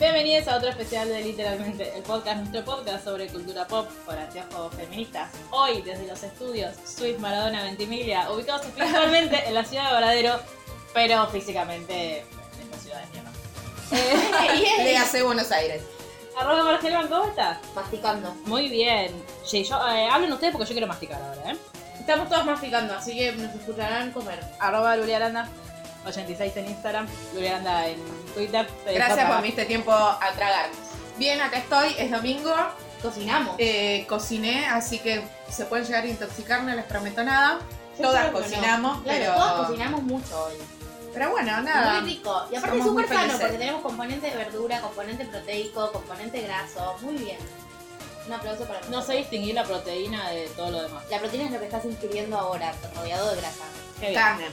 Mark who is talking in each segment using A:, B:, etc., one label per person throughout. A: Bienvenidos a otro especial de Literalmente el Podcast, nuestro podcast sobre cultura pop por anteojos feministas. Hoy, desde los estudios Swiss Maradona Ventimiglia, ubicados espiritualmente en la ciudad de Varadero, pero físicamente en la ciudad de mierda.
B: Le hace Buenos Aires.
A: Arroba Margelman, ¿cómo estás?
B: Masticando.
A: Muy bien. Che, yo, eh, hablen ustedes porque yo quiero masticar ahora, ¿eh?
B: Estamos todos masticando, así que nos escucharán comer.
A: Arroba Luliaranda, 86 en Instagram, Luliaranda en Twitter. eh,
B: Gracias
A: tapa.
B: por este tiempo a tragar. Bien, acá estoy, es domingo.
C: Cocinamos.
B: eh, cociné, así que se pueden llegar a intoxicar, no les prometo nada.
C: Yo
B: Todas
C: creo que no.
B: cocinamos,
C: Claro,
B: pero.
C: todos cocinamos mucho hoy.
B: Pero bueno, nada.
C: Muy rico. Y
B: Somos
C: aparte es súper
B: muy
C: sano
B: felices.
C: porque tenemos componente de verdura, componente proteico, componente graso. Muy bien. Un aplauso para
A: No
C: nosotros.
A: sé distinguir la proteína de todo lo demás.
C: La proteína es lo que estás ingiriendo ahora, rodeado de grasa.
A: Qué bien.
B: Carne.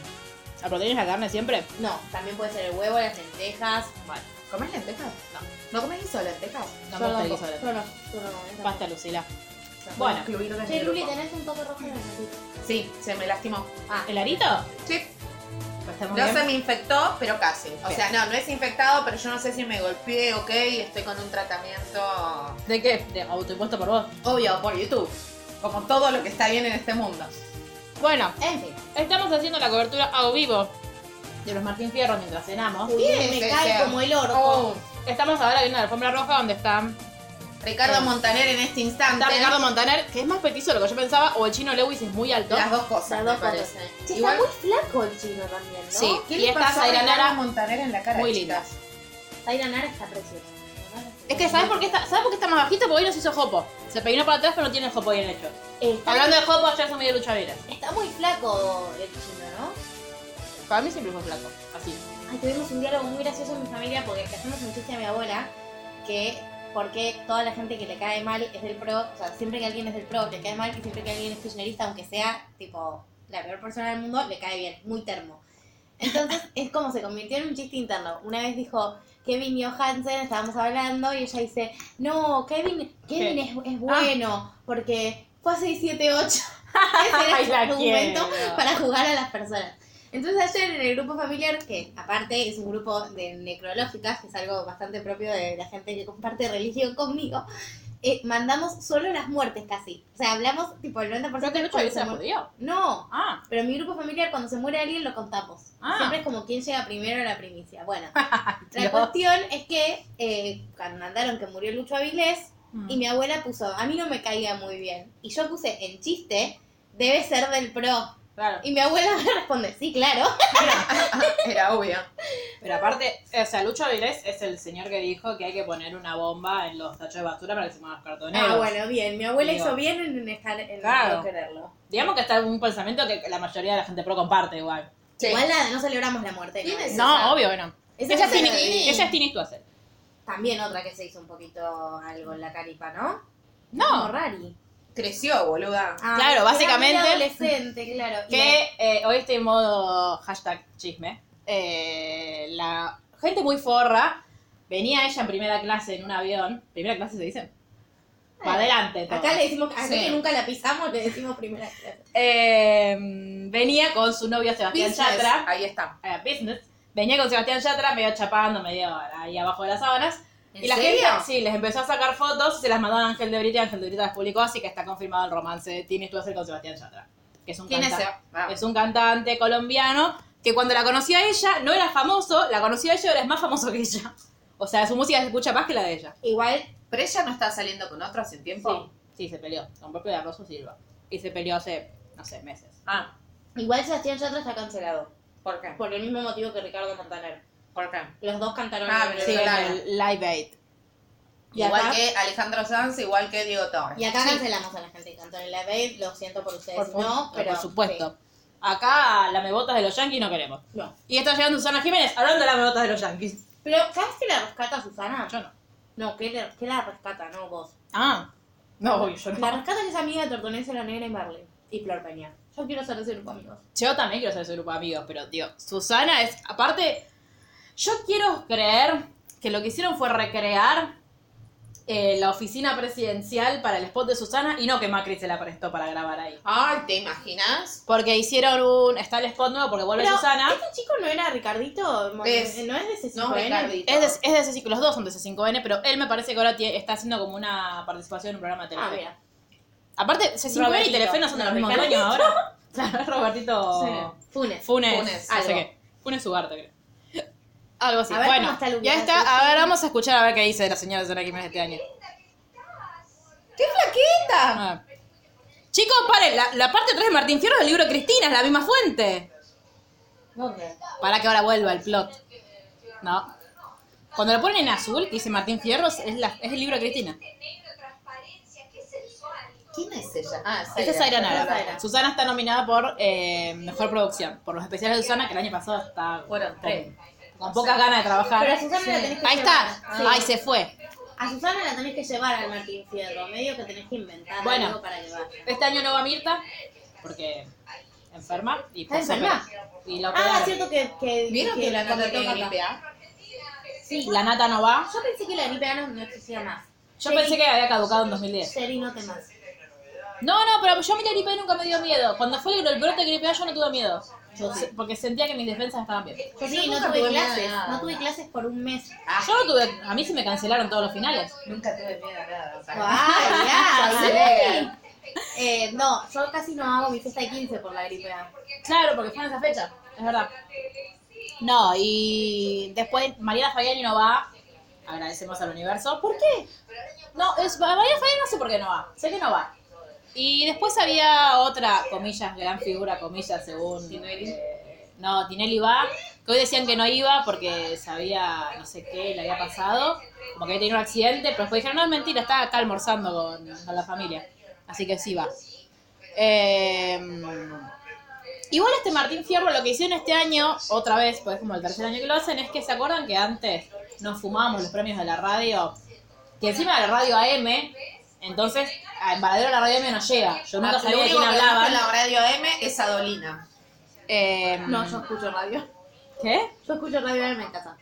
A: ¿La proteína es la carne siempre?
C: No, también puede ser el huevo, las lentejas.
A: Bueno,
B: ¿Comés lentejas? No. ¿No comés guiso de lentejas?
A: no me gusta el
C: Yo
A: guiso de
C: Yo no, yo no, esa no.
A: Pasta Lucila.
B: Se puede
A: Bueno.
B: incluir en
C: Che,
B: el
C: Luli,
B: grupo.
C: tenés un toque rojo en la nariz.
B: Sí, se me lastimó.
C: Ah,
A: ¿El arito? Pues
B: Sí,
A: Está muy
B: no
A: bien.
B: se me infectó, pero casi. O
A: Bien.
B: sea, no, no es infectado, pero yo no sé si me golpeé, ok, estoy con un tratamiento
A: ¿De qué? De autoimpuesto por vos.
B: obvio por YouTube. Como todo lo que está bien en este mundo.
A: Bueno,
C: en fin.
A: estamos haciendo la cobertura a vivo de los Martín Fierro mientras cenamos.
C: Julián
B: sí,
C: me
B: sí.
C: cae como el orto.
B: Oh,
A: Estamos ahora viendo la alfombra roja donde está,
B: Ricardo Montaner en este instante.
A: está Ricardo Montaner, que es más petizo de lo que yo pensaba, o el chino Lewis es muy alto.
B: Las dos cosas,
C: Las
B: me
C: dos cosas.
B: parece.
C: Che,
B: Igual,
C: está muy flaco el chino también, ¿no?
A: Sí.
B: ¿qué
A: y
B: le
A: está
B: pasó a
A: Zaira
B: Ricardo
A: Nara?
B: Montaner en la cara?
A: Muy
B: chicas?
A: lindas.
C: Zaira Nara está preciosa.
A: Es que ¿sabes por qué está, ¿sabes por qué está más bajito? Porque hoy nos hizo jopo. Se peinó para atrás pero no tiene el jopo bien hecho.
C: Está,
A: Hablando de jopo, ayer se me dio lucha libre.
C: está muy flaco el chino, ¿no?
A: Para mí siempre fue flaco, así.
C: Ay, tuvimos un diálogo muy gracioso en mi familia porque le hacemos un chiste a mi abuela que porque toda la gente que le cae mal es del pro, o sea, siempre que alguien es del pro le cae mal, que siempre que alguien es kirchnerista, aunque sea tipo la peor persona del mundo, le cae bien, muy termo. Entonces es como se convirtió en un chiste interno. Una vez dijo Kevin Johansen, estábamos hablando y ella dice, no, Kevin, Kevin es, es bueno porque fue hace 7-8. Ese
A: Ay,
C: era
A: la
C: su argumento
A: quiero.
C: para jugar a las personas. Entonces ayer en el grupo familiar, que aparte es un grupo de necrológicas, que es algo bastante propio de la gente que comparte religión conmigo, eh, mandamos solo las muertes casi. O sea, hablamos tipo el 90%
A: Pero que lucha
C: cuando
A: libre
C: se
A: se
C: muere-
A: jodió.
C: No,
A: Ah,
C: pero en mi grupo familiar cuando se muere alguien lo contamos.
A: Ah.
C: Siempre es como quien llega primero a la primicia. Bueno, la cuestión es que eh, cuando mandaron que murió Lucho Avilés,
A: Mm.
C: y mi abuela puso, a mí no me caía muy bien. Y yo puse en chiste, debe ser del pro.
A: claro.
C: Y mi abuela me responde, sí, claro.
B: Era obvio.
A: Pero aparte, o sea, Lucho Avilés es el señor que dijo que hay que poner una bomba en los tachos de basura para que se muevan los cartoneros.
C: Ah, bueno, bien. Mi abuela
A: Digo.
C: hizo bien en, en estar en
A: Claro.
C: no quererlo.
A: Digamos que está un pensamiento que la mayoría de la gente pro comparte igual.
B: Sí.
C: Igual la- no celebramos la muerte.
B: ¿Quién es?
C: Esa
A: No,
B: esa.
A: obvio que no.
C: es
A: Esa es
C: Tini-
A: Tini, esa es Tini Stuazel.
C: También otra que se hizo un poquito algo en la caripa, ¿no? Como
A: No,
C: rari.
B: Creció, boluda.
C: Ah,
A: Claro,
C: era
A: básicamente-
C: muy adolescente, claro. Y
A: que eh, hoy estoy en modo hashtag chisme. Eh, la gente muy forra, venía ella en primera clase en un avión. ¿Primera clase se dice?
B: Eh,
A: Para adelante.
C: la-
A: todo.
C: Acá le decimos, acá
B: Sí.
C: que nunca la pisamos, le decimos primera clase.
A: Eh, venía con su novio Sebastián
B: Business,
A: Chatra.
B: Ahí está.
A: eh, business. Venía con Sebastián Yatra, medio chapando, medio ahí abajo de las sábanas.
B: ¿En
A: y la
B: serio?
A: gente sí, les empezó a sacar fotos y se las mandó a Ángel de Brita y Ángel de Brita las publicó, así que está confirmado el romance de Tini Stuazel con Sebastián Yatra. Que es un
B: ¿Quién es
A: cantante.
B: ese? Ah.
A: Es un cantante colombiano que cuando la conocí a ella no era famoso, la conocí a ella y ahora es más famoso que ella. O sea, su música se escucha más que la de ella.
C: Igual,
B: Pero ella no está saliendo con otro hace un tiempo.
A: Sí, se peleó con propio de Arroso Silva. Y se peleó hace, no sé, meses.
B: Ah,
C: igual Sebastián Yatra está cancelado.
B: ¿por qué?
C: Por el mismo motivo que Ricardo Montaner.
B: ¿Por qué?
C: Los dos cantaron
B: Ah,
C: en el
B: sí,
C: programa.
B: claro.
A: el Live Aid.
C: Y
B: igual
C: acá-
B: que Alejandro Sanz, igual que Diego Torres.
C: Y acá cancelamos a la gente que cantó en la Babe, lo siento por ustedes,
A: Por,
C: no, pero.
A: por supuesto. Acá la mebotas de los yankees no queremos.
C: sí, no.
A: Y está llegando Susana Jiménez hablando de la mebotas de los yankees.
C: Pero, ¿sabes qué la rescata Susana?
A: Yo no.
C: No, ¿qué, le- qué la rescata? No, vos.
A: Ah. No, obvio, yo
C: La
A: no.
C: rescata es amiga de Tortonesa, la negra y Marley. Y Flor Peña. Yo quiero ser de ese grupo, amigos.
A: Yo también quiero ser ese grupo de amigos, pero tío, Susana es. Aparte, yo quiero creer que lo que hicieron fue recrear eh, la oficina presidencial para el spot de Susana y no que Macri se la prestó para grabar ahí.
B: Ay, ¿te imaginas?
A: Porque hicieron un. Está el spot nuevo porque vuelve
C: Pero,
A: Susana.
C: ¿Este chico no era Ricardito? Mon-
B: Es-
C: ¿No es de ese
B: No,
C: grupo, eh?
B: Ricardito.
A: Es de, es de ese ciclo, los dos son de ese 5N, pero él me parece que ahora tie- está haciendo como una participación en un programa de
C: Ah,
A: Telefe.
C: mira.
A: Aparte, C5N y
C: Robertito.
A: Telefe no son de los mismos
C: Robertito.
A: dueños ahora. Claro, Robertito
C: Funes.
A: Oh. Funes,
B: Funes,
A: no sé
C: algo.
A: qué. Funes Ugarte, creo. Algo así.
C: A ver
A: bueno,
C: cómo está el
A: ya
C: lugar,
A: está.
C: sí.
A: A ver, vamos a escuchar a ver qué dice la señora Sara Jiménez este año.
B: ¡Qué flaquita!
A: A ver. Chicos, paren, la, la parte 3 de Martín Fierro del libro de Cristina es la misma fuente.
C: ¿Dónde?
A: Para que ahora vuelva el plot. No. Cuando lo ponen en azul, que dice Martín Fierro, es, la- es el libro de Cristina.
B: ¿Quién es ella? Ah,
A: Esta es Zaira Nara.
C: Zaira.
A: Susana está nominada por eh, Mejor Producción, por los especiales de Susana, que el año pasado está
B: Fueron
A: con,
B: tres.
A: con pocas ganas de
C: Pero a
A: trabajar.
C: Susana la tenés que
A: Ahí
C: llevar.
A: está.
C: Sí.
A: Ahí se fue.
C: A Susana la tenés que llevar al Martín Fierro. Medio que tenés que inventar
A: Bueno.
C: algo para que vaya.
A: Este año no va Mirta, porque enferma. Y
C: ¿Está
A: puso
C: enferma?
A: pe- Y la
C: Ah,
A: operaron.
C: cierto que. que
B: ¿Vieron que, la nota
C: contrató
B: tiene
C: Cata.
B: gripe A?
C: Sí.
A: La nata no va.
C: Yo pensé que la gripe A no, no existía más.
A: Yo pensé que había caducado en 2010.
C: Sherry, no temas.
A: No, no, pero yo a mí la gripe nunca me dio miedo. Cuando fue el brote de gripe A, yo no tuve miedo.
C: Yo sí.
A: Se- Porque sentía que mis defensas estaban bien.
C: Yo sí, no
B: nunca
C: tuve
B: tuve miedo de
C: clases.
B: nada.
C: No tuve clases por un mes.
A: Yo no tuve, a mí se me cancelaron todos los finales.
B: Nunca tuve miedo a nada. o sea,
C: ¡Ay, ya! ¿sí? Eh, no, yo casi no hago mi fiesta de 15 por la gripe A.
A: Claro, porque fue en esa fecha, es verdad. No, y después Mariana Fabiani no va. Agradecemos al universo. ¿Por qué? No, es, Mariana Fabiani no sé por qué no va. Sé que no va. Y después había otra, comillas, gran figura, comillas, según.
B: Tinelli.
A: eh, no, Tinelli va. Que hoy decían que no iba porque sabía, no sé qué, le había pasado. Como que había tenido un accidente, pero después dijeron, no, es mentira, estaba acá almorzando con, con la familia. Así que sí va. Eh, Igual este Martín Fierro lo que hicieron este año, otra vez, pues es como el tercer año que lo hacen, es que se acuerdan que antes nos fumábamos los premios de la radio, que encima de la radio AM, entonces al paradero de la radio AM no llega. Yo nunca
B: Ah, lo
A: sabía de
B: único
A: quién
B: que escucho
A: hablaban.
B: en la radio M es Adolina.
A: Eh,
C: No, yo escucho radio.
A: ¿Qué?
C: Yo escucho radio AM en casa.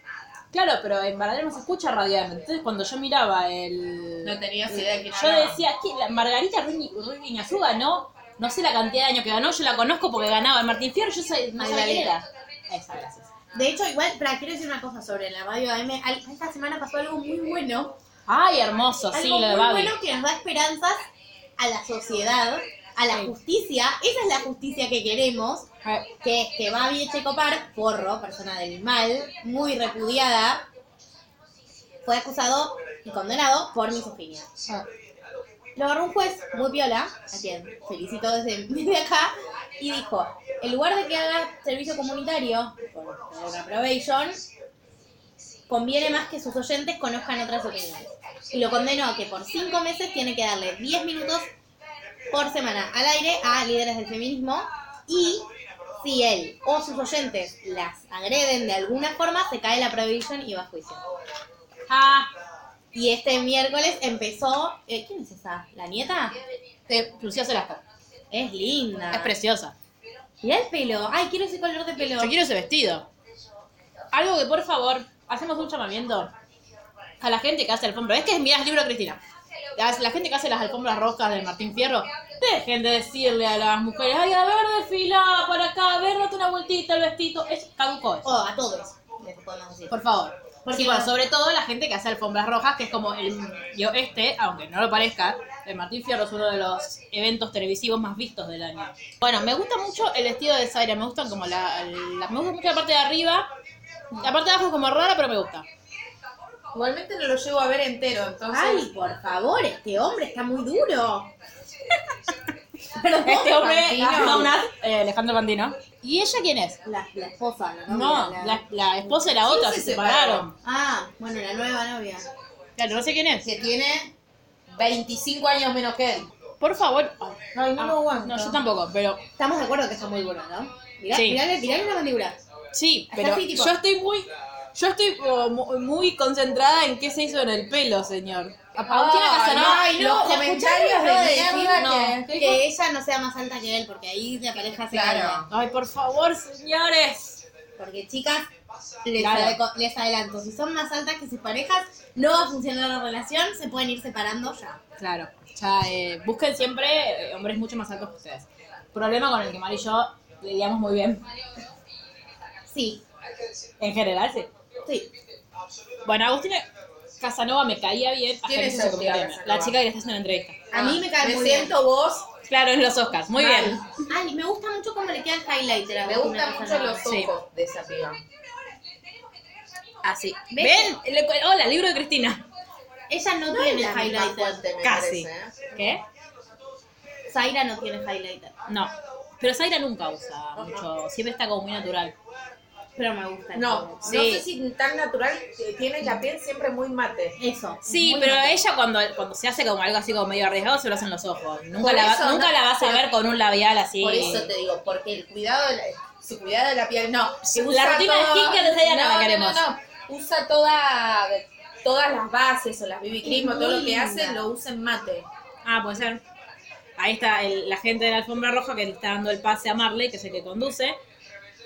A: Claro, pero en Baradero no se escucha radio AM. Entonces cuando yo miraba el...
B: No tenías idea de quién
A: Yo
B: hablaba.
A: decía, "¿Quién? La Margarita Ruiz Ruiz Iñazú ganó, no sé la cantidad de años que ganó, yo la conozco porque ganaba el Martín Fierro, yo soy no sabía quién era. Esa, gracias.
C: De hecho, igual, pero quiero decir una cosa sobre la radio AM. Al- Esta semana pasó algo muy bueno.
A: Ay, hermoso, sí,
C: Algo
A: lo de
C: muy
A: Babi.
C: bueno que nos da esperanzas a la sociedad, a la justicia. Esa es la justicia que queremos.
A: Eh,
C: que es que Babi Echecopar, porro, persona del mal, muy repudiada, fue acusado y condenado por misoginia. Lo agarró un juez muy viola, a quien felicito desde, desde acá, y dijo, en lugar de que haga servicio comunitario, con una probation, conviene más que sus oyentes conozcan otras opiniones. Y lo condenó a que por cinco meses tiene que darle 10 minutos por semana al aire a líderes del feminismo y si él o sus oyentes las agreden de alguna forma, se cae la prohibición y va a juicio.
A: Ah,
C: Y este miércoles empezó... eh, ¿Quién es esa? ¿La nieta?
A: de Eh, Lucía Solasco.
C: Es linda.
A: Es preciosa.
C: Mirá el pelo. Ay, quiero ese color de pelo.
A: Yo quiero ese vestido. Algo que, por favor, hacemos un llamamiento a la gente que hace alfombras. Es que mirá el libro de Cristina. La, la gente que hace las alfombras roscas del Martín Fierro, dejen de decirle a las mujeres, ay, a ver, desfila por acá, a ver, date una vueltita el vestido. Es caduco eso.
C: O Oh, a todos. les podemos decir.
A: Por favor.
C: Porque
A: Sí, bueno,
C: no-
A: sobre todo la gente que hace alfombras rojas, que es como el. Yo, este, aunque no lo parezca, el Martín Fierro es uno de los eventos televisivos más vistos del año. Bueno, me gusta mucho el vestido de Zaira, me gustan como la, la- Me gusta mucho la parte de arriba. La parte de abajo es como rara, pero me gusta.
B: Igualmente no lo llego a ver entero, entonces.
C: Ay, por favor, este hombre está muy duro. Perdón,
A: Este hombre,
C: Fantino.
A: no, una- eh, Alejandro Pandino. ¿Y ella quién es?
C: La, la esposa, la novia,
A: No,
C: la-
A: la, la esposa de la otra
B: se
A: se separaron.
B: separaron.
C: Ah, bueno, la nueva novia.
A: Claro, no sé quién es.
C: que tiene 25 años menos que él.
A: Por favor. Ah,
C: No, no
A: ah,
C: lo aguanto.
A: no, yo tampoco, pero
C: Estamos de acuerdo que está muy bueno, ¿no? Mirá,
A: Sí.
C: mirá, mirá la mandíbula.
A: sí,
C: Está
A: pero
C: así, tipo-
A: yo estoy muy yo estoy como mu- muy concentrada en qué se hizo en el pelo, señor. A Agustina
C: Ay,
A: Casanova-
C: ay, no,
A: los
C: ¿la
A: comentarios
C: escucharon lo
A: de
C: decir
A: mierda que-
C: que, que ella no sea más alta que él, porque ahí la pareja se
B: Claro.
C: carga.
A: Ay, por favor, señores.
C: Porque chicas, les,
A: Claro.
C: adeco- les adelanto, si son más altas que sus parejas, no va a funcionar la relación, se pueden ir separando ya.
A: Claro, ya eh, busquen siempre eh, hombres mucho más altos que ustedes. Problema con el que Mari y yo lidiamos muy bien.
C: Sí,
A: En general, sí.
C: sí.
A: Bueno, Agustina Casanova me caía bien. hasta
B: ¿Quién
A: que
B: es
A: hizo su
B: Agustina
A: comentario.
B: Casanova?
A: La chica que le está haciendo la entrevista.
C: A mí me cae muy bien.
B: Ah, siento vos,
A: Claro, en los Oscars. Muy
B: Mal.
A: bien.
C: Ay, me gusta mucho cómo le queda el highlighter. a
B: me
C: Agustina
B: gustan mucho
C: Casanova.
B: los ojos
A: Sí.
B: de esa piba.
A: Así. ¿Ven? Le- Hola, libro de Cristina.
C: Ella no,
B: No
C: tiene
B: es la misma
C: highlighter.
B: fuente, me
A: Casi.
B: parece. ¿eh?
A: ¿Qué?
C: Zaira no tiene highlighter.
A: No. Pero Zaira nunca usa mucho. Siempre está como muy natural.
C: Pero me gusta. el
B: No,
C: color.
B: no
A: Sí.
B: sé si tan natural, eh, tiene la piel siempre muy mate.
C: Eso.
A: Sí,
C: Muy
A: pero
C: bien.
A: ella cuando, cuando se hace como algo así como medio arriesgado se lo hacen los ojos. Nunca,
B: Por
A: la, va-
B: eso
A: nunca
B: no-
A: la vas a ver con un labial así.
B: Por eso te digo, porque el cuidado de la, su cuidado de la piel, no.
A: Sí,
B: usa
A: la rutina de skincare de Diana la queremos.
B: No, no, Usa toda, todas las bases o las BB cream o todo lo que hace, lo usa en mate.
A: Ah, puede ser. Ahí está el- la gente de la alfombra roja que le está dando el pase a Marley, que es el que conduce.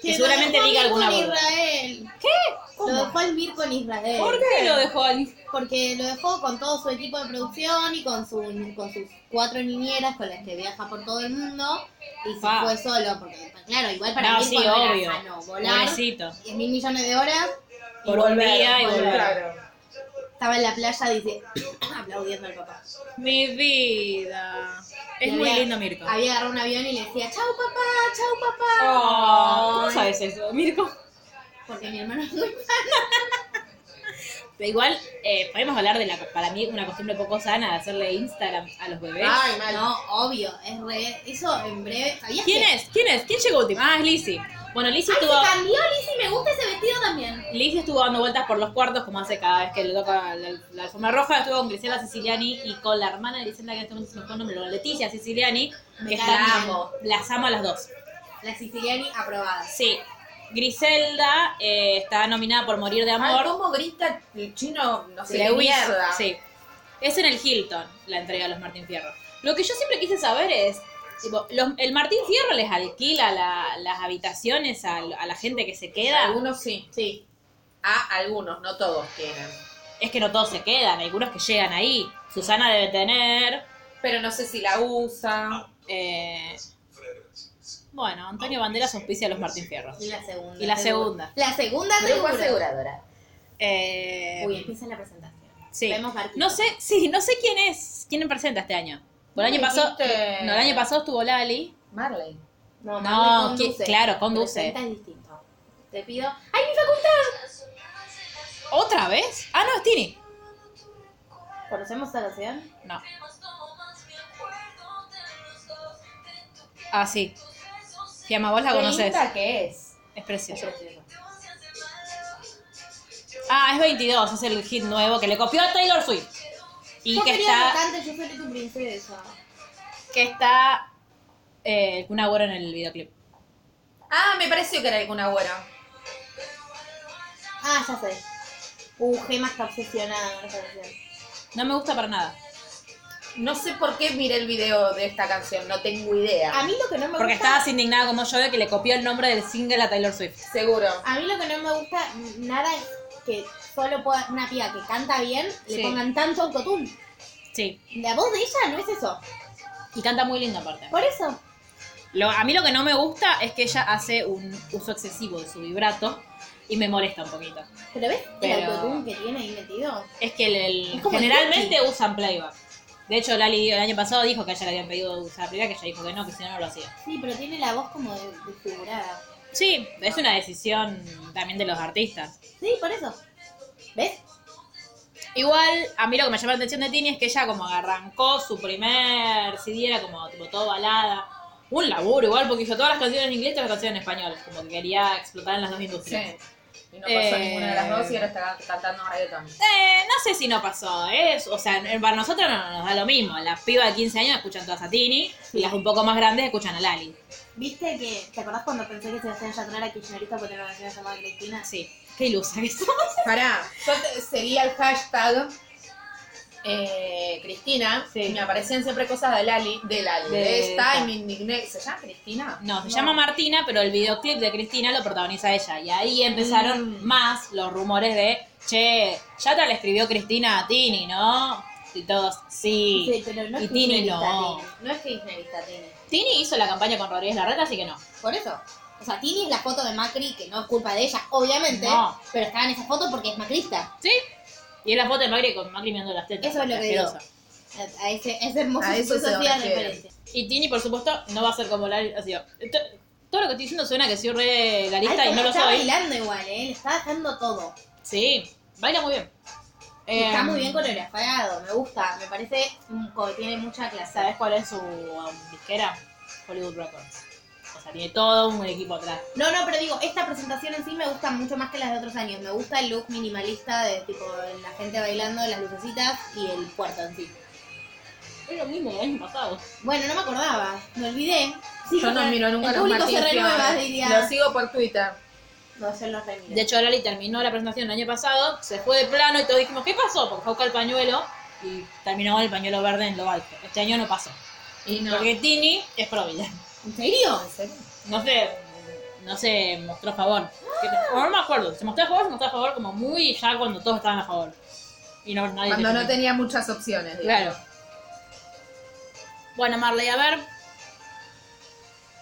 A: Que
C: lo
A: seguramente
C: dejó
A: diga
C: Mir
A: alguna
C: con
A: burla.
C: Israel. ¿Qué? Lo dejó el Mir con Israel.
A: ¿Por qué lo dejó ahí?
C: Porque lo dejó con todo su equipo de producción y con, su- con sus cuatro niñeras con las que viaja por todo el mundo. Y se
A: Pa.
C: fue solo, porque claro, igual para
A: No,
C: Mir
A: sí,
C: cuando era
A: obvio.
C: sano, volar
A: Pobrecito.
C: 10 mil millones de horas. y
A: Por un
C: volver.
A: día y volver.
C: Estaba en la playa, dice, aplaudiendo al papá.
A: Mi vida. Es
C: Y
A: muy
C: había-
A: lindo Mirko.
C: Había agarrado un avión y le decía, chau papá, chau papá.
A: Oh, ¿Cómo sabes eso, Mirko?
C: Porque mi hermano es muy malo.
A: Pero igual, eh, podemos hablar de la, para mí, una costumbre poco sana de hacerle Instagram a los bebés.
C: Ah.
B: Ay, mal.
C: No, obvio, es re. Eso en breve. ¿Sabías
A: ¿Quién
C: que-
A: es? ¿Quién es? ¿Quién llegó último? Ah, es Lizzie. Bueno, Lizzie
C: Ay, se
A: estuvo,
C: cambió, Lizzy, me gusta ese vestido también.
A: Lizzie estuvo dando vueltas por los cuartos, como hace cada vez que le toca la, la alfombra roja. Estuvo con Griselda Siciliani y con la hermana de Griselda, que en este momento se me fue el nombre, con Leticia Siciliani,
C: Me
A: que
C: cae
A: están-
C: bien.
A: las amo a las dos.
C: La siciliani aprobada.
A: Sí. Griselda eh, está nominada por Morir de
B: Ay,
A: Amor.
B: cómo grita el chino, no sé,
A: de
B: qué
A: Wiz,
B: mierda.
A: Sí. Es en el Hilton la entrega de los Martín Fierro. Lo que yo siempre quise saber es, tipo, los- el Martín Fierro les alquila la- las habitaciones a, a la gente que se queda.
B: Algunos sí. Sí. A algunos, no todos tienen.
A: Es que no todos se quedan, hay algunos que llegan ahí. Susana debe tener.
B: Pero no sé si la usa.
A: eh, bueno, Antonio Banderas auspicia a los Martín Fierro.
C: Y la segunda.
A: Y la
C: seguro.
A: segunda.
C: La segunda
B: Grupo
C: seguro.
B: aseguradora.
A: Eh,
C: Uy, empieza la presentación.
A: sí.
C: Vemos barquitos.
A: No sé, sí, no sé quién es, quién presenta este año. Por el año
B: No
A: pasado,
B: dijiste-
A: no, el año pasado estuvo Lali.
B: Marley.
C: No,
A: No,
C: Marley
A: que- claro, conduce.
C: Presenta es distinto. Te pido. ¡Ay, mi facultad!
A: ¿Otra vez? Ah, no, es Tini.
C: ¿Conocemos esta canción?
A: No. Ah, sí. Fiamma, vos la conoces.
B: que es.
A: Es preciosa. Ah, es 22, es el hit nuevo que le copió a Taylor Swift. Y
C: yo
A: que
C: quería
A: está,
C: que cante, yo seré tu princesa.
A: que está eh, un agüero en el videoclip.
B: Ah, me pareció que era algún agüero.
C: Ah, ya sé. Uh, Gema está obsesionada con esta canción.
A: No me gusta para nada.
B: No sé por qué miré el video de esta canción, no tengo idea.
C: A mí lo que no me
A: Porque
C: gusta.
A: estabas indignada como yo de que le copió el nombre del single a Taylor Swift.
B: Seguro.
C: A mí lo que no me gusta nada es que solo pueda una piba que canta bien
A: Sí.
C: le pongan tanto autotune.
A: Sí.
C: La voz de ella no es eso.
A: Y canta muy lindo aparte.
C: Por eso.
A: Lo- a mí lo que no me gusta es que ella hace un uso excesivo de su vibrato y me molesta un poquito.
C: Pero ves el
A: Pero-
C: autotune que tiene ahí metido.
A: Es que el, el-
C: Es como
A: generalmente usan playback. De hecho, Lali el año pasado dijo que a ella le habían pedido usar playback, que ella dijo que no, que si no, no lo hacía.
C: Sí, pero tiene la voz como de- desfigurada.
A: Sí, es una decisión también de los artistas.
C: Sí, por eso. ¿Ves?
A: Igual, a mí lo que me llamó la atención de Tini es que ella como arrancó su primer CD, era como tipo todo balada. Un laburo igual, porque hizo todas las canciones en inglés y todas las canciones en español. Como que quería explotar en las dos industrias.
B: Y no pasó
A: Eh.
B: ninguna de las dos y ahora está cantando reggaeton.
A: Eh, no sé si no pasó, es, o sea, en- para nosotros no nos da lo mismo. Las pibas de 15 años escuchan todas a Tini y las un poco más grandes escuchan a Lali.
C: ¿Viste que, te acordás cuando pensé que Sebastián Yatra era kirchnerista porque era una canción llamada Cristina?
A: Sí, qué ilusa que sos.
B: Pará, yo te- seguía el hashtag eh, Cristina
A: Sí.
B: y me aparecían siempre cosas de Lali, de Lali, de,
A: De
B: esta,
A: esta.
B: y me indigné. ¿Se llama Cristina?
A: No, se llama Martina, pero el videoclip de Cristina lo protagoniza ella. Y ahí
C: Mm.
A: empezaron más los rumores de, che, Yatra le escribió Cristina a Tini, ¿no? Y todos, sí.
C: Sí, pero no
A: Y
C: es
A: Tini
C: kirchnerista
A: no.
C: Tini. No es kirchnerista Tini.
A: Tini hizo la campaña con Rodríguez Larreta, así que no.
C: Por eso. O sea, Tini es la foto de Macri, que no es culpa de ella, obviamente,
A: No.
C: pero estaba en esa foto porque es macrista.
A: ¿Sí? Y es la foto de Magri con Macri mirando las tetas.
C: Eso es lo que
A: asqueroso.
C: A, a ese, ese hermoso
B: A eso
C: suceso
B: se
C: hacía
B: refiere.
C: referencia.
A: Y Tini, por supuesto, no va a ser como Lali. así, to- todo lo que estoy diciendo suena que soy re galista
C: Ay,
A: y no
C: cómo
A: lo
C: está
A: soy.
C: bailando igual, ¿eh? Le está dejando todo.
A: Sí, baila muy bien.
C: Y está
A: Em,
C: muy bien coreografiado, me gusta. Me parece un co- tiene mucha clase.
A: ¿Sabes cuál es su um, disquera? Hollywood Records. O sea, tiene todo un equipo atrás.
C: No, no, pero digo, esta presentación en sí me gusta mucho más que las de otros años. Me gusta el look minimalista de tipo la gente bailando, las lucecitas y el puerto en sí.
A: Es lo mismo del año pasado.
C: Bueno, no me acordaba, me olvidé. Sí,
B: Yo no
C: porque
B: miro nunca
C: El
B: los
C: público
B: Martín
C: se renueva,
B: Fierro.
C: diría.
B: Lo sigo por Twitter.
C: No, yo los remiro.
A: De hecho, Lali terminó la presentación el año pasado, se fue de plano y todos dijimos, ¿qué pasó? Porque fue a buscar el pañuelo y terminó con el pañuelo verde en lo alto. Este año no pasó.
B: Y no.
A: Porque Tini es provida.
C: ¿En serio?
A: No se, no se mostró a favor. Que-
B: Ah.
A: No me acuerdo. Se mostró a favor, se mostró a favor como muy ya cuando todos estaban a favor. Y no, nadie
B: Cuando
A: le-
B: no tenía muchas opciones. digo.
A: Claro. Bueno, Marley, a ver,
C: Yo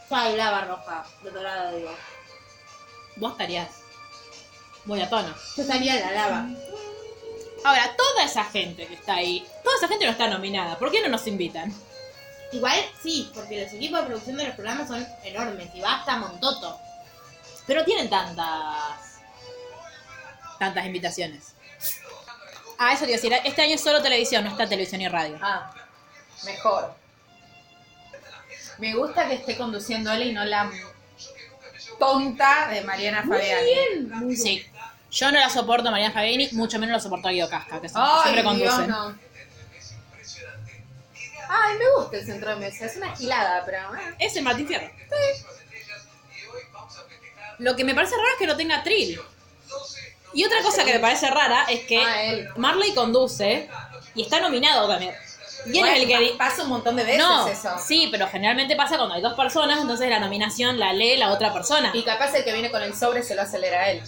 C: bailaba roja, de dorado, digo.
A: vos estarías muy a tono.
C: Yo salía de la lava.
A: Ahora, toda esa gente que está ahí, toda esa gente no está nominada. ¿Por qué no nos invitan?
C: Igual sí, porque los equipos de producción de los programas son enormes y va hasta Montoto.
A: Pero tienen tantas. tantas invitaciones. Ah, eso te iba a decir. Este año es solo televisión, no está televisión y radio.
B: Ah, mejor. Me gusta que esté conduciendo él y no la tonta de Mariana Fabiani.
A: Sí. Yo no la soporto a Mariana Fabiani, mucho menos la soporto a Guido Casca, que son- que
B: Ay,
A: siempre
B: Dios,
A: conducen.
B: no. Ay, me gusta el centro de mesa. Es una gilada, pero... eh.
A: Es el Martín Fierro. Lo que me parece raro es que no tenga trill. Y otra cosa que me parece rara es que
B: Ah, él.
A: Marley conduce y está nominado también. Y él
B: Bueno,
A: es el que... di-
B: Pasa un montón de veces
A: no,
B: eso.
A: sí, pero generalmente pasa cuando hay dos personas, entonces la nominación la lee la otra persona.
B: Y capaz el que viene con el sobre se lo acelera a él.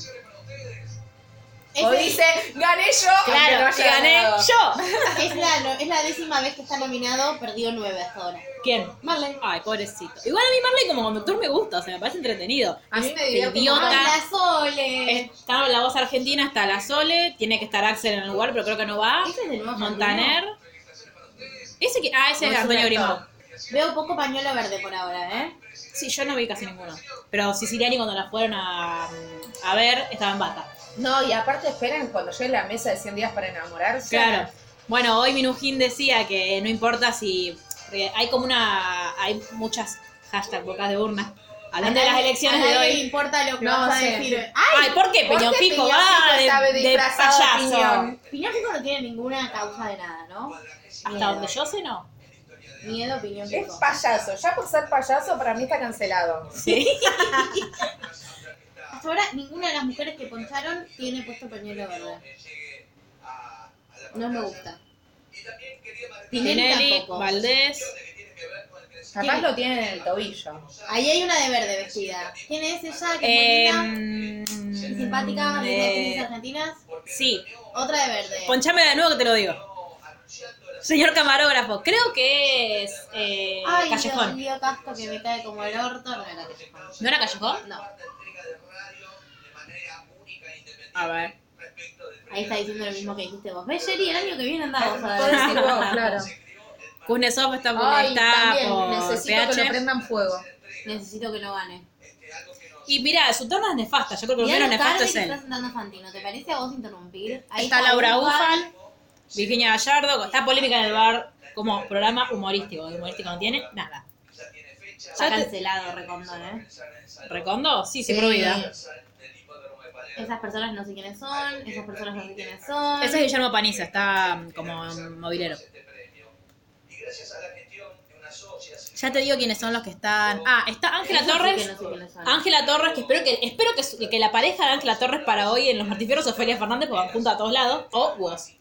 C: Es,
B: O dice, gané yo. aunque no
A: claro,
B: haya
A: gané
B: ganado.
A: yo.
C: es la, es la décima vez que está nominado, perdió nueve hasta ahora.
A: ¿Quién? Marley. Ay, pobrecito. Igual a mí Marley como conductor me gusta, o sea, me parece entretenido.
B: A mí me
A: Este
B: divierte
A: idiota.
B: más.
C: ¡Hola, Sole!
A: Está la voz argentina, está la Sole, tiene que estar Axel en el lugar, pero creo que no va.
C: ¿Ese Este es de nuevo
A: Montaner. Ese que, ah, ese
B: No
A: es
B: es un
A: Antonio
B: actor.
A: Grimaud.
C: Veo poco pañuelo verde por ahora, ¿eh?
A: Sí, yo no vi casi ninguno. Pero Siciliani cuando la fueron a, a ver estaba en bata.
B: No, y aparte esperan cuando llegue la mesa de 100 días para enamorarse.
A: Claro. Bueno, hoy Minujín decía que no importa si porque hay como una hay muchas hashtag bocas de urna hablando de las elecciones
C: a
A: de
C: nadie le
A: hoy.
C: importa lo que
B: No,
C: vas a
B: sí.
C: decir.
A: Ay, ¿por qué
B: ¿por
A: Peñón
B: qué
A: Pico
B: Peñón Pico
A: va de,
B: sabe
A: de
B: disfrazado de
A: payaso?
B: piñón?
C: Opinión Pico no tiene ninguna causa de nada, ¿no?
A: Hasta donde yo sé no.
C: Miedo, opinión
B: Es
C: Pico.
B: payaso. Ya por ser payaso, para mí está cancelado.
C: Hasta ahora ninguna de las mujeres que poncharon tiene puesto pañuelo verde. No me gusta. Tinelli
A: Tinelli,
C: tampoco.
A: Valdés,
B: Capaz lo tienen en el tobillo.
C: Ahí hay una de verde vestida. ¿Quién es ella? Que es bonita
A: eh,
C: y simpática, de
A: eh,
C: actrices argentinas.
A: sí,
C: Otra de verde.
A: Ponchame de nuevo que te lo digo. Señor camarógrafo, creo que es eh,
C: Ay,
A: Callejón.
C: Dios mío, casco que me cae como el orto. No era Callejón.
A: ¿No era Callejón?
C: No,
A: A ver.
C: ahí está diciendo lo mismo que dijiste vos. Bellería, el año que viene andamos a
B: Puedes decir
C: ver.
B: vos, claro.
A: Kuznetsov está por,
B: Ay,
A: está
B: también,
A: por
B: necesito que
A: PH.
B: lo prendan fuego.
C: Necesito que no gane.
A: Y mirá, su torno es nefasta. Yo creo que lo
C: Mirá
A: menos
C: lo
A: nefasto
C: tarde
A: es
C: que
A: él.
C: está sentando Fantino. ¿Te parece a vos interrumpir? Ahí
A: Está Laura
C: Ufal.
A: Ufal, Virginia Gallardo. Está polémica en el bar como programa humorístico. El Humorístico no tiene nada.
C: Está cancelado, recondón, ¿eh?
A: ¿Recondo? Sí, sí,
B: Sí.
A: por vida.
C: Esas personas no sé quiénes son, esas personas no sé quiénes son.
A: Ese es Guillermo Paniza, está mm, como movilero. Ya te digo quiénes son los que están. Ah, está Ángela
C: Esos sí
A: Torres.
C: que no sé quiénes son.
A: Ángela Torres, que espero que espero que, su- que la pareja de Ángela Torres para hoy en Los Martifieros Ofelia Fernández, porque van junto a todos lados, o vos.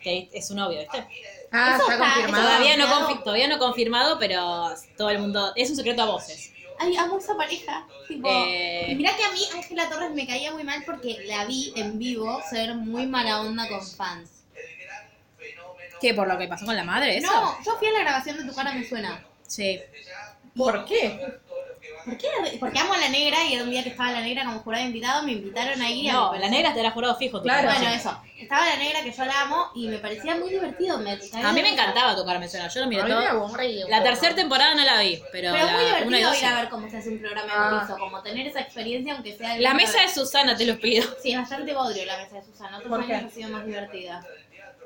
A: Que es su novio, ¿viste?
B: Ah,
C: Eso
B: está,
C: está-
B: confirmado.
A: Todavía no,
C: confirmado.
A: confi- todavía no confirmado, pero todo el mundo. Es un secreto a voces.
C: Ay, amo esa pareja. Tipo,
A: Eh,
C: Mirá que a mí Ángela Torres me caía muy mal porque la vi en vivo ser muy mala onda con fans.
A: ¿Qué? ¿Por lo que pasó con la madre? ¿Eso?
C: No, yo fui a la grabación de Tu cara me suena.
A: Sí.
B: ¿Por qué?
C: ¿Por qué? Porque amo a la negra y era un día que estaba la negra como jurado invitado, me invitaron a ir.
A: No, la negra te la jurado fijo. tu
B: Claro.
A: cara.
C: Bueno, eso. Estaba la negra que yo la amo y me parecía muy divertido. Me,
A: A mí me encantaba tocar mesonar, yo lo miré
B: A mí me
A: todo.
B: aburrí un
A: La
B: poco.
A: tercera temporada no la vi, pero,
C: Pero
A: la
C: muy
A: una y
C: divertido
A: dos.
C: ir a ver cómo se hace un programa en
B: Ah.
C: piso, como tener esa experiencia aunque sea...
A: sí. La mesa de Susana, te lo pido.
C: Sí, es bastante bodrio la mesa de Susana. Otros
B: ¿Por qué?
C: años ha sido más divertida.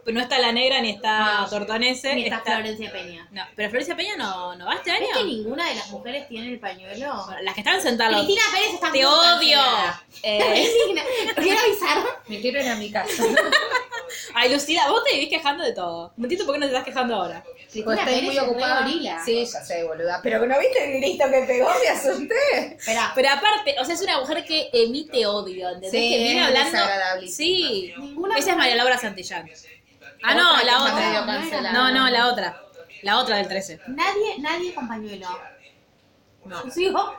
A: No está la negra ni está Tortonese.
C: Ah, Ni está
A: está-
C: Florencia Peña.
A: No, pero Florencia Peña no, no va este año.
C: ¿Ves que ninguna de las mujeres tiene el pañuelo?
A: Las que están sentadas. al lado.
C: Cristina Pérez está
A: Te
C: muy
A: odio.
C: cancelada.
A: Eh,
C: Cristina, Quiero avisar.
B: Me quiero ir a mi casa.
A: ay, Lucila, vos te vivís quejando de todo. No entiendo por qué no te estás quejando ahora.
B: Porque
C: Cristina
B: estoy
C: Pérez
B: muy
C: es re
B: ocupada.
C: gorila.
B: Sí, ya sé, boluda. Pero ¿no viste el grito que pegó? Me asusté.
C: Espera.
A: Pero aparte, o sea, es una mujer que emite odio, ¿entendés?
B: Sí,
A: que viene
B: es
A: hablando.
B: desagradable.
A: Sí.
C: Ninguna
A: Esa es María Laura Santillán. Ah, no, la
B: Otra que medio
A: otra.
B: cancelada.
A: No, no, la otra. La otra del 13.
C: Nadie, nadie con pañuelo.
B: No.
C: Sí, vos.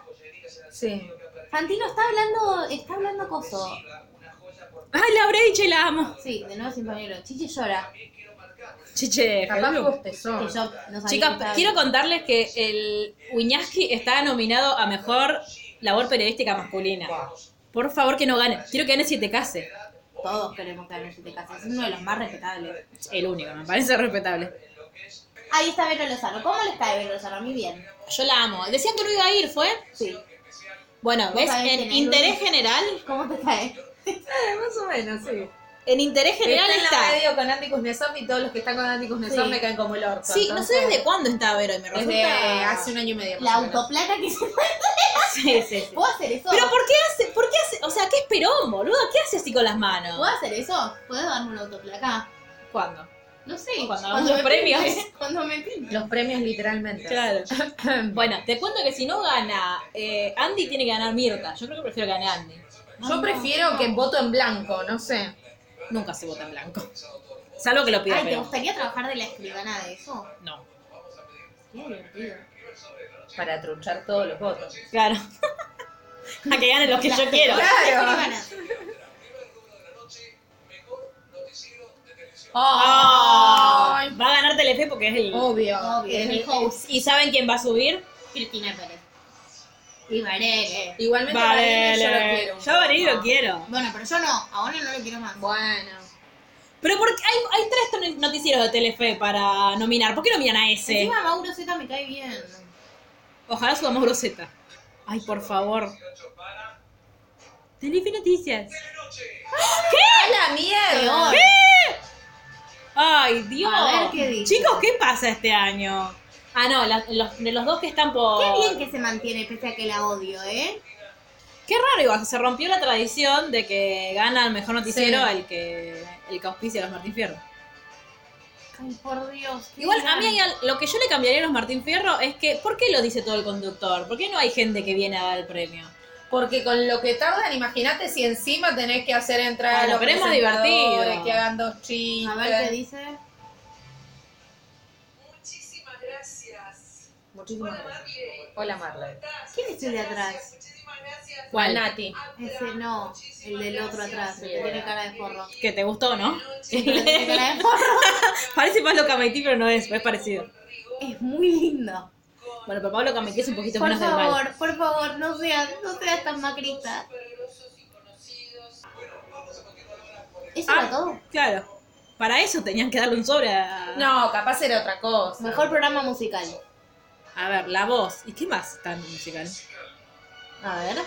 B: Sí.
C: Fantino está hablando, está hablando coso.
A: Ay, la Breche la amo.
C: Sí, de nuevo sin pañuelo. Chichi llora.
A: Chiche,
B: Capaz
A: Fedulu.
B: bostezó.
C: Que yo no sabía que
A: Chicas,
C: estaba-
A: quiero contarles que el Wiñaski está nominado a mejor labor periodística masculina. Por favor que no gane. Quiero que gane Siete Case.
C: Todos queremos que en siete casas. Es uno de los más respetables.
A: El único, me parece respetable.
C: Ahí está Vero Lozano. ¿Cómo les cae Vero Lozano? A mí bien.
A: Yo la amo. Decían que no iba a ir, ¿fue?
C: Sí.
A: Bueno, ¿ves?
C: sabés
A: En
C: quién es,
A: interés
C: Luli?
A: general,
C: ¿Cómo te cae?
B: Más o menos, sí.
A: en interés general
B: está en la
A: está.
B: radio con Andy Kuznetsov y todos los que están con Andy Kuznetsov
C: Sí.
B: me caen como el orto.
A: Sí, no sé
B: entonces-
A: desde cuándo está Vero y me
B: Desde
A: resulta-
B: hace un año y medio. más
C: La
B: o menos.
C: autoplaca que se
A: Sí, sí, sí.
C: ¿Puedo hacer eso?
A: Pero ¿por qué hace? ¿Por qué hace? O sea, ¿qué esperó, boludo? ¿Qué hace así con las manos?
C: ¿Puedo hacer eso? ¿Puedo darme una autoplaca?
A: ¿Cuándo?
C: No sé.
A: Cuando hagamos los premios.
C: pinte- cuando me pinte.
B: Los premios literalmente.
A: Claro. Bueno, te cuento que si no gana eh, Andy, tiene que ganar Mirta. Yo creo que prefiero que gane Andy.
B: Yo prefiero que voto en blanco, no sé.
A: Nunca se vota en blanco. Salvo que lo pida
C: Ay, ¿te
A: pero
C: gustaría trabajar de la escribana de eso?
A: No.
C: Qué divertido.
B: Para trunchar todos los votos.
A: Claro. A que ganen los que yo quiero.
B: Claro.
C: Escribana.
A: Ah,
B: Ay, Oh,
A: va a ganar Telefe porque es el.
B: Obvio.
C: Obvio, es mi
B: Eh,
C: host,
A: ¿Y saben quién va a subir?
C: Cristina Pérez. Y Varele.
B: Igualmente Varela, yo lo
A: Varele.
B: quiero.
A: Yo a Varela lo quiero.
C: Bueno, pero yo no. Ahora no lo quiero más.
B: Bueno.
A: Pero porque hay, hay tres noticieros de Telefe para nominar. ¿Por qué nominan a ese?
C: Encima Mauro Z me cae bien.
A: Ojalá subamos Rosetta. Ay, por favor. Telefe Noticias.
B: ¡A la mierda!
C: Peor.
A: Ay, Dios.
C: A ver qué dice.
A: Chicos, ¿qué pasa este año? Ah, no, la- los, de los dos que están por.
C: Qué bien que se mantiene pese a que la odio, ¿eh?
A: Qué raro, igual, se rompió la tradición de que gana el mejor noticiero
B: Sí.
A: el que el que auspicia a los Martín Fierro.
C: Ay, por Dios. qué
A: Igual, a mí
C: gran-
A: hay al- lo que yo le cambiaría a los Martín Fierro es que, ¿por qué lo dice todo el conductor? ¿Por qué no hay gente que viene a dar el premio?
B: Porque con lo que tardan, imagínate si encima tenés que hacer entrar
A: Bueno,
B: a los
A: pero es más
B: presentadores,
A: divertido.
B: que hagan dos chistes.
C: A ver qué dice.
B: Muchísimas gracias. Hola Marley.
C: ¿Quién es el de atrás?
A: ¿Cuál?
B: Nati.
C: Ese no, el del otro atrás, el que tiene cara de forro.
A: Que te gustó, ¿no?
C: El que tiene cara de forro.
A: Parece Pablo Cametí, pero no es, pero es parecido.
C: Es muy lindo.
A: Bueno, pero Pablo Cametí es un poquito
C: Por
A: menos del mal.
C: favor, por favor, no seas, no seas tan macrista. ¿Eso
A: Ah.
C: era todo?
A: Claro. Para eso tenían que darle un sobre a.
B: No, capaz era otra cosa.
C: Mejor programa musical.
A: A ver, la voz. ¿Y qué más tan musical?
C: A ver.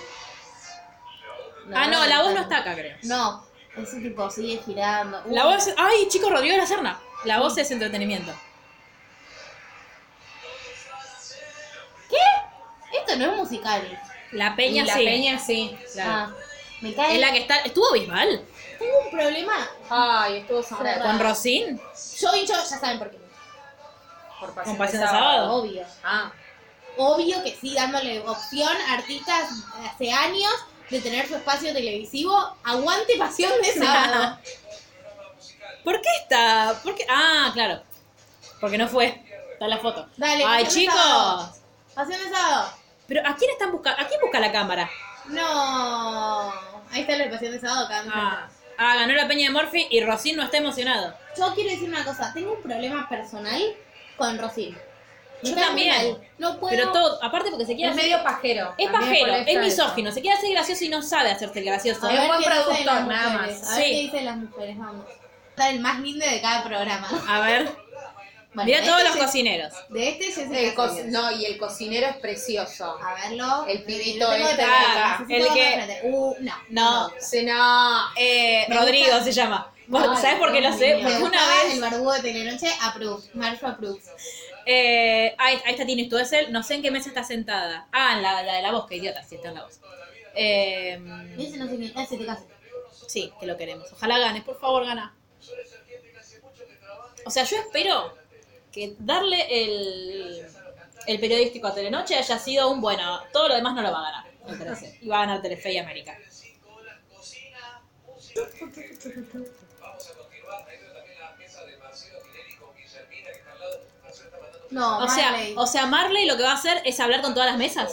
A: ah, no, la voz no está acá, creo.
C: No, ese tipo sigue girando.
A: La
C: Uy,
A: voz. ¡Ay, chico Rodrigo de la Serna! La voz es entretenimiento.
C: Esto no es musical.
A: La
B: Y
A: peña
B: la
A: sí.
B: peña sí.
A: Claro.
C: Ah, Me cae
A: Es la que está. ¿Estuvo Bisbal?
C: Tengo un problema.
B: Ay, estuvo sombra.
A: ¿Con Rosín?
C: Yo hincho, ya saben por qué.
B: Por
A: ¿Con
B: pasión de
A: Pasión de
B: sábado.
A: Sábado?
C: Obvio.
B: Ah,
C: Obvio que sí, dándole opción a artistas hace años de tener su espacio televisivo. Aguante pasión de sábado.
A: ¿Por qué está? ¿Por qué? Ah, claro. Porque no fue. Está la foto.
C: Dale,
A: Ay,
C: pasión de sábado.
A: chicos.
C: Pasión de sábado.
A: Pero ¿a quién están buscando? ¿A quién busca la cámara?
C: No. Ahí está la pasión de sábado, Cam.
A: Ah, ah, ganó la peña de Morphy y Rocín no está emocionado.
C: Yo quiero decir una cosa. Tengo un problema personal con Rosil.
A: Yo también.
C: No puedo.
A: Pero todo, aparte porque se quiere
B: es
A: hacer-
B: medio pajero.
A: Es
B: También
A: pajero, es
B: por eso.
A: misógino, se quiere hacer gracioso y no sabe hacerse el gracioso.
C: A
B: Es
C: ver
B: buen
C: qué dicen
B: productor,
C: las
B: nada
C: mujeres,
A: más.
C: A ver
A: Sí.
C: qué dicen las mujeres, vamos. Está el más lindo de cada programa.
A: A ver,
C: Bueno,
A: mira
C: de
A: todos
C: este
A: los
C: Jess-
A: cocineros.
C: De este Jessica
B: El co-
C: Sáenz.
B: no, y el cocinero es precioso.
C: A verlo.
B: El pibito
C: Lo tengo
B: este
C: de frente,
A: acá,
C: necesito
A: el
C: verlo
A: que-
C: de frente. Uh, no.
A: No.
B: Sí, no.
A: Eh,
C: Me
A: Rodrigo
C: gusta-
A: se llama.
C: Ay,
A: ¿Sabes por qué lo
C: Dios
A: sé?
C: mío.
A: Porque
C: Me
A: una
C: gustaba
A: vez.
C: El barbudo de Telenoche, approves. Marfa approves.
A: Eh, ahí, ahí está Tini Stuessel, no sé en qué mesa está sentada. Ah, en la, la de la voz, qué idiota, sí, está en la voz. Eh,
C: Ese no sé quién. Ese te casas.
A: sí, que lo queremos. Ojalá ganes, por favor, gana. O sea, yo espero que darle el, el periodístico a Telenoche haya sido un bueno. Todo lo demás no lo va a ganar, me parece. Y va a ganar Telefe y América.
C: No,
A: O sea,
C: Marley.
A: o sea, Marley lo que va a hacer es hablar con todas las mesas.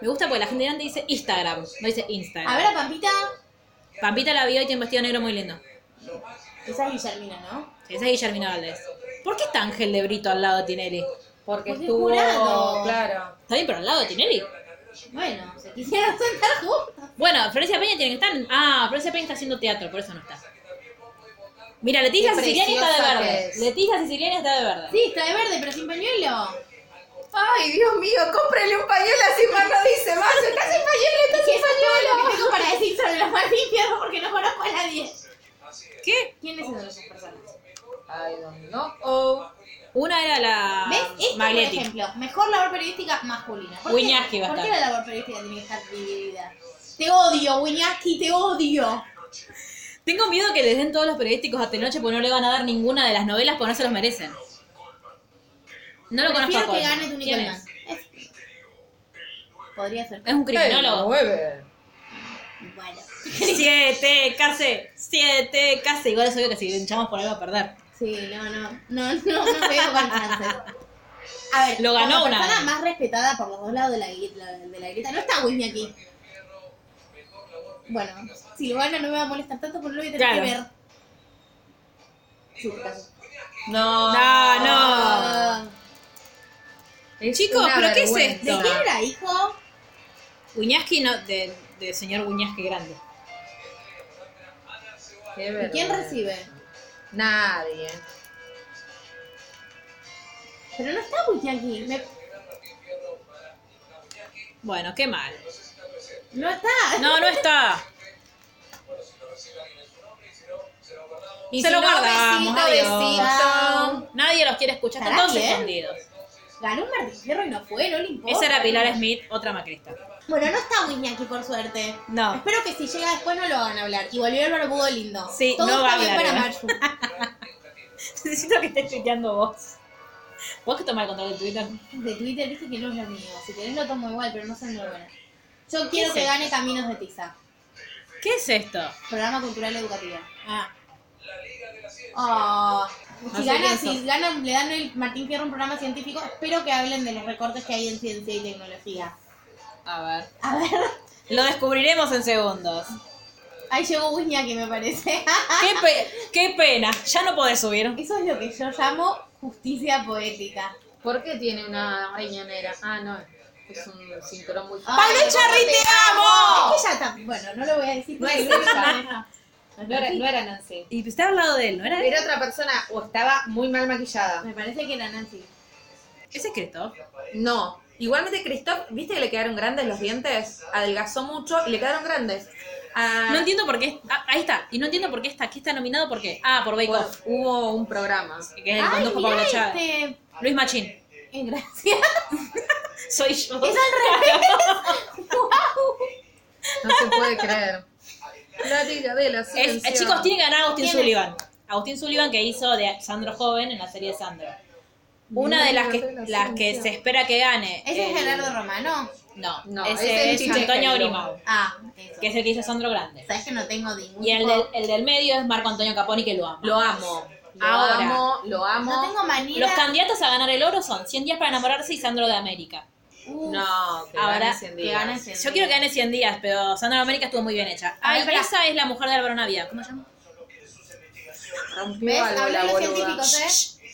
A: Me gusta porque la gente grande dice Instagram, no dice
C: A
A: Instagram.
C: ver a Pampita.
A: Pampita la vio y tiene un vestido negro muy lindo.
C: Esa es Guillermina, ¿no?
A: Esa es Guillermina Valdés. ¿Por qué está Ángel de Brito al lado de Tinelli?
B: Porque
C: Porque
B: estuvo.
C: jurado.
B: Oh. Claro.
A: Está bien, pero al lado de Tinelli.
C: Bueno, se quisieron sentar juntos.
A: Bueno, Florencia Peña tiene que estar. Ah, Florencia Peña está haciendo teatro, por eso no está. Mira, Leticia
B: Qué
A: Siciliani está de
B: preciosa que
A: verde.
B: es.
A: Leticia Siciliani está de verde.
C: Sí, está de verde, pero sin pañuelo.
B: Ah, Ay, Dios mío, cómprele un pañuelo así más no dice más. Está sin pañuelo, está
C: Y eso es todo lo que tengo para decir sobre los más infiernos porque no conozco a nadie.
A: ¿Qué?
C: ¿Quiénes son esas personas?
B: Ay, don no. Oh.
A: Una era la
C: ¿Ves? Esta, por
A: Maglietti.
C: ejemplo, mejor labor periodística masculina. ¿Por qué-
A: Wiñaski va a
C: ¿Por qué
A: estar.
C: la labor periodística tiene que estar dividida? Te odio, Wiñaski, te odio.
A: Tengo miedo que les den todos los periodísticos a Tenoche porque no le van a dar ninguna de las novelas porque no se los merecen. No lo conozco. a
C: Prefiero que
A: Colman.
C: gane tu
A: ¿Quién
C: Nickelman.
A: es?
C: Es- Podría ser.
A: Es un criminólogo.
B: mueve.
C: Bueno.
A: Siete, casi. Siete, casi. Igual es obvio que si hinchamos por algo a perder.
C: Sí, no, no. No, no, no veo con chances. A ver,
A: Lo ganó
C: como
A: una
C: persona
A: vez.
C: más respetada por los dos lados de la, gui- la- de la grieta. No está Whitney aquí. Bueno, si lo gana no me va a molestar tanto porque lo voy a tener
A: Claro.
C: que ver. Sí, te paso.
B: No.
A: No, no.
C: Ah,
A: Chicos,
B: una
A: ¿pero qué es
B: vergüenza.
C: ¿De
A: esto?
C: quién era hijo?
A: Guñaski no, de, de señor Guñaski grande.
B: Qué
C: ¿Y quién
B: vergüenza.
C: recibe?
B: Nadie.
C: Pero no está Whitney aquí. Me-
A: Bueno, qué mal.
C: No está.
A: No, no está. Y
B: Se
A: se
B: lo
A: lo guardamos,
B: besito,
A: adiós.
B: besito. ¿eh?
A: Nadie los quiere escuchar, están
C: ¿Estará
A: todos
C: bien?
A: escondidos.
C: Ganó un martillero y no fue, no le importa.
A: Esa era Pilar Smith, otra macrista.
C: Bueno, no está Whitney aquí por suerte.
A: No.
C: Espero que si llega después no lo hagan hablar. Y volvió el barbudo lindo.
A: Sí,
C: Todo
A: no va
C: está
A: a
C: bien
A: hablar,
C: para
A: ¿eh?
C: Marju.
A: Necesito que estés tuiteando vos. Vos que tomás el control de Twitter.
C: De Twitter, viste que no es lo mío. Si querés lo tomo igual, pero no soy muy buena. Yo quiero que
A: es
C: gane Caminos de Tiza.
A: ¿Qué es esto?
C: Programa cultural educativo.
A: Ah,
C: Oh,
A: No
C: si
A: sé
C: ganan,
A: quién
C: si
A: sos.
C: ganan, le dan el Martín Fierro un programa científico, espero que hablen de los recortes que hay en ciencia y tecnología.
A: a ver.
C: A ver,
A: Lo descubriremos en segundos.
C: ahí llegó Wisnia que me parece.
A: Qué, pe- qué pena, ya no podés subir.
C: Eso es lo que yo llamo justicia poética.
B: ¿Por qué tiene una riñonera? Ah, no. Es un cinturón muy
C: Ay,
B: ¡Pablo
A: Echarri, te
C: Es que ya está. Bueno, no lo voy a decir.
B: No es
C: porque-
B: ella. No
C: Me
B: era,
C: parece-
B: no era Nancy.
A: Y estaba al lado de él, ¿no era?
B: Era otra persona o estaba muy mal maquillada.
C: Me parece que era Nancy.
A: Ese es Christoph.
D: No. Igualmente, Christoph, ¿viste que le quedaron grandes los dientes? Adelgazó mucho y le quedaron grandes. Ah,
A: No entiendo por qué. ah, ahí está. Y no entiendo por qué está. Aquí está nominado por qué. Ah, por Bake
D: bueno,
A: Off.
D: hubo un programa.
A: Que es el
C: Ay, este.
A: condujo
C: mirá
A: Pablo Chávez.
C: este.
A: Luis Machín.
C: Eh, Gracias.
A: Soy yo.
E: No se puede creer. La liga de la
A: Es- eh,
E: silencio.
A: chicos, tienen que ganar a Agustín Sullivan. Agustín Sullivan que hizo de Sandro Joven en la serie de Sandro. Una de las que, las que se espera que gane.
C: Ese
A: el-
C: es Gerardo Romano.
A: No,
E: No, ese
A: ese
E: es
A: es,
E: Chicheca,
A: Antonio
E: el
A: Grimau,
C: Ah, eso.
A: que es el que hizo Sandro Grande.
C: Sabes que no tengo ningún
A: Y el
C: tipo-
A: del, el del medio es Marco Antonio Caponi, que lo ama.
B: Lo amo. Lo
A: Ahora.
B: amo, lo amo.
C: No tengo manera.
A: Los candidatos a ganar el oro son 100 días para enamorarse y Sandro de América.
C: Uf,
B: No, que
A: Ahora,
B: gane cien
C: que
B: días.
C: gane ese
A: Yo quiero que gane 100 días, pero Sandro de América estuvo muy bien hecha.
C: A ver,
A: Ay,
C: pará.
A: esa es la mujer de Álvaro Navia. ¿Cómo se llama?
B: Rompió
C: ¿Ves?
B: algo
C: Hablé
B: la
C: de los
B: boluda.
C: científicos, ¿eh?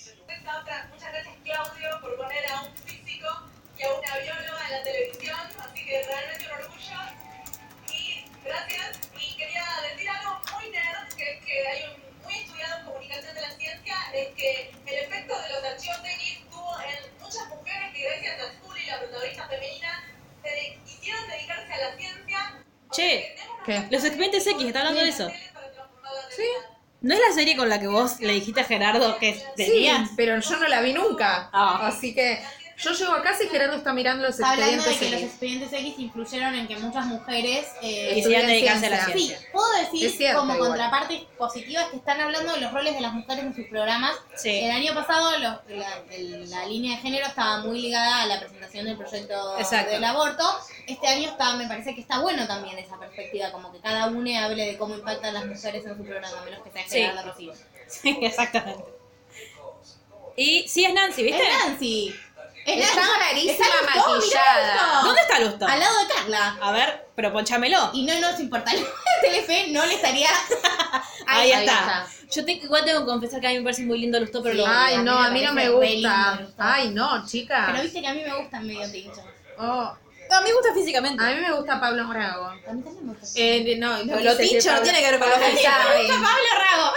F: Muchas gracias Claudio por poner a un físico y a una bióloga en la televisión, así que realmente un orgullo. Y gracias. Y quería decir algo muy nerd, que es que hay un muy estudiado en comunicación de la ciencia, es que el efecto de los archivos tuvo en muchas mujeres que gracias a Zully, la protagonista femenina, se de- quisieron dedicarse a la ciencia.
A: Che,
E: ¿Qué?
A: los expedientes X, ¿está hablando de eso?
F: para transformar la
B: Sí.
F: realidad.
A: ¿No es la serie con la que vos le dijiste a Gerardo que tenías?
B: Sí, pero yo no la vi nunca.
A: Ah.
B: Así que yo llego a casa y Gerardo está mirando los
C: Está hablando de
B: expedientes.
C: que los
B: X.
C: expedientes X influyeron en que muchas mujeres eh,
A: Quisieran
B: Estudian
A: dedicarse a la
B: ciencia.
C: Sí,
A: ciencia.
C: puedo
B: Es
C: decir
B: cierto,
C: como
B: igual.
C: contrapartes positivas que están hablando de los roles de las mujeres en sus programas.
A: Sí.
C: El año pasado los- la, el- la línea de género estaba muy ligada a la presentación del proyecto
A: Exacto.
C: del aborto. Este año está, me parece que está bueno también esa perspectiva, como que cada uno hable de cómo impactan las mujeres en su programa, a menos que sea
A: Sí.
C: Gerardo Rocío.
A: Sí, exactamente. Y sí es Nancy, ¿viste?
C: Es Nancy. Es
B: Está
C: Nancy.
B: rarísima
C: Está Lustó,
B: maquillada.
C: mirá
A: ¿Dónde está Lusto?
C: Al lado de Carla.
A: A ver, pero ponchamelo.
C: Y no nos importa. Telefe no le estaría.
A: Ahí,
B: ahí
A: está. Yo te- igual tengo que confesar que a mí me parece muy lindo Lusto, pero
C: Sí.
A: lo odio.
B: Ay, no, a mí no me gusta.
C: Lindo.
B: Ay, no, chica.
C: Pero viste que a mí me gustan medio tinchos.
B: Oh,
A: A mí me gusta físicamente.
B: a mí me gusta Pablo Morago.
C: A mí también me gusta.
B: Eh, no, no
A: Pero lo
B: quise
A: tincho
B: decir
A: no tiene que ver con lo
B: Pablo
A: que-
B: Chávez.
C: Pablo Rago.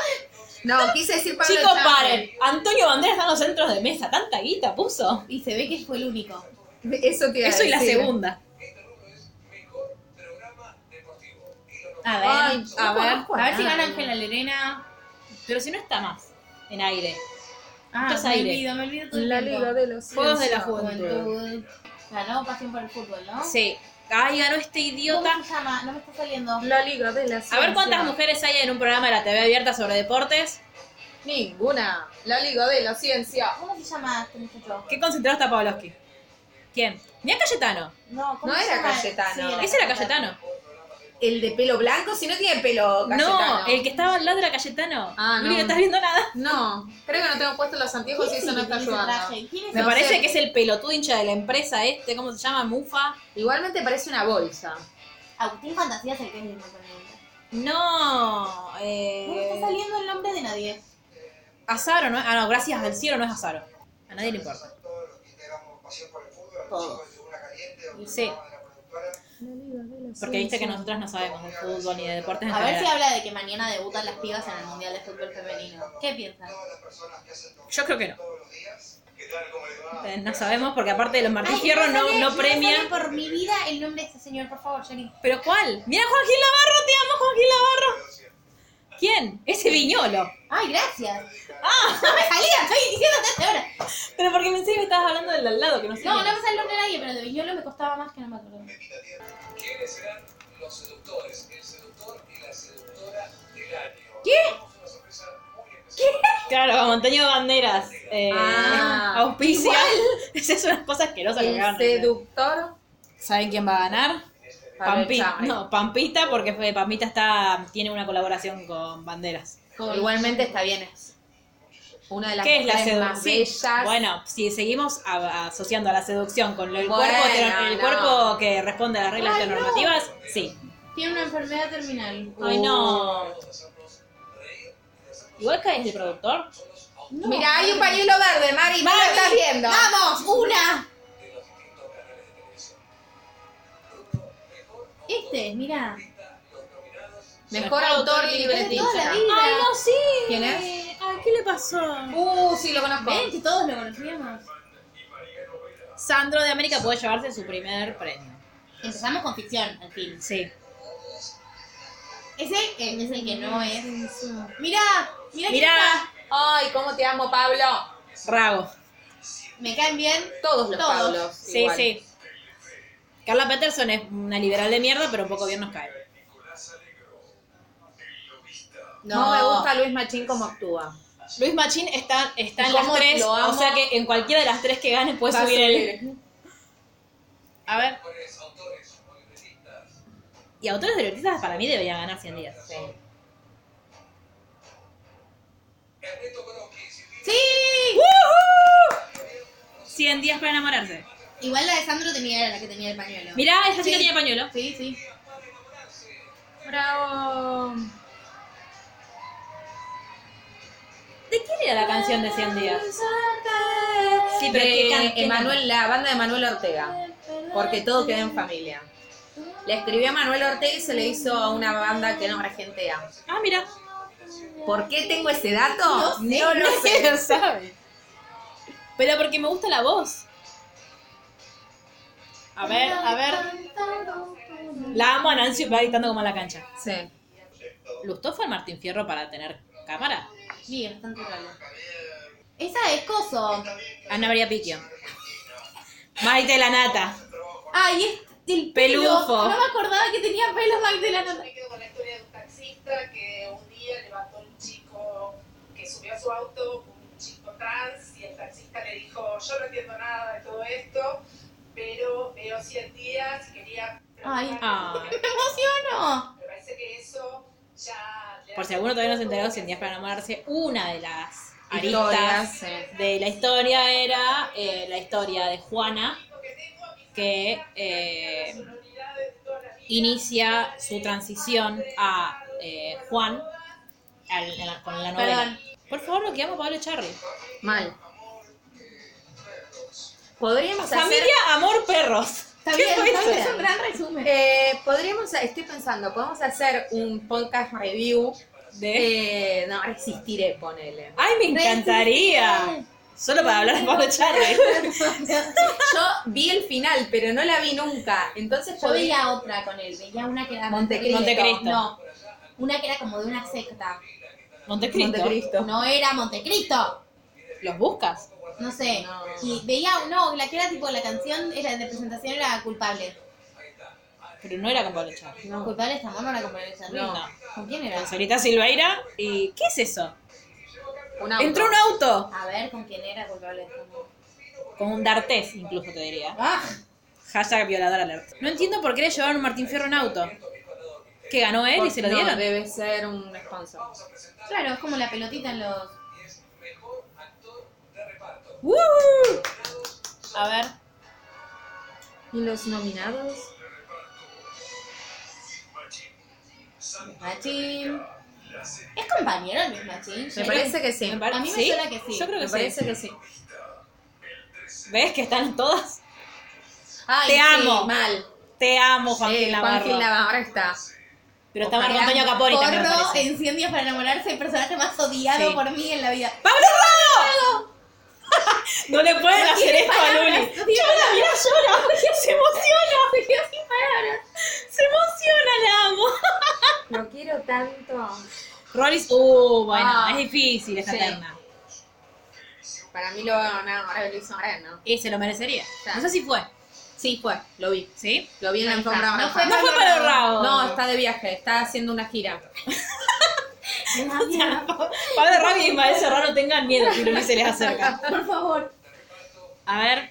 B: No, quise decir Pablo
A: Chicos,
B: Chávez.
A: paren. Antonio Bandera está en los centros de mesa. Tanta guita puso.
C: Y se ve que fue el único.
B: Eso te iba a
A: Eso y la
B: decir.
A: segunda.
C: A ver.
B: Ay,
C: a,
B: no
C: ver
B: conozco
C: a ver si
B: nadie.
C: gana Ángela Lerena.
A: Pero si no está más en aire.
C: Ah,
A: Esto es
C: me
A: aire.
C: olvido, me olvido todo el
B: La
C: tiempo.
B: Liga de los
A: Juegos de la
B: Ciencias.
C: Juventud. Ganó pasión por el fútbol, ¿no?
A: Sí. Ay, ganó este idiota.
C: ¿Cómo se llama? No me está saliendo.
B: La Liga de la Ciencia.
A: A ver cuántas mujeres hay en un programa de la TV abierta sobre deportes.
B: Ninguna. La Liga de la Ciencia.
C: ¿Cómo se llama este muchacho?
A: Qué concentrado está Pavlovsky. ¿Quién? Mira Cayetano.
C: No, ¿cómo
B: No
C: se
B: era
C: llama?
B: Cayetano.
A: Ese era Cayetano.
B: El de pelo blanco, si no tiene pelo Cayetano.
A: No, el que estaba al lado era Cayetano.
B: Ah,
A: Juli,
B: no.
A: no estás viendo nada.
B: No, creo que no tengo puesto los anteojos y eso no está
C: ¿Quién es el
B: ayudando.
C: traje? ¿Quién es
A: Me
B: No
C: el-
A: parece
B: sé.
A: que es el pelotudo hincha de la empresa este, ¿cómo se llama? Mufa.
B: Igualmente parece una bolsa.
C: Agustín Fantasía es el que es el protagonista.
A: No.
C: No me
A: Eh,
C: está saliendo el nombre de nadie.
A: Azaro, ¿no? es- Ah, no, gracias al cielo no es Azaro. A nadie le importa. Sí. Porque viste que nosotras no sabemos de fútbol ni de deportes en
C: A ver si
A: general.
C: habla de que mañana debutan las pibas en el Mundial de Fútbol Femenino. ¿Qué piensan?
A: Yo creo que no. Eh, No sabemos porque aparte de los Martín
C: Ay,
A: Fierro no,
C: sale-
A: no
C: me
A: premia.
C: sale por mi vida el nombre de este señor, por favor, Jenny.
A: ¿Pero cuál? Mira Juan Gil Navarro, te amo Juan Gil Navarro. ¿Quién? Ese viñolo.
C: Ay, gracias. Ah, no me salía, estoy diciéndote hasta ahora.
A: Pero porque pensé que me estabas hablando del de al lado, que no sé.
C: No, no
A: quién es.
C: me sale el nombre de nadie, pero de Viñolo me costaba más que no me acuerdo.
F: ¿Quiénes serán los seductores? El seductor y la seductora del año.
A: ¿Qué? Claro, como Antonio Banderas. Eh,
B: Ah.
A: auspicia. Esa es una cosa asquerosa que
B: El
A: acaban de hacer.
B: seductor.
A: ¿Saben quién va a ganar?
B: Pablo
A: Pampita.
B: Chávez.
A: No, Pampita, porque fue- Pampita está, tiene una colaboración con Banderas.
B: Igualmente está bien. Es una de las
A: ¿Qué es la
B: mujeres
A: seducción?
B: más bellas.
A: Bueno, si seguimos a- asociando a la seducción con lo- el,
B: Bueno,
A: cuerpo, heter- el
B: no.
A: cuerpo que responde a las reglas heteronormativas, sí.
C: Tiene una enfermedad terminal.
A: Ay, no. Igual que es el productor.
B: Mira, hay un pañuelo verde, Mari. ¿No lo estás viendo?
A: Ah.
C: ¡Vamos! ¡Una! Este, mira.
B: Mejor autor y
C: Toda la
B: libretista.
C: vida.
A: sí.
B: ¿Quién es?
A: Ay, ¿qué le pasó?
B: Uh, sí, lo conozco.
C: Ven, que todos lo conocíamos.
A: Sandro de América puede llevarse su primer premio.
C: Empezamos con ficción, al fin.
A: Sí.
C: Ese eh, es el que no es. Mira, mira,
A: Mirá.
B: Ay, cómo te amo, Pablo.
A: Rago.
C: Me caen bien.
B: Todos los
C: Todos.
B: Pablos.
A: Sí,
B: igual.
A: sí. Carla Peterson es una liberal de mierda, pero un poco bien nos cae.
B: No. me gusta Luis Machín como actúa.
A: Luis Machín está, está en las
B: ¿Cómo
A: tres,
B: lo
A: o
B: amo?
A: sea que en cualquiera de las tres que gane puede
B: Va a
A: subir el...
B: subir.
A: A ver. Y autores de libretistas para mí debería ganar 100 días.
C: ¡Sí!
A: 100 días para enamorarse.
C: Igual la de Sandro tenía era la que tenía el pañuelo.
A: Mirá, esa chica
C: Sí.
A: tiene pañuelo.
C: Sí, sí.
B: Bravo.
A: ¿De quién era la canción de 100 días? Sí, pero ¿qué can-
B: De
A: qué
B: Emanuel, la banda de Manuel Ortega. Porque todo queda en familia. La escribió a Manuel Ortega y se le hizo a una banda que nombra gente A.
A: can- Ah, mira.
B: ¿Por qué tengo ese dato? No lo sé.
A: Ella sabe. Pero porque me gusta la voz. A ver, a ver. La amo a Nancy, va gritando como en la cancha.
B: Sí.
A: ¿Lustó fue Martín Fierro para tener cámara?
C: Sí, es bastante raro. Esa es Coso.
A: Ana María Piquio. Maite la nata.
C: Ay, es del
A: Pelufo.
C: Pelo. No me acordaba que tenía pelo Magdalena.
F: Me quedo con la historia de un taxista que un día levantó un chico que subió a su auto, un chico trans, y el taxista le dijo, yo no entiendo nada de todo esto, pero veo 100 días y quería...
C: Ay.
A: Ah.
C: Me emociono.
F: Me parece que eso ya... le
A: Por si
F: hace-
A: alguno todavía no se enteró, 100 días para enamorarse, una de las
B: Historias,
A: aristas
B: sí.
A: de la historia era eh, la historia de Juana, que eh, inicia su transición a eh, Juan al- en la- con la novela.
C: Perdón.
A: Por favor, lo que amo Pablo Charri.
B: Mal. Podríamos hacer.
A: Familia, amor, perros.
C: Está
A: ¿Qué
C: bien,
A: fue
C: está
A: eso?
C: bien, es un gran resumen.
B: Eh, podríamos, estoy pensando, podemos hacer un podcast review
A: De-
B: de. No, resistiré, ponele.
A: Ay, me encantaría. Solo para hablar de Pablo Charri.
B: Yo vi el final, pero no la vi nunca. Entonces
C: Yo
B: podría.
C: veía otra con él, veía una que era
B: Montecristo.
A: Montecristo.
C: No, una que era como de una secta.
A: Montecristo.
B: Montecristo.
C: No era Montecristo,
A: ¿Los buscas?
C: no sé. Y veía, no, la que era tipo la canción, era de presentación era culpable.
A: Pero no era con Pablo Charri.
C: Culpable esta amor no era con Manuel Sarri.
A: No.
C: ¿Con quién era?
A: Con Solita Silveira. ¿Y qué es eso?
B: Un auto.
A: Entró un auto.
C: A ver con quién era culpable esta amor.
A: Con un dartés, incluso te diría.
C: Ah,
A: Hashtag violador alert. No entiendo por qué le llevaron Martín Fierro en auto. Que ganó él y se lo
B: No,
A: dieron.
B: debe ser un sponsor.
C: claro, es como la pelotita en los.
A: ¡Woo! A ver.
B: ¿Y los nominados?
C: Machín. ¿Es compañero Luis Machín?
B: Me parece que sí.
A: Me pare-
C: A mí me
A: ¿Sí?
C: suena que sí.
A: Yo creo que
B: Me parece
A: sí.
B: que sí.
A: ¿Ves que están todas?
B: Ay,
A: Te
B: sí,
A: amo.
B: Mal.
A: Te amo, Joaquín
B: Eh,
A: Navarro.
B: Joaquín Navarro está.
A: Pero está Marco
C: Gran
A: Antonio Capori también. me
C: Porro
A: parece.
C: en 100 días para enamorarse, el personaje más odiado
A: Sí.
C: por mí en la vida.
A: ¡Pablo Rado! No le pueden
C: No
A: hacer
C: tiene
A: esto a Luli.
C: palabras,
A: Llora,
C: no tiene
A: mira, llora. Se emociona. Se emociona, la amo.
B: Lo quiero tanto.
A: Rollis, uh, bueno,
B: Ah.
A: es difícil esta
B: Sí.
A: terna.
B: Para mí lo va a ganar ahora Luis Moreno.
A: Y se lo merecería. No sé si fue.
B: Sí, fue. Lo vi.
A: ¿Sí?
B: Lo vi en la alfombra
C: No
B: roja.
C: fue
A: No fue para el rabo.
B: No, está de viaje. Está haciendo una gira.
A: Pablo Rado y Ismael Serrano tengan miedo si Luli se les acerca.
C: Por favor.
A: A ver.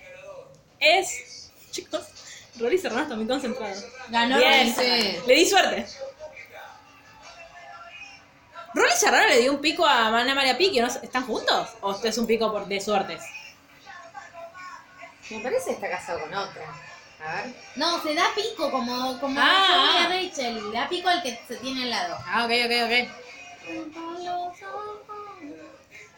A: Es. Chicos, Rollis Serrano está muy concentrado.
C: Ganó
A: Bien.
C: Rolly.
A: Le di suerte. Rolly Serrano le dio un pico a Ana María Piquio. ¿no? ¿Están juntos? ¿O esto es un pico por, de suertes?
B: Me parece que está casado con otra. A ver.
C: No, se da pico como, como
A: Ah,
C: la Sofía Rachel. Da pico al que se tiene al lado.
A: Ah, ok, ok, ok.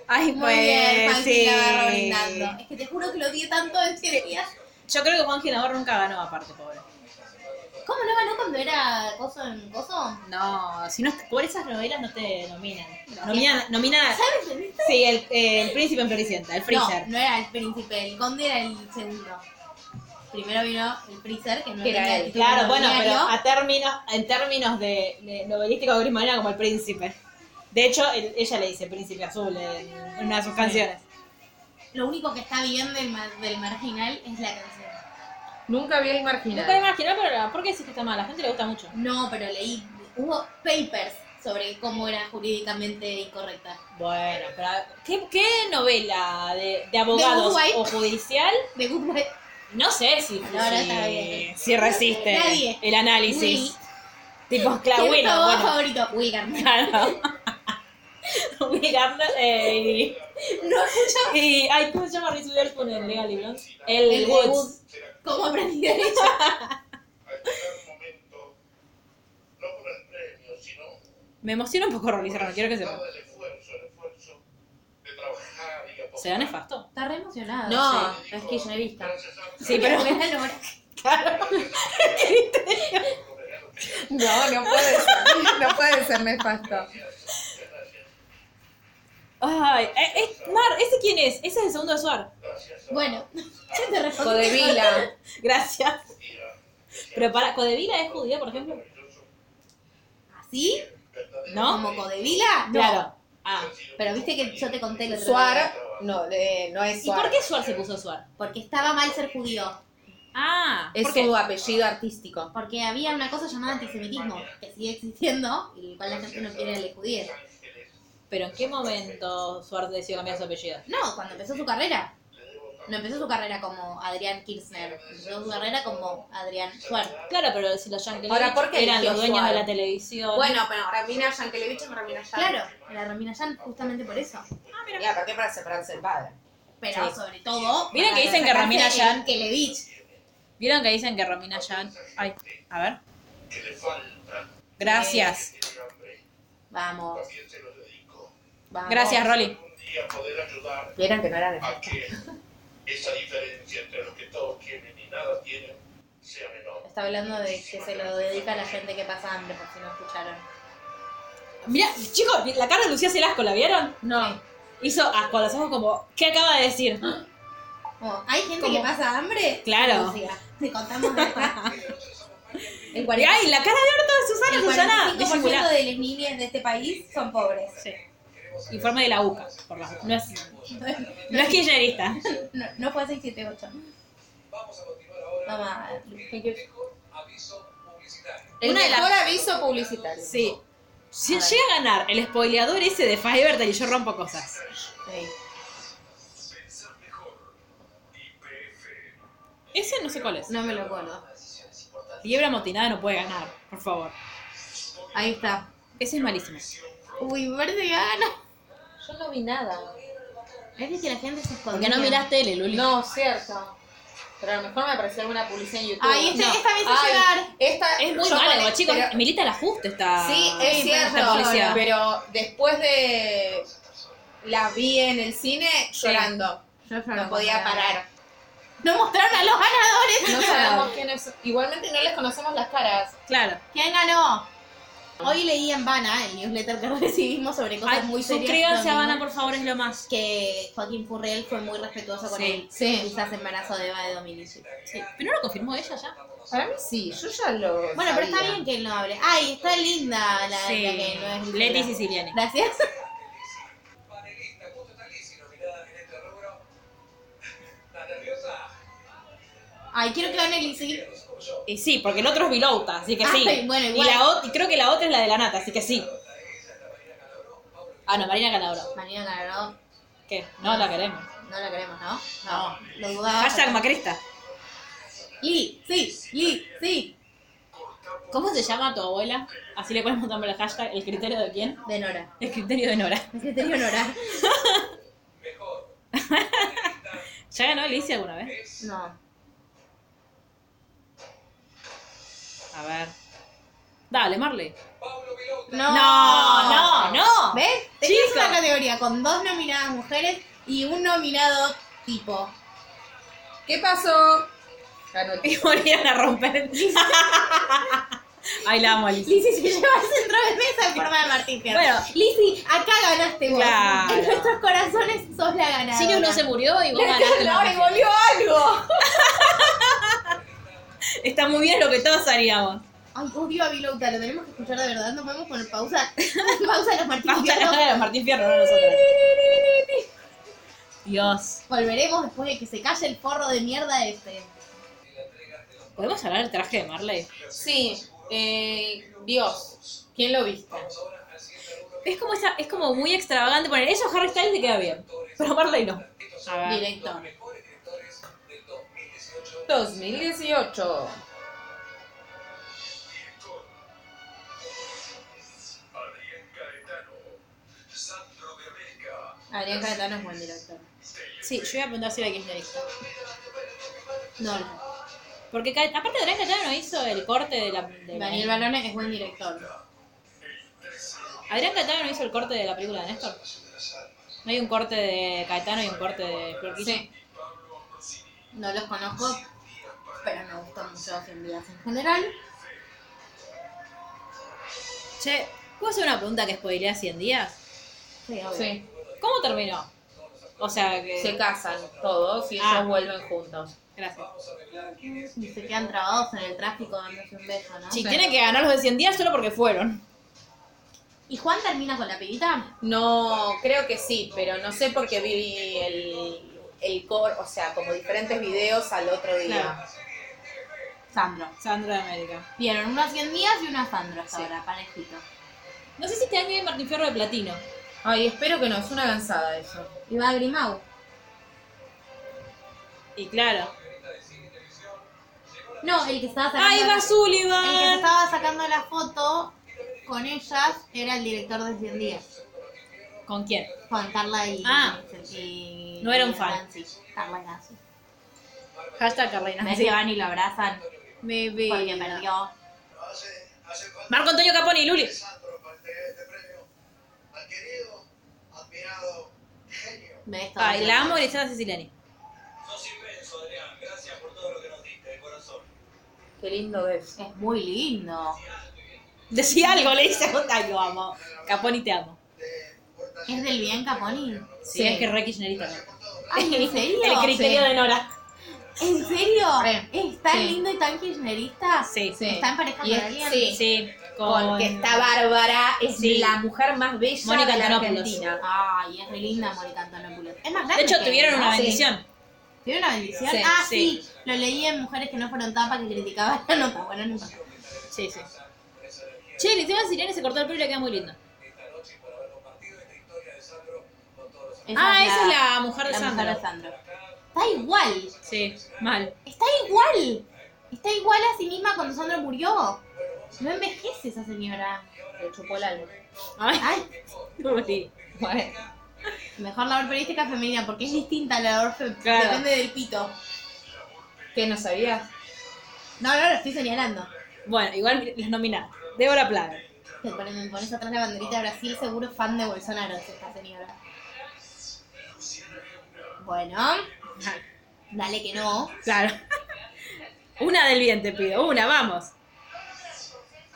A: Ay,
C: Muy
A: pues
C: bien, Juan
A: sí.
C: Navarro brindando. Es que te juro que lo odié tanto en 100 días.
A: Yo creo que Juan Navarro nunca ganó, aparte, pobre.
C: ¿Cómo no ganó cuando era coso en coso?
A: No, si no, por esas novelas no te nominan. Nominan, nominan
C: ¿Sabes quién es?
A: sí, el, eh, el príncipe en Floricienta, el Freezer.
C: No, no era el príncipe, el conde era el segundo. Primero vino el freezer, que no
B: Que era
C: tenía
B: él.
C: título
A: Claro, bueno, pero
C: nobiliario.
A: a términos, en términos de, de novelístico Gris Morena como el príncipe. De hecho, el- ella le dice príncipe azul en, en una de sus canciones.
C: Lo único que está bien del, ma- del marginal es la canción.
G: Nunca vi el marginal.
A: Nunca imaginé, pero ¿por qué decís que está mal? A la gente le gusta mucho.
C: No, pero leí, hubo papers sobre cómo era jurídicamente incorrecta.
A: Bueno, pero ¿qué, qué novela de, de abogados
C: Good Wife.
A: o judicial?
C: De Good Wife.
A: No sé si,
C: No, no
A: si-
C: está bien.
A: si resiste
C: Nadie.
A: el análisis.
C: Will.
A: Tipo,
C: ¿Qué
A: claro,
C: es tu
A: bueno,
C: abogado
A: bueno.
C: favorito? Will Gardner.
A: Claro. Will Gardner, eh, y,
C: No escucho
A: y- ay, ¿cómo se llama Reese Witherspoon en Legal Blonde? El,
C: el
A: Woods.
C: Woods. ¿Cómo aprendí derecho?
A: Me emociona un poco Robinson, no quiero que sepa. ¿Se da nefasto?
C: Está re emocionado.
B: No, es kirchnerista.
A: Sí, pero...
C: Porque está enamorado.
G: No, no puede ser. No puede ser nefasto.
A: Ay, eh, eh, Mar, ¿ese quién es? Ese es el segundo de Suar.
C: Bueno, ya te respondí.
B: Codevila.
A: Gracias. Pero para, ¿Codevila es judía, por ejemplo?
C: ¿Así?
A: ¿No?
C: ¿Como Codevila? No.
A: Claro. Ah.
C: Pero viste que yo te conté el otro
G: Suar,
C: día.
G: no, eh, no es
A: ¿Y
G: Suar.
A: por qué Suar se puso Suar?
C: Porque estaba mal ser judío.
A: Ah,
B: Es
A: porque
B: su apellido artístico.
C: Porque había una cosa llamada antisemitismo, que sigue existiendo, y el cual la gente no quiere le judíe.
A: ¿Pero en qué momento Suar decidió cambiar su apellido?
C: No, cuando empezó su carrera. No empezó su carrera como Adrián Kirchner, empezó su carrera como Adrián Suar.
A: Claro, pero si los Yankelevich
B: Ahora, ¿por qué
A: eran
B: eligió
A: los dueños
B: Suar?
A: de la televisión.
B: Bueno, pero Ramina Yankelevich es Ramina Yankelevich.
C: Claro, la Romina Yan justamente por eso.
B: Y aparte para separarse del padre.
C: Pero sobre todo.
A: Miren que
C: para
A: dicen que
C: sacarse
A: Romina
C: el
A: Yan-
C: Kelevich.
A: ¿Vieron que dicen que Romina Yan... Ay, a ver. Gracias.
C: Vamos. vamos.
A: Gracias, Rolly.
B: Vieron que no era nefasto.
C: Está hablando de que se lo dedica a la gente que pasa hambre, por si no escucharon.
A: Mira, chicos, la cara de Lucía Celasco, ¿la vieron?
C: No.
A: Hizo a con los ojos como, ¿qué acaba de decir?
C: Como, ¿Hay gente
A: Como-
C: que pasa hambre?
A: Claro.
C: Lucía, Te contamos de acá. El
A: Y ay, la cara de
C: el
A: orto de Susana, Susana,
C: 45%
A: disimulá.
C: de las niñas de este país son pobres.
A: Informe de la UCA, por la... No es, no es kirchnerista.
C: No, no fue 678. Vamos a continuar
B: El
A: Una de las-
B: mejor aviso publicitario.
A: Sí. Si llega a ganar el spoileador ese de Fivertel y yo rompo cosas. Ese no sé cuál es.
C: No me lo acuerdo.
A: Liebra motinada no puede ganar, por favor.
C: Ahí está.
A: Ese es malísimo.
C: Uy, me parece que gana.
B: Yo no vi nada.
C: Es que la gente se esconde.
A: Porque no mirás tele, Luli.
B: No, cierto. Pero a lo mejor me apareció alguna publicidad en YouTube.
C: Ay, este,
A: No.
C: esta me hizo
B: Ay,
C: llorar.
B: Esta,
A: Es muy
B: yo
A: malo,
B: con-
A: chicos.
B: pero-
A: Milita el ajuste está.
B: sí, es
A: Esta
B: cierto.
A: publicidad.
B: Pero después de. La vi en el cine llorando.
C: Yo ya
B: No podía parar.
C: No mostraron a los ganadores.
B: No sabemos quiénes son. Igualmente no les conocemos las caras.
A: Claro.
C: ¿Quién ganó? Hoy leí en Vana el newsletter que recibimos sobre cosas
A: Ay,
C: muy serias.
A: suscríbanse a
C: domingo,
A: Habana, por favor, es lo más.
C: Que Joaquín Furriel fue muy respetuoso con
A: Sí.
C: él. Sí. Quizás embarazo de Eva de Dominici.
A: Sí. ¿Pero no lo confirmó ella ya?
B: Para mí sí, yo ya lo.
C: Bueno, pero está
B: sabía.
C: bien que él no hable. Ay, está linda la, la que no es
A: Leti
C: Lola.
A: Siciliani.
C: Gracias. Ay, quiero que gane Lizzy.
A: Y sí, porque el otro es Vilouta, así que sí.
C: Ay, bueno,
A: y,
C: igual.
A: la ot- y creo que la otra es la de la nata, así que sí. Ah, no, Marina Calabro.
C: Marina ganó.
A: ¿Qué? No la queremos.
C: No la queremos, ¿no? No, lo dudaba.
A: Hashtag Macrista.
C: Li, sí, Li, sí.
A: ¿Cómo se llama tu abuela? Así le ponemos también el hashtag. ¿El criterio de quién?
C: De Nora.
A: El criterio de Nora.
C: El criterio Nora.
A: ¿Ya ganó Alicia alguna vez?
C: No.
A: A ver. Dale, Marley.
C: No.
A: No, no, no.
C: ¿Ves? Tenías
A: Chica.
C: una categoría con dos nominadas mujeres y un nominado tipo.
G: ¿Qué pasó? Ganó el
A: Y volvieron a romper. Ay, la amo, Alicia.
C: Lizzy se lleva el centro de mesa en forma de Martín Fierro.
A: Bueno.
C: Lizzy, acá ganaste vos.
A: Claro.
C: En nuestros corazones sos la ganadora.
A: Sirius no se murió y vos ganaste la
B: Ahora y
A: nominación.
B: volvió algo.
A: Está muy bien lo que todos haríamos.
C: Ay, odio a Vilouta, lo tenemos que escuchar de verdad. No podemos poner pausa. pausa a los Martín
A: Vamos a
C: Fierro.
A: ganar a Martín Fierro, no nosotros. Dios.
C: Volveremos después de que se calle el porro de mierda este.
A: ¿Podemos hablar del traje de Marley?
C: Sí, eh, Dios, ¿quién lo viste?
A: Es como, esa, es como muy extravagante poner eso a Harry Styles te queda bien, pero a Marley no.
G: A ver.
C: Director.
B: 2018.
C: Adrián Caetano es buen director.
A: Sí, yo voy a preguntar si era kirchnerista. No, no. Porque Ca- aparte Adrián Catano hizo el corte de la... de la-
C: Daniel Balone es buen director.
A: Adrián Caetano no hizo el corte de la película de Néstor. No hay un corte de Caetano y un corte de Flor Kirchner?
C: Sí. No los conozco, pero me gustan mucho los envías en general.
A: Che, ¿puedo hacer una pregunta que spoilea 100 días?
C: Sí, obvio.
B: Sí.
A: ¿Cómo terminó? O sea, que...
B: Se casan todos y ellos
A: Ah.
B: vuelven juntos.
A: Gracias.
C: Y se quedan trabados en el tráfico dándose un beso, ¿no?
A: Sí, tienen que ganar los de 100 días solo porque fueron.
C: ¿Y Juan termina con la pibita?
B: No, creo que sí, pero no sé porque vi el, el cor, o sea, como diferentes videos al otro día.
A: Claro.
C: Sandro.
A: Sandra de América.
C: Vieron unos 100 días y una Sandro hasta ahora, parejito.
A: No sé si te dan bien Martín Fierro de Platino.
B: Ay, espero que no, es una gansada eso.
C: Y va Grimau.
A: Y claro.
C: No, el que estaba sacando...
A: ¡Ahí va
C: El que se
A: Sullivan!
C: estaba sacando la foto con ellas era el director de 100 días.
A: ¿Con quién?
C: Juan Carla y...
A: Ah.
C: y-
A: No era un
C: y
A: fan.
C: Nancy. Carla y Nancy.
A: Hashtag Carolina.
C: Ves que van y lo abrazan
A: Me
C: Ah, porque perdió.
A: Marco Antonio Caponi y Luli.
G: este
C: Ves todo.
A: Ay, la amo Griselda Ceciliani.
B: Qué lindo es.
C: Es muy lindo.
A: Decía algo, le dice, ay, lo amo. Caponi te amo.
C: ¿Es del bien Caponi?
A: Sí, es que re kirchnerita. ¿no?
C: Ay, ¿en serio?
A: El criterio
C: Sí.
A: de Nora.
C: ¿En serio?
B: Re.
C: ¿Es tan
B: Sí.
C: lindo y tan kirchnerista?
A: Sí.
B: Sí.
C: ¿Está en pareja con
B: Y es-
C: alguien?
B: sí.
A: Sí, con...
B: Porque está Bárbara, es
A: Sí.
B: la mujer más bella
A: Mónica
B: de la
A: Antonopoulos.
B: Argentina.
C: Ah, Ay, es re linda Mónica Antonopoulos. Es más grande
A: De hecho,
C: que
A: tuvieron
C: ella,
A: una
C: ¿no?
A: bendición.
C: Sí. ¿Tuvieron una bendición?
B: Sí,
C: ah,
A: sí.
C: sí. Lo leí en Mujeres que no fueron tapa que criticaban la nota. Bueno, no importa.
A: Sí, sí. Che, Griselda Ceciliani se cortó el pelo y le queda muy linda. Ah, esa es la mujer de
C: la mujer
A: Sandra.
C: de Sandro. Está igual.
A: Sí, mal.
C: Está igual. Está igual a sí misma cuando Sandro murió. No envejece esa señora.
B: Le chupó el alma.
A: Ay,
C: Ay,
A: Luli.
B: Bueno,
C: mejor labor periodística femenina porque es distinta la labor femenina.
A: Claro.
C: Depende del pito.
B: ¿qué no sabías?
C: No, no, lo estoy señalando.
A: Bueno, igual los nominados. Débora Plata.
C: Te pones, me pones atrás la banderita de Brasil, seguro fan de Bolsonaro es esta señora. Bueno, dale que no.
A: Claro. Una del bien te pido, una, vamos.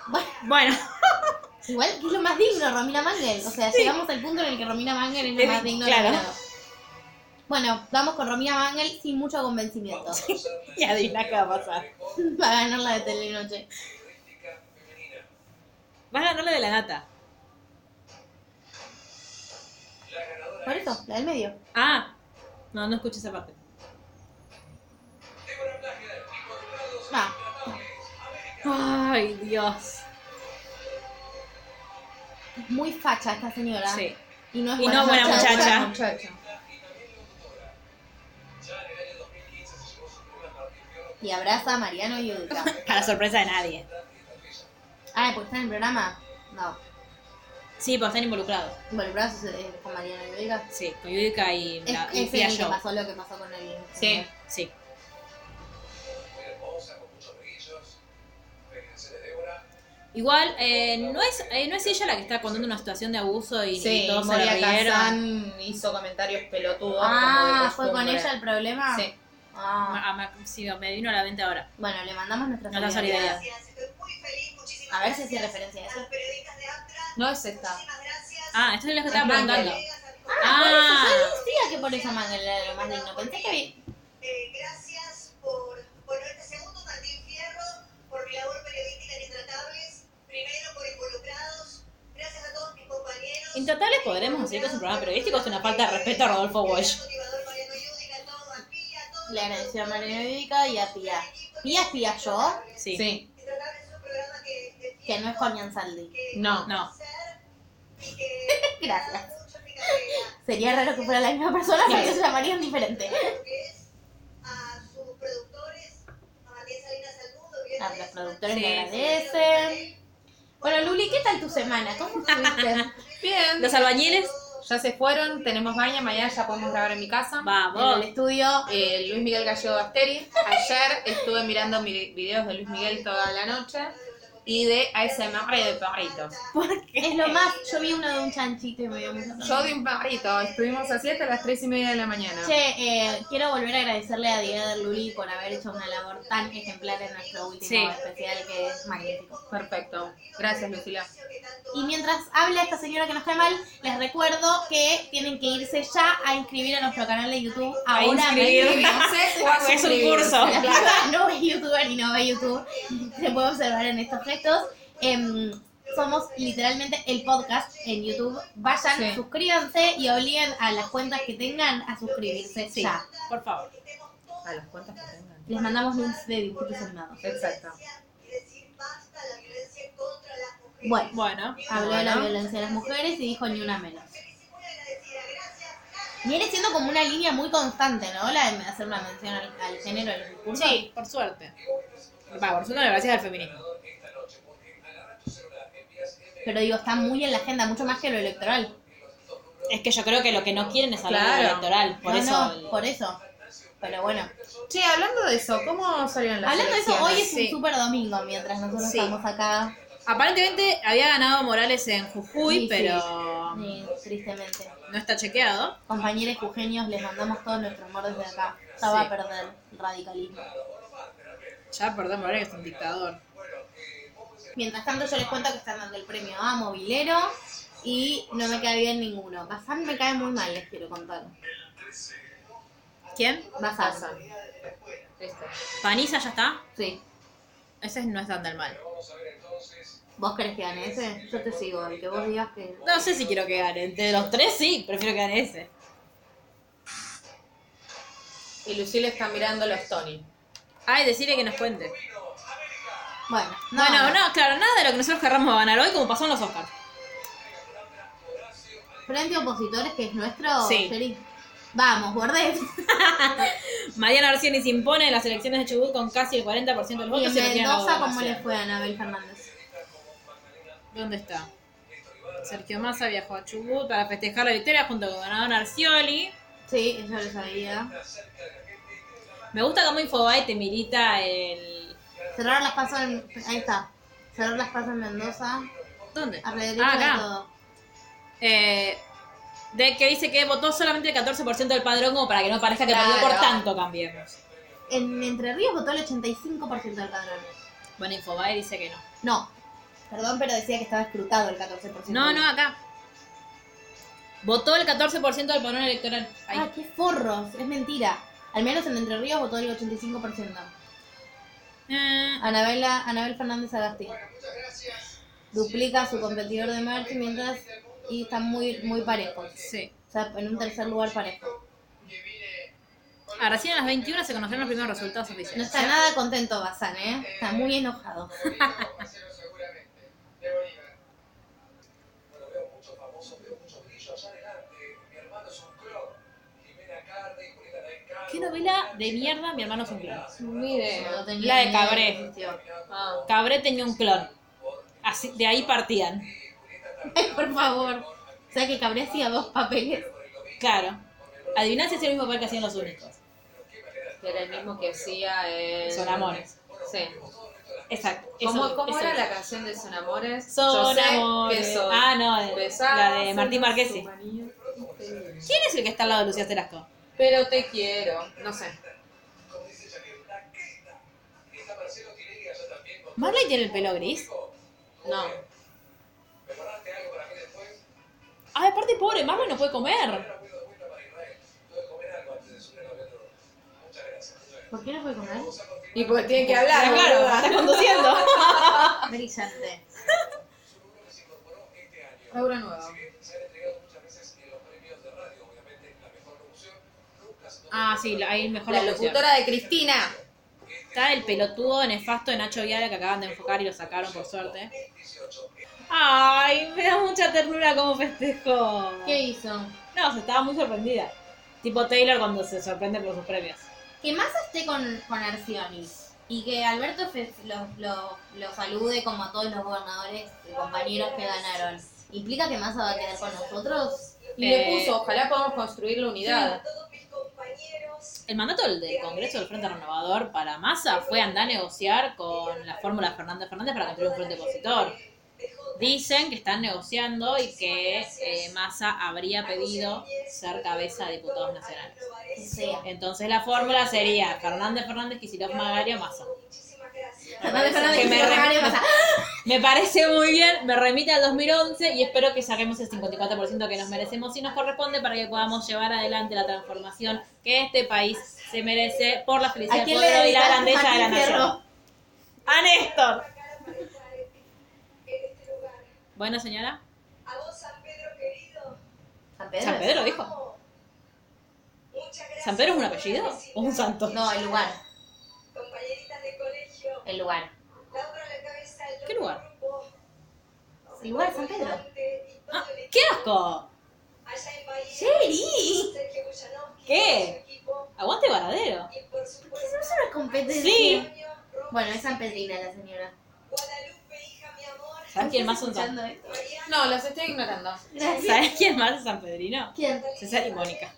C: Bueno,
A: Bueno,
C: igual que es lo más digno, Romina Mangel. O sea, llegamos al punto en el que Romina Mangel es lo
A: Es-
C: más digno
A: claro.
C: de nominado. Bueno, vamos con Romina Mangel sin mucho convencimiento.
A: y adivina qué va a pasar.
C: Va a ganar la de Telenoche.
A: Vas a ganarle de la gata.
C: Por eso, la del medio.
A: Ah, no, no escuché esa parte.
C: Va.
A: Ay, Dios.
C: Es muy facha esta señora.
A: Sí.
C: Y no es
A: Y no buena muchacha.
B: Muchacho.
C: Y abraza a Mariano y Udica.
A: Para sorpresa de nadie.
C: Ah, porque está en el programa. No.
A: Sí, porque están involucrados.
C: Bueno, el brazo se- eh, con Mariano y Udica.
A: Sí, con Yudica y,
C: Es,
A: la- y
C: es
A: Fia
C: el que
A: Show.
C: pasó lo que pasó con el.
B: Sí.
A: Sí. Igual, eh, no, es, eh, no es ella la que está contando una situación de abuso y,
B: Sí,
A: y todos se la
B: Moria
A: rieron.
B: Kazan hizo comentarios pelotudos. como
C: Ah,
B: de
C: ¿fue con
B: costumbre.
C: ella el problema?
B: Sí.
C: Ah.
A: Ma- a Ma- sí, me vino a la mente ahora.
C: Bueno, le mandamos nuestra
A: Nuestra
C: solidaridad.
F: Gracias, estoy muy feliz, muchísimas
C: A ver si
F: gracias
C: hace referencia a
F: a los
C: eso.
F: periodistas de Amtra,
B: No es esta.
F: muchísimas gracias.
A: Ah, esto es lo que estaba
B: Es Mangel.
A: preguntando.
C: Ah,
A: Ah.
C: por eso, yo decía que por esa manga era lo más digno. Pensé que vi-
F: Eh, gracias por, por este segundo Martín Fierro, por mi labor periodística en Intratables, primero por involucrados, gracias a todos mis compañeros. eh,
A: Intratables podremos decir que es un programa periodístico, es una falta de respeto a Rodolfo Walsh.
F: Motivador Mariano Yudica, a todos, a Pía, a todos
C: le agradeció a María Médica y a Pía. Pía es Pía yo,
A: Sí.
B: Sí.
C: que no es con Ansaldi.
B: No.
A: No.
C: Gracias. Sería raro que fuera la misma persona porque se llamarían diferente. A los productores
A: Sí.
C: le agradecen. Bueno, Luli, ¿qué tal tu semana? ¿Cómo estuviste?
B: Bien.
A: Los albañiles,
B: Ya se fueron, tenemos baña, mañana ya podemos grabar en mi casa.
A: vamos.
C: En el estudio.
B: Eh, Luis Miguel Gallego Basteri. Ayer estuve mirando mi- videos de Luis Miguel toda la noche y de ASMR de perritos.
C: Es lo más, yo vi uno de un chanchito y me dio mucho
B: Yo de un perrito, estuvimos así hasta las 3 y media de la mañana.
C: Che, eh, quiero volver a agradecerle a Diego Luli por haber hecho una labor tan ejemplar en nuestro último
A: Sí.
C: especial que es magnífico.
B: Perfecto. Gracias, Lucila.
C: Y mientras habla esta señora que nos cae mal, les recuerdo que tienen que irse ya a inscribir a nuestro canal de YouTube. Ahora
A: inscribir.
C: mismo.
B: Entonces,
A: Es un curso.
C: La piba no es youtuber y no ve YouTube. Se puede observar en estos gestos. Em, somos literalmente el podcast en YouTube. Vayan,
B: Sí.
C: suscríbanse y obliguen a las cuentas que tengan a suscribirse ya.
A: Por favor.
B: A las cuentas que tengan.
C: Les mandamos links de dibujitos animados.
B: Exacto.
C: Bueno,
A: Bueno.
C: habló de la
B: Bueno.
C: violencia de las mujeres y dijo ni una menos. Viene siendo como una línea muy constante, ¿no? La de hacer una mención al, al género en los discursos.
A: Sí, por suerte. Va, por suerte, gracias al feminismo.
C: Pero digo, está muy en la agenda, mucho más que lo electoral.
A: Es que yo creo que lo que no quieren es hablar de lo
B: Claro.
A: electoral. Por
C: No,
A: eso.
C: no,
A: el-
C: por eso. Pero bueno.
B: Che, hablando de eso, ¿cómo salieron las
C: Hablando de eso, hoy es
B: elecciones?
C: un super domingo mientras nosotros
A: Sí.
C: estamos acá.
A: Aparentemente había ganado Morales en Jujuy,
C: Sí, sí.
A: pero
C: Sí, eh, tristemente.
A: no está chequeado.
C: Compañeros jujeños, les mandamos todos nuestros amor desde acá. Ya va a perder radicalismo.
A: Ya, perdón, Morales es un dictador.
C: Mientras tanto, yo les cuento que están dando el premio a Movilero y no me cae bien ninguno. Bazán me cae muy mal, les quiero contar.
A: ¿Quién?
C: Bazán.
A: Paniza ya está.
C: Sí.
A: Ese no es tan del mal.
C: ¿Vos querés que gane ese? Yo te sigo, el que vos digas que.
A: No sé si quiero que gane. De los tres sí, prefiero que gane ese.
D: Y Lucila está mirando los Tony.
A: Ay, decirle que nos cuente.
C: Bueno, no.
A: bueno, no, claro, nada de lo que nosotros querramos ganar hoy, como pasó en los Oscars.
C: Frente a opositores, que es nuestro.
A: Sí.
C: Jerry. Vamos, guardés.
A: Mariana Arcioni se impone en las elecciones de Chubut con casi el 40% de los
C: Y
A: votos. y
C: en
A: no tiene la
C: Mendoza, ¿cómo
A: gobernación.
C: le fue a Anabel Fernández?
A: ¿Dónde está? Sergio Massa viajó a Chubut para festejar la victoria junto con Ganador Arcioli.
C: Sí, eso lo sabía.
A: Me gusta cómo Infobae te milita el...
C: Cerrar las pasas en. Ahí está. Cerrar las pasas en Mendoza.
A: ¿Dónde?
C: Alrededor
A: Ah, acá.
C: de todo.
A: Eh, de que dice que votó solamente el 14% del padrón como para que no parezca que perdió por
B: Claro.
A: tanto cambiemos.
C: En Entre Ríos votó el 85% del padrón.
A: Bueno, Infobae dice que no.
C: No. Perdón, pero decía que estaba escrutado el 14%.
A: No, no, acá. Votó el 14% del padrón electoral. Ahí.
C: Ah, qué forros. Es mentira. Al menos en Entre Ríos votó el 85%.
A: Eh,
C: Anabela, Anabel Fernández Agasti. Duplica a su competidor de March mientras. Y están muy, muy parejos.
A: sí.
C: O sea, en un tercer lugar parejo.
A: Ah, recién a las 21 se conocerán los primeros resultados
C: No
A: oficiales.
C: está nada contento Bazán, ¿eh? Está muy enojado.
A: ¿Qué novela de mierda mi hermano es un clon?
D: Mire.
C: No tenía
A: La de
C: ni idea
A: Cabré.
C: que existió.
D: Ah.
A: Cabré tenía un clon. Así, de ahí partían.
C: Ay, por favor. O sea, que Cabré hacía dos papeles.
A: Claro. Adiviná si es el mismo papel que hacían los únicos.
D: Que era el mismo que hacía en...
A: Son amores.
D: Sí.
A: Exacto. eso-
D: ¿Cómo, cómo
A: eso
D: era
A: es.
D: la canción de Son Amores? Yo
A: Son
D: sé
A: amores.
D: que soy.
A: Ah, no, de- la
D: Besada,
A: de Martín Marquesi.
D: su manía.
A: ¿Quién es el que está al lado de Lucía Cerasco?
D: Pero te quiero. No sé.
A: ¿Marley tiene el pelo gris?
D: No.
A: Ay, aparte, pobre, Marley no puede comer.
C: ¿Por qué no fue con él?
D: Y porque tiene que
A: Ah,
D: hablar,
A: claro,
D: boluda.
A: está conduciendo.
C: Brillante.
D: Laura Nueva.
A: Ah, sí, la- ahí mejor
D: La
A: la locutora.
D: locutora de Cristina.
A: Está el pelotudo nefasto de Nacho Viale que acaban de enfocar y lo sacaron por suerte. Ay, me da mucha ternura como festejo.
C: ¿Qué hizo?
A: No, se estaba muy sorprendida. Tipo Taylor cuando se sorprende por sus premios.
C: Que Massa esté con, con Arcioni y que Alberto Fe- lo, lo- lo salude como a todos los gobernadores y compañeros que ganaron. ¿Implica que Massa va a quedar con nosotros?
D: Y
A: Eh,
D: le puso, ojalá podamos construir la unidad.
A: El mandato del, del Congreso del Frente Renovador para Massa fue andar a negociar con la fórmula Fernández Fernández para construir un frente opositor. Dicen que están negociando y que eh, Massa habría pedido ser cabeza de diputados nacionales.
C: Que sea.
A: Entonces la fórmula sería Fernández Fernández, Kicillof, Magario, Massa.
C: Fernández Fernández,
A: que me
C: Cristina Fernández, Massa.
A: Me parece muy bien, me remite al 2011 y espero que saquemos el 54% que nos merecemos y nos corresponde para que podamos llevar adelante la transformación que este país se merece por la felicidad
C: ¿A
A: del
C: quién le
A: pueblo y la
C: dedicaste
A: grandeza de la
C: Martín
A: nación.
C: Fierro?
A: ¡A Néstor! Bueno, señora.
C: ¿San Pedro?
A: ¿San Pedro dijo? ¿San Pedro es un apellido o un santo?
C: No, el lugar.
F: Compañeritas de colegio,
C: El lugar.
F: la otra la cabeza del
A: ¿Qué lugar?
F: grupo,
C: El lugar, San Pedro.
F: Dante y
A: Ah,
F: todo el equipo
A: ¡Qué asco!
F: allá en Bahía,
C: ¡Sherry!
F: Sergio Bujanowski,
A: ¿Qué?
F: su equipo,
A: Aguante Varadero.
F: y por supuesto,
C: Es una competencia.
A: Sí.
C: Bueno, es San Pedrina la señora.
F: Guadalupe, hija, mi amor,
A: ¿Sabes quién más es un
C: ¿Estás
A: santo?
C: escuchando esto?
D: No, los estoy ignorando.
A: Ah,
C: Gracias.
A: ¿Sabes quién más es San Pedrino?
C: ¿Quién?
A: César y Mónica.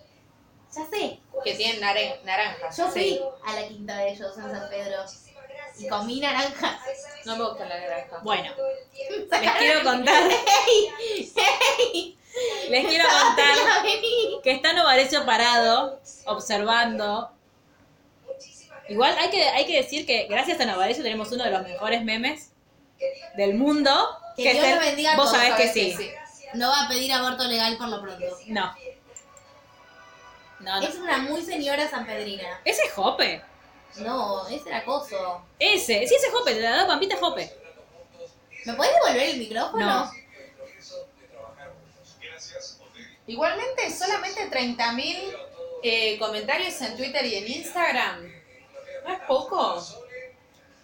C: Ya sé.
D: Que tienen nare- naranjas.
C: Yo fui a la quinta de ellos en San Pedro. Y comí naranjas.
D: No me gusta la naranja.
A: Bueno, les
C: Sacaron-
A: quiero contar,
C: ¡Ey! ¡Ey!
A: les quiero
C: Pensaba que
A: contar
C: iba a venir.
A: que está Novarecio parado, observando. Igual hay que, hay que decir que gracias a Novarecio tenemos uno de los mejores memes del mundo.
C: Que Dios
A: es el-
C: lo bendiga a
A: Vos
C: todos,
A: sabés que
C: sabés
A: sí.
C: No va a pedir aborto legal por lo pronto.
A: No. No, no.
C: Es una muy señora sanpedrina.
A: Ese es Jope.
C: No, ese era acoso.
A: Ese, sí, ese es Jope, te la da Pampita Jope.
C: ¿Me podés devolver el micrófono?
A: No.
B: Igualmente, solamente 30.000 eh, comentarios en Twitter y en Instagram. ¿No es poco?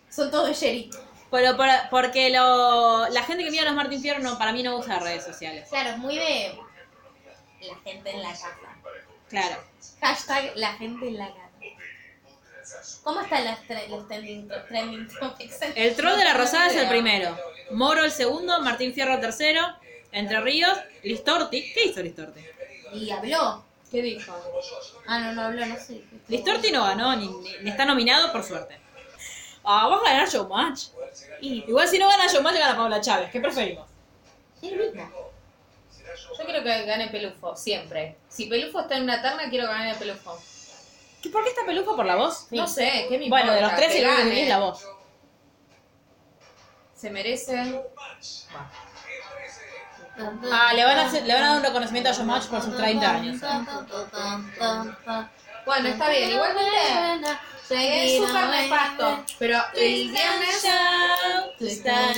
C: Son todos Sherry.
A: Pero para- porque lo, la gente que mira los Martín Fierro no, para mí no usa redes sociales.
C: Claro, es muy de la gente en la casa.
A: Claro.
C: Hashtag la gente en la casa. ¿Cómo están las tre- los trending, to- trending topics?
A: El troll de la Rosada es el primero. Moro el segundo, Martín Fierro el tercero, Entre Ríos, Listorti. ¿Qué hizo Listorti?
C: Y habló.
D: ¿Qué dijo?
C: Ah, no, no habló, no sé.
A: Listorti no ganó, ni, ni- ni está nominado, por suerte. Ah, vas a ganar Showmatch. Y- Igual si no gana Showmatch, gana Paula Chávez. ¿Qué preferimos?
C: Sherry misma.
D: Yo creo que gane Pelufo, siempre. Si Pelufo está en una terna, quiero ganar a Pelufo.
A: ¿Qué- ¿Por qué está Pelufo por la voz?
D: No sé, ¿qué me importa?
A: Bueno, de los tres,
D: Que
A: el único que
D: gane.
A: tiene es la voz.
D: Se merece.
A: Ah, le van a, hacer- le van a dar un reconocimiento a Showmatch por sus 30 años.
D: Bueno, está bien. Igualmente, es súper nefasto. Pero el viernes...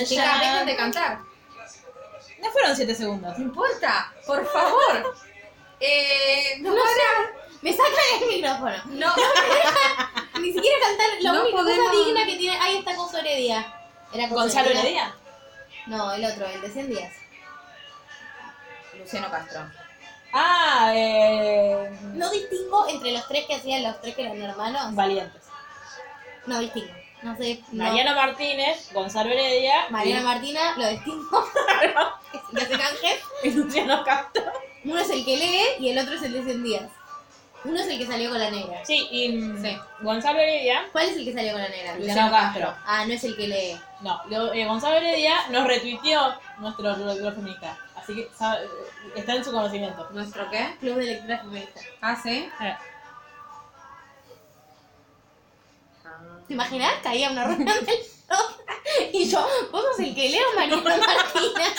D: Chicas, dejen de cantar.
A: No fueron 7 segundos.
D: No importa, por favor. Eh, no podrá-
C: Me sacan el micrófono.
D: No,
C: Ni siquiera cantar la
D: No
C: única
D: podemos.
C: cosa digna que tiene. Ahí está Coso Heredia. Era Coso
A: Gonzalo Heredia.
C: No, el otro, el de 100 días.
D: Luciano Castro.
A: Ah, eh,
C: No distingo entre los tres que hacían los tres que eran hermanos.
A: Valientes.
C: No distingo. No sé. no.
A: Mariano Martínez, Gonzalo Heredia.
C: Mariana Martina, lo distingo. Es el que hace canjes.
A: y Luciano Castro.
C: Uno es el que lee y el otro es el de 100 días. Uno es el que salió con la negra.
A: Sí, y mm,
C: Sí.
A: Gonzalo Heredia.
C: ¿Cuál es el que salió con la negra?
A: Luciano Castro.
C: Ah, no es el que lee.
A: No, lo- eh, Gonzalo Heredia nos retuiteó nuestro lector feminista. Así que sabe- está en su conocimiento.
D: ¿Nuestro qué?
C: Club de lectura feminista.
D: Ah, sí.
C: Eh.
D: Ah,
C: ¿Te imaginas? Caía una ronda del otro. Y yo, vos sos el que lee o Mariana Martina.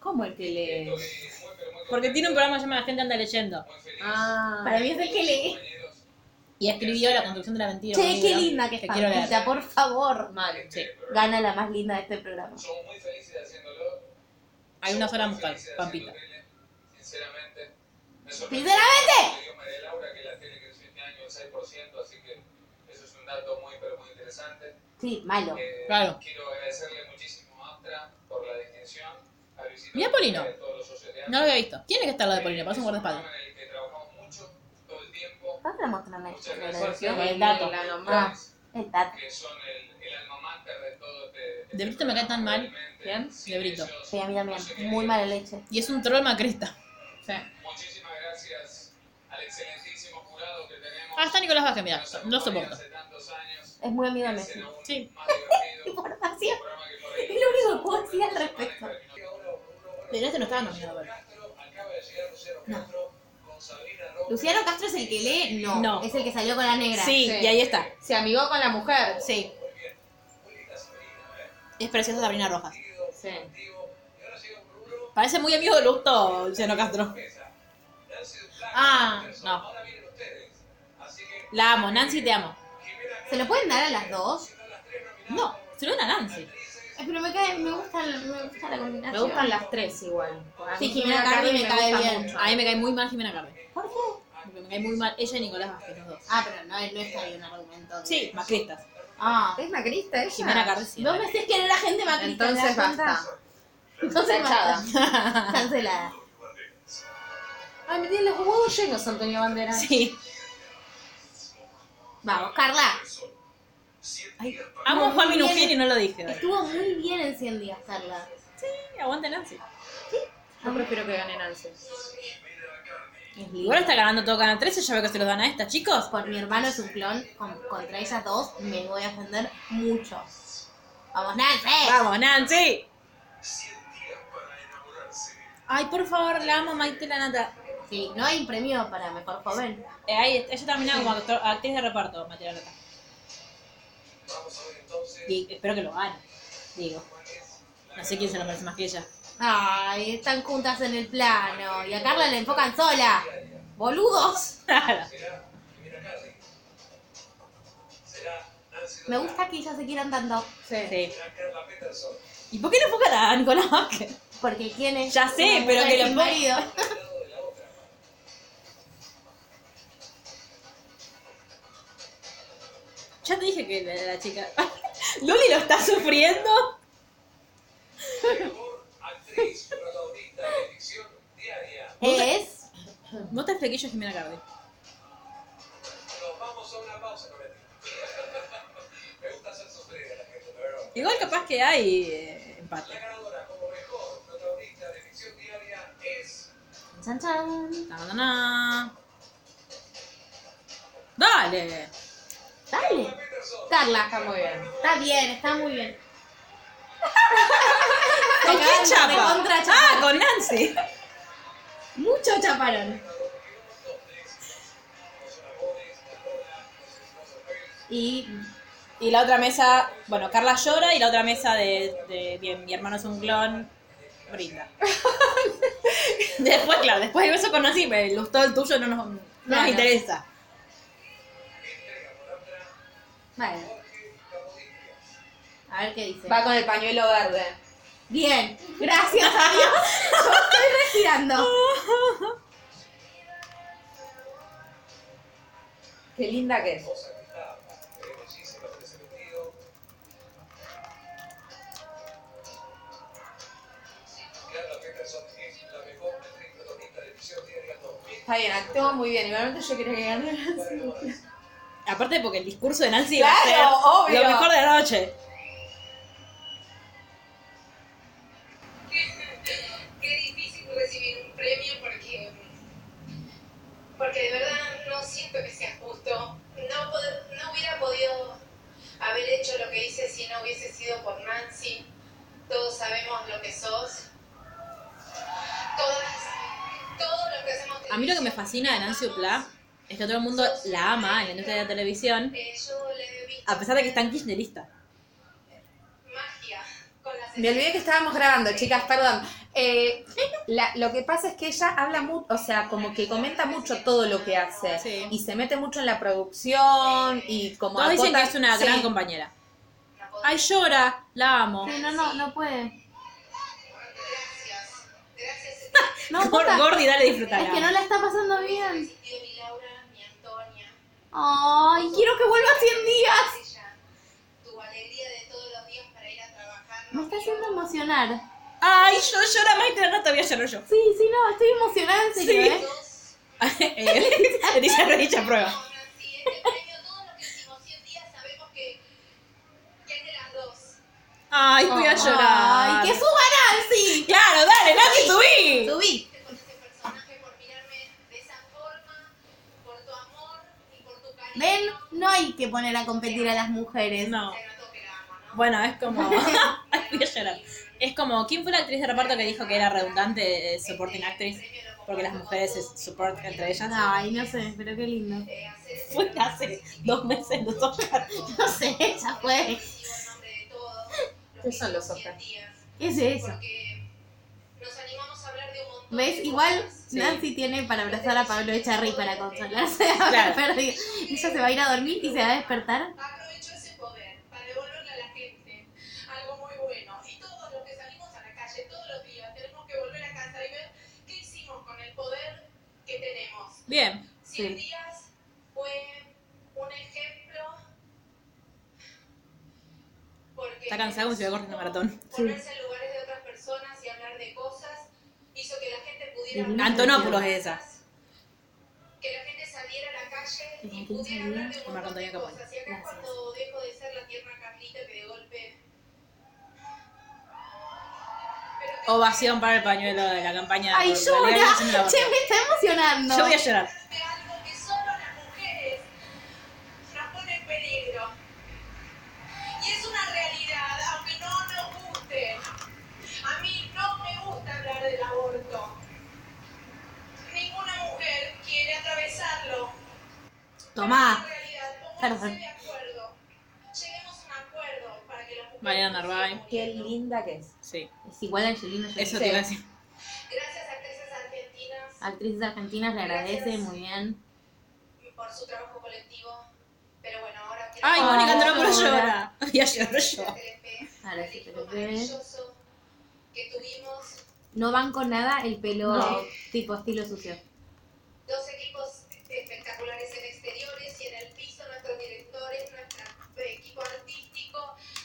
D: ¿Cómo el que le.?
A: Porque tiene un programa que se llama La gente anda leyendo.
D: Ah.
C: Para mí es el que lee.
A: Y escribió La construcción de la mentira. un
C: Che,
A: libro
C: qué linda que es
A: quiero leer.
C: Pampita, por favor.
D: Mal.
A: Sí,
C: Gana la más linda de este programa.
A: hay una sola mujer, Pampita.
C: Sinceramente,
G: 6%, así que eso es un dato muy, pero muy interesante.
C: Sí, malo.
G: Eh,
A: Claro.
G: Quiero agradecerle muchísimo a Aptra por la distinción. A Luisito
A: Mirá
G: Comunica
A: Polino.
G: y a todos los socios de Eh,
A: No lo había visto. Tiene que estar la de Polino, parece un guardaespaldas.
G: Aptra, en el que trabajamos mucho todo el tiempo.
C: ¿Vas a mostrarme
G: Muchas
C: esto?
G: gracias.
C: El dato.
G: La
C: Ah,
G: nombrás,
C: el dato.
G: que son el, el alma mater de todo este...
A: De Brito me cae tan mal. ¿Quién? De Brito.
C: Sí, a mí también. Muy mala leche.
A: Y es un troll macresta.
G: Muchísimas gracias al excelentísimo jurado que tenemos.
A: Ah, está Nicolás Vázquez, mira, lo soporto.
C: Es muy amigo de Messi.
A: Sí.
C: Información. Es lo único que puedo decir al respecto.
A: Pero este no estaba nominado, ¿verdad?
B: Ah.
C: Luciano Castro es el que lee, no.
A: No.
C: Es el que salió con la negra.
A: Sí, y ahí está.
B: Se amigó con la mujer.
A: Sí. Es preciosa Sabrina Rojas.
B: Sí.
A: Parece muy amigo de Lusto, Luciano Castro. Ah, no. La amo, Nancy, te amo.
C: ¿Se lo pueden dar a las dos?
A: No, se lo dan a Nancy.
C: Ay, pero me cae, me gusta, la- me gusta la combinación.
H: Me gustan las tres igual. A
A: Sí,
H: mí
A: Jimena Cardi me cae
H: gusta
A: bien.
H: mucho.
A: A mí me cae muy mal Jimena Cardi.
C: ¿Por qué?
A: Porque me cae muy mal ella y Nicolás Vázquez, los dos.
C: Ah, pero no, él no está bien argumento.
A: Sí, macristas.
C: Ah.
H: ¿Es macrista ella?
A: Jimena Cardi sí.
C: Vos me decís que no era gente macrista.
B: Entonces
C: ¿te das cuenta?
B: basta.
C: Entonces
H: Tachada.
C: basta. Cancelada.
H: Ay, me tiene los huevos llenos Antonio Banderas.
A: Sí.
C: Vamos, Carla.
A: Ay, amo a Juan Minujín y no lo dije.
C: Estuvo muy bien en 100 días, Carla.
A: Aguante Nancy.
H: Yo prefiero que gane Nancy.
A: Igual está ganando todo Canal 13, ya veo que se los dan a esta, chicos.
C: Por mi hermano es un clon, con- contra ellas dos me voy a ofender mucho. Vamos, Nancy.
A: ¡Vamos, Nancy! Ay, por favor, la amo Maite la nata.
C: Sí, no hay premio para mejor joven.
A: Eh, ahí, está, ella termina como actor- actriz de reparto, Maite la nata. Y espero que lo gane, digo. No sé quién se lo merece más que ella.
C: Ay, están juntas en el plano. Y a Carla la enfocan sola. Boludos.
A: Claro.
C: Me gusta que ellas se quieran tanto.
A: Sí. ¿Y por qué no enfocan a Nicolás Vázquez?
C: Porque quién es.
A: Ya sé,
C: una
A: pero
C: mujer
A: que lo
C: sin
A: ponga-
C: marido.
A: Ya te dije que la, la chica. Luli lo está sufriendo.
G: Actriz, protagonista de ficción diaria.
C: Es.
A: No te expliqué yo, Jimena Cardi.
G: Nos vamos a una pausa. no mentira. Me gusta hacer sufrir a la gente, la verdad.
A: Igual capaz que hay eh, empate.
G: La ganadora como mejor protagonista de ficción diaria es.
C: Chan, chan.
A: Ta, ta, ta. Dale.
C: Dale. Carla. Está muy bien. Está bien, está muy bien.
A: ¿Con quién chapa?
C: Contra
A: Ah, con Nancy.
C: Mucho chaparón. Y
A: Y la otra mesa, bueno, Carla llora y la otra mesa de, de bien, mi hermano es un clon, brinda. después, claro, después de eso con Nancy, me gustó el tuyo, no nos, no nos
C: Claro.
A: interesa.
C: bueno. A ver qué dice.
B: Va con el pañuelo verde.
C: Bien, gracias a Dios. Yo estoy respirando.
B: Qué linda que es. Está bien, actúa muy bien. Igualmente yo quería que gane Nancy.
A: Aparte porque el discurso de Nancy va
B: Claro,
A: a ser
B: obvio.
A: lo mejor de la noche.
F: Qué difícil recibir un premio porque, porque de verdad no siento que sea justo. No, pod- no hubiera podido haber hecho lo que hice si no hubiese sido por Nancy. Todos sabemos lo que sos. Todas, todo lo que hacemos.
A: A mí lo que me fascina de Nancy Upla es que todo el mundo la ama en la industria de la televisión,
F: Eh, yo le debí
A: a pesar de que es tan kirchnerista.
F: magia con las
B: Me olvidé que estábamos grabando, chicas, perdón. Eh, la- lo que pasa es que ella habla mucho, o sea, como que comenta mucho todo lo que hace.
A: Sí.
B: Y se mete mucho en la producción y como...
A: Todos dicen que
B: acota-
A: es una
B: Sí.
A: gran compañera. Ay, llora, la amo.
C: Sí, no, no, no puede.
F: gracias. Gracias
C: No,
A: Gor-
C: puta.
A: Gordi, dale disfrutar.
C: Es que no la está pasando bien.
F: a mi Laura, mi Antonia,
C: Ay, quiero que vuelva 100 días. Me está haciendo emocionar.
I: Ay, yo llora más que no todavía lloro yo.
C: Sí, sí, no, estoy emocionada en serio, ¿eh?
I: Dice Redicha prueba. Ay, voy a llorar.
C: Ay, que suba Nancy.
I: Claro, dale, Nancy, subí.
C: Subí. Ven, no hay que poner a competir a las mujeres.
I: No. Bueno, es como. Ay, voy a llorar. Es como, ¿quién fue la actriz de reparto que dijo que era redundante eh, supporting actrice? Porque las mujeres se support entre ellas.
C: Ay, no sé, pero qué lindo.
I: Fue hace dos meses los Oscar.
C: No sé, ya fue.
B: ¿Qué son los Oscar?
C: ¿Qué es eso? ¿Ves? Igual Nancy tiene para abrazar a Pablo Echarri para consolarse. de haber
I: Claro.
C: perdido. Ella se va a ir a dormir y se va a despertar.
F: Aprovecho ese poder para devolverle a la gente algo muy bueno. Y todos los que salimos a la calle todos los días tenemos que volver a casa y ver qué hicimos con el poder que tenemos.
I: Bien.
F: 100 días fue un ejemplo. Porque
I: Está cansado como si hubiera corrido un maratón.
F: ponerse en lugares de otras personas y hablar de cosas hizo que la gente pudiera hablar de
I: Antonopoulos
F: cosas,
I: es esa.
F: que la gente saliera a la calle y
C: Argentina
F: pudiera
C: saliera
F: hablar de un
I: con
F: montón de
I: Antonio Capone.
F: cosas. Y acá es
C: Gracias.
F: cuando dejo de ser la tierna Carlita que de golpe
I: Ovación para el pañuelo de la campaña.
C: Ay,
I: de- de
C: llora.
I: Leandro Sandra Borges.
C: Che, me está emocionando.
I: Yo voy a llorar.
F: de algo que solo las mujeres nos pone en peligro. Y es una realidad, aunque no nos guste. A mí no me gusta hablar del aborto. Ninguna mujer quiere atravesarlo.
C: Tomá.
F: Pero es una realidad,
C: Perdón.
F: pónganse de acuerdo. Lleguemos a un acuerdo para que las mujeres
I: Mariana
F: no
I: Narváez.
F: sigan
D: Qué
F: muriendo.
D: linda que es.
I: Sí.
C: Es igual a Angelina Jolie.
I: Eso te iba a decir.
F: Gracias a actrices argentinas
C: Actrices argentinas le agradece
F: Gracias.
C: muy bien.
F: por su trabajo colectivo. Pero bueno, ahora quiero
I: Ay,
C: Ah,
I: Mónica Antonopoulos
C: llora.
I: llora. Y ayer yo.
C: Ahora sí te lo ves.
F: maravilloso que tuvimos
C: No van con nada el pelo
I: No.
C: tipo estilo sucio.
F: dos equipos espectaculares en exteriores y en el piso nuestros directores, nuestro equipo artístico,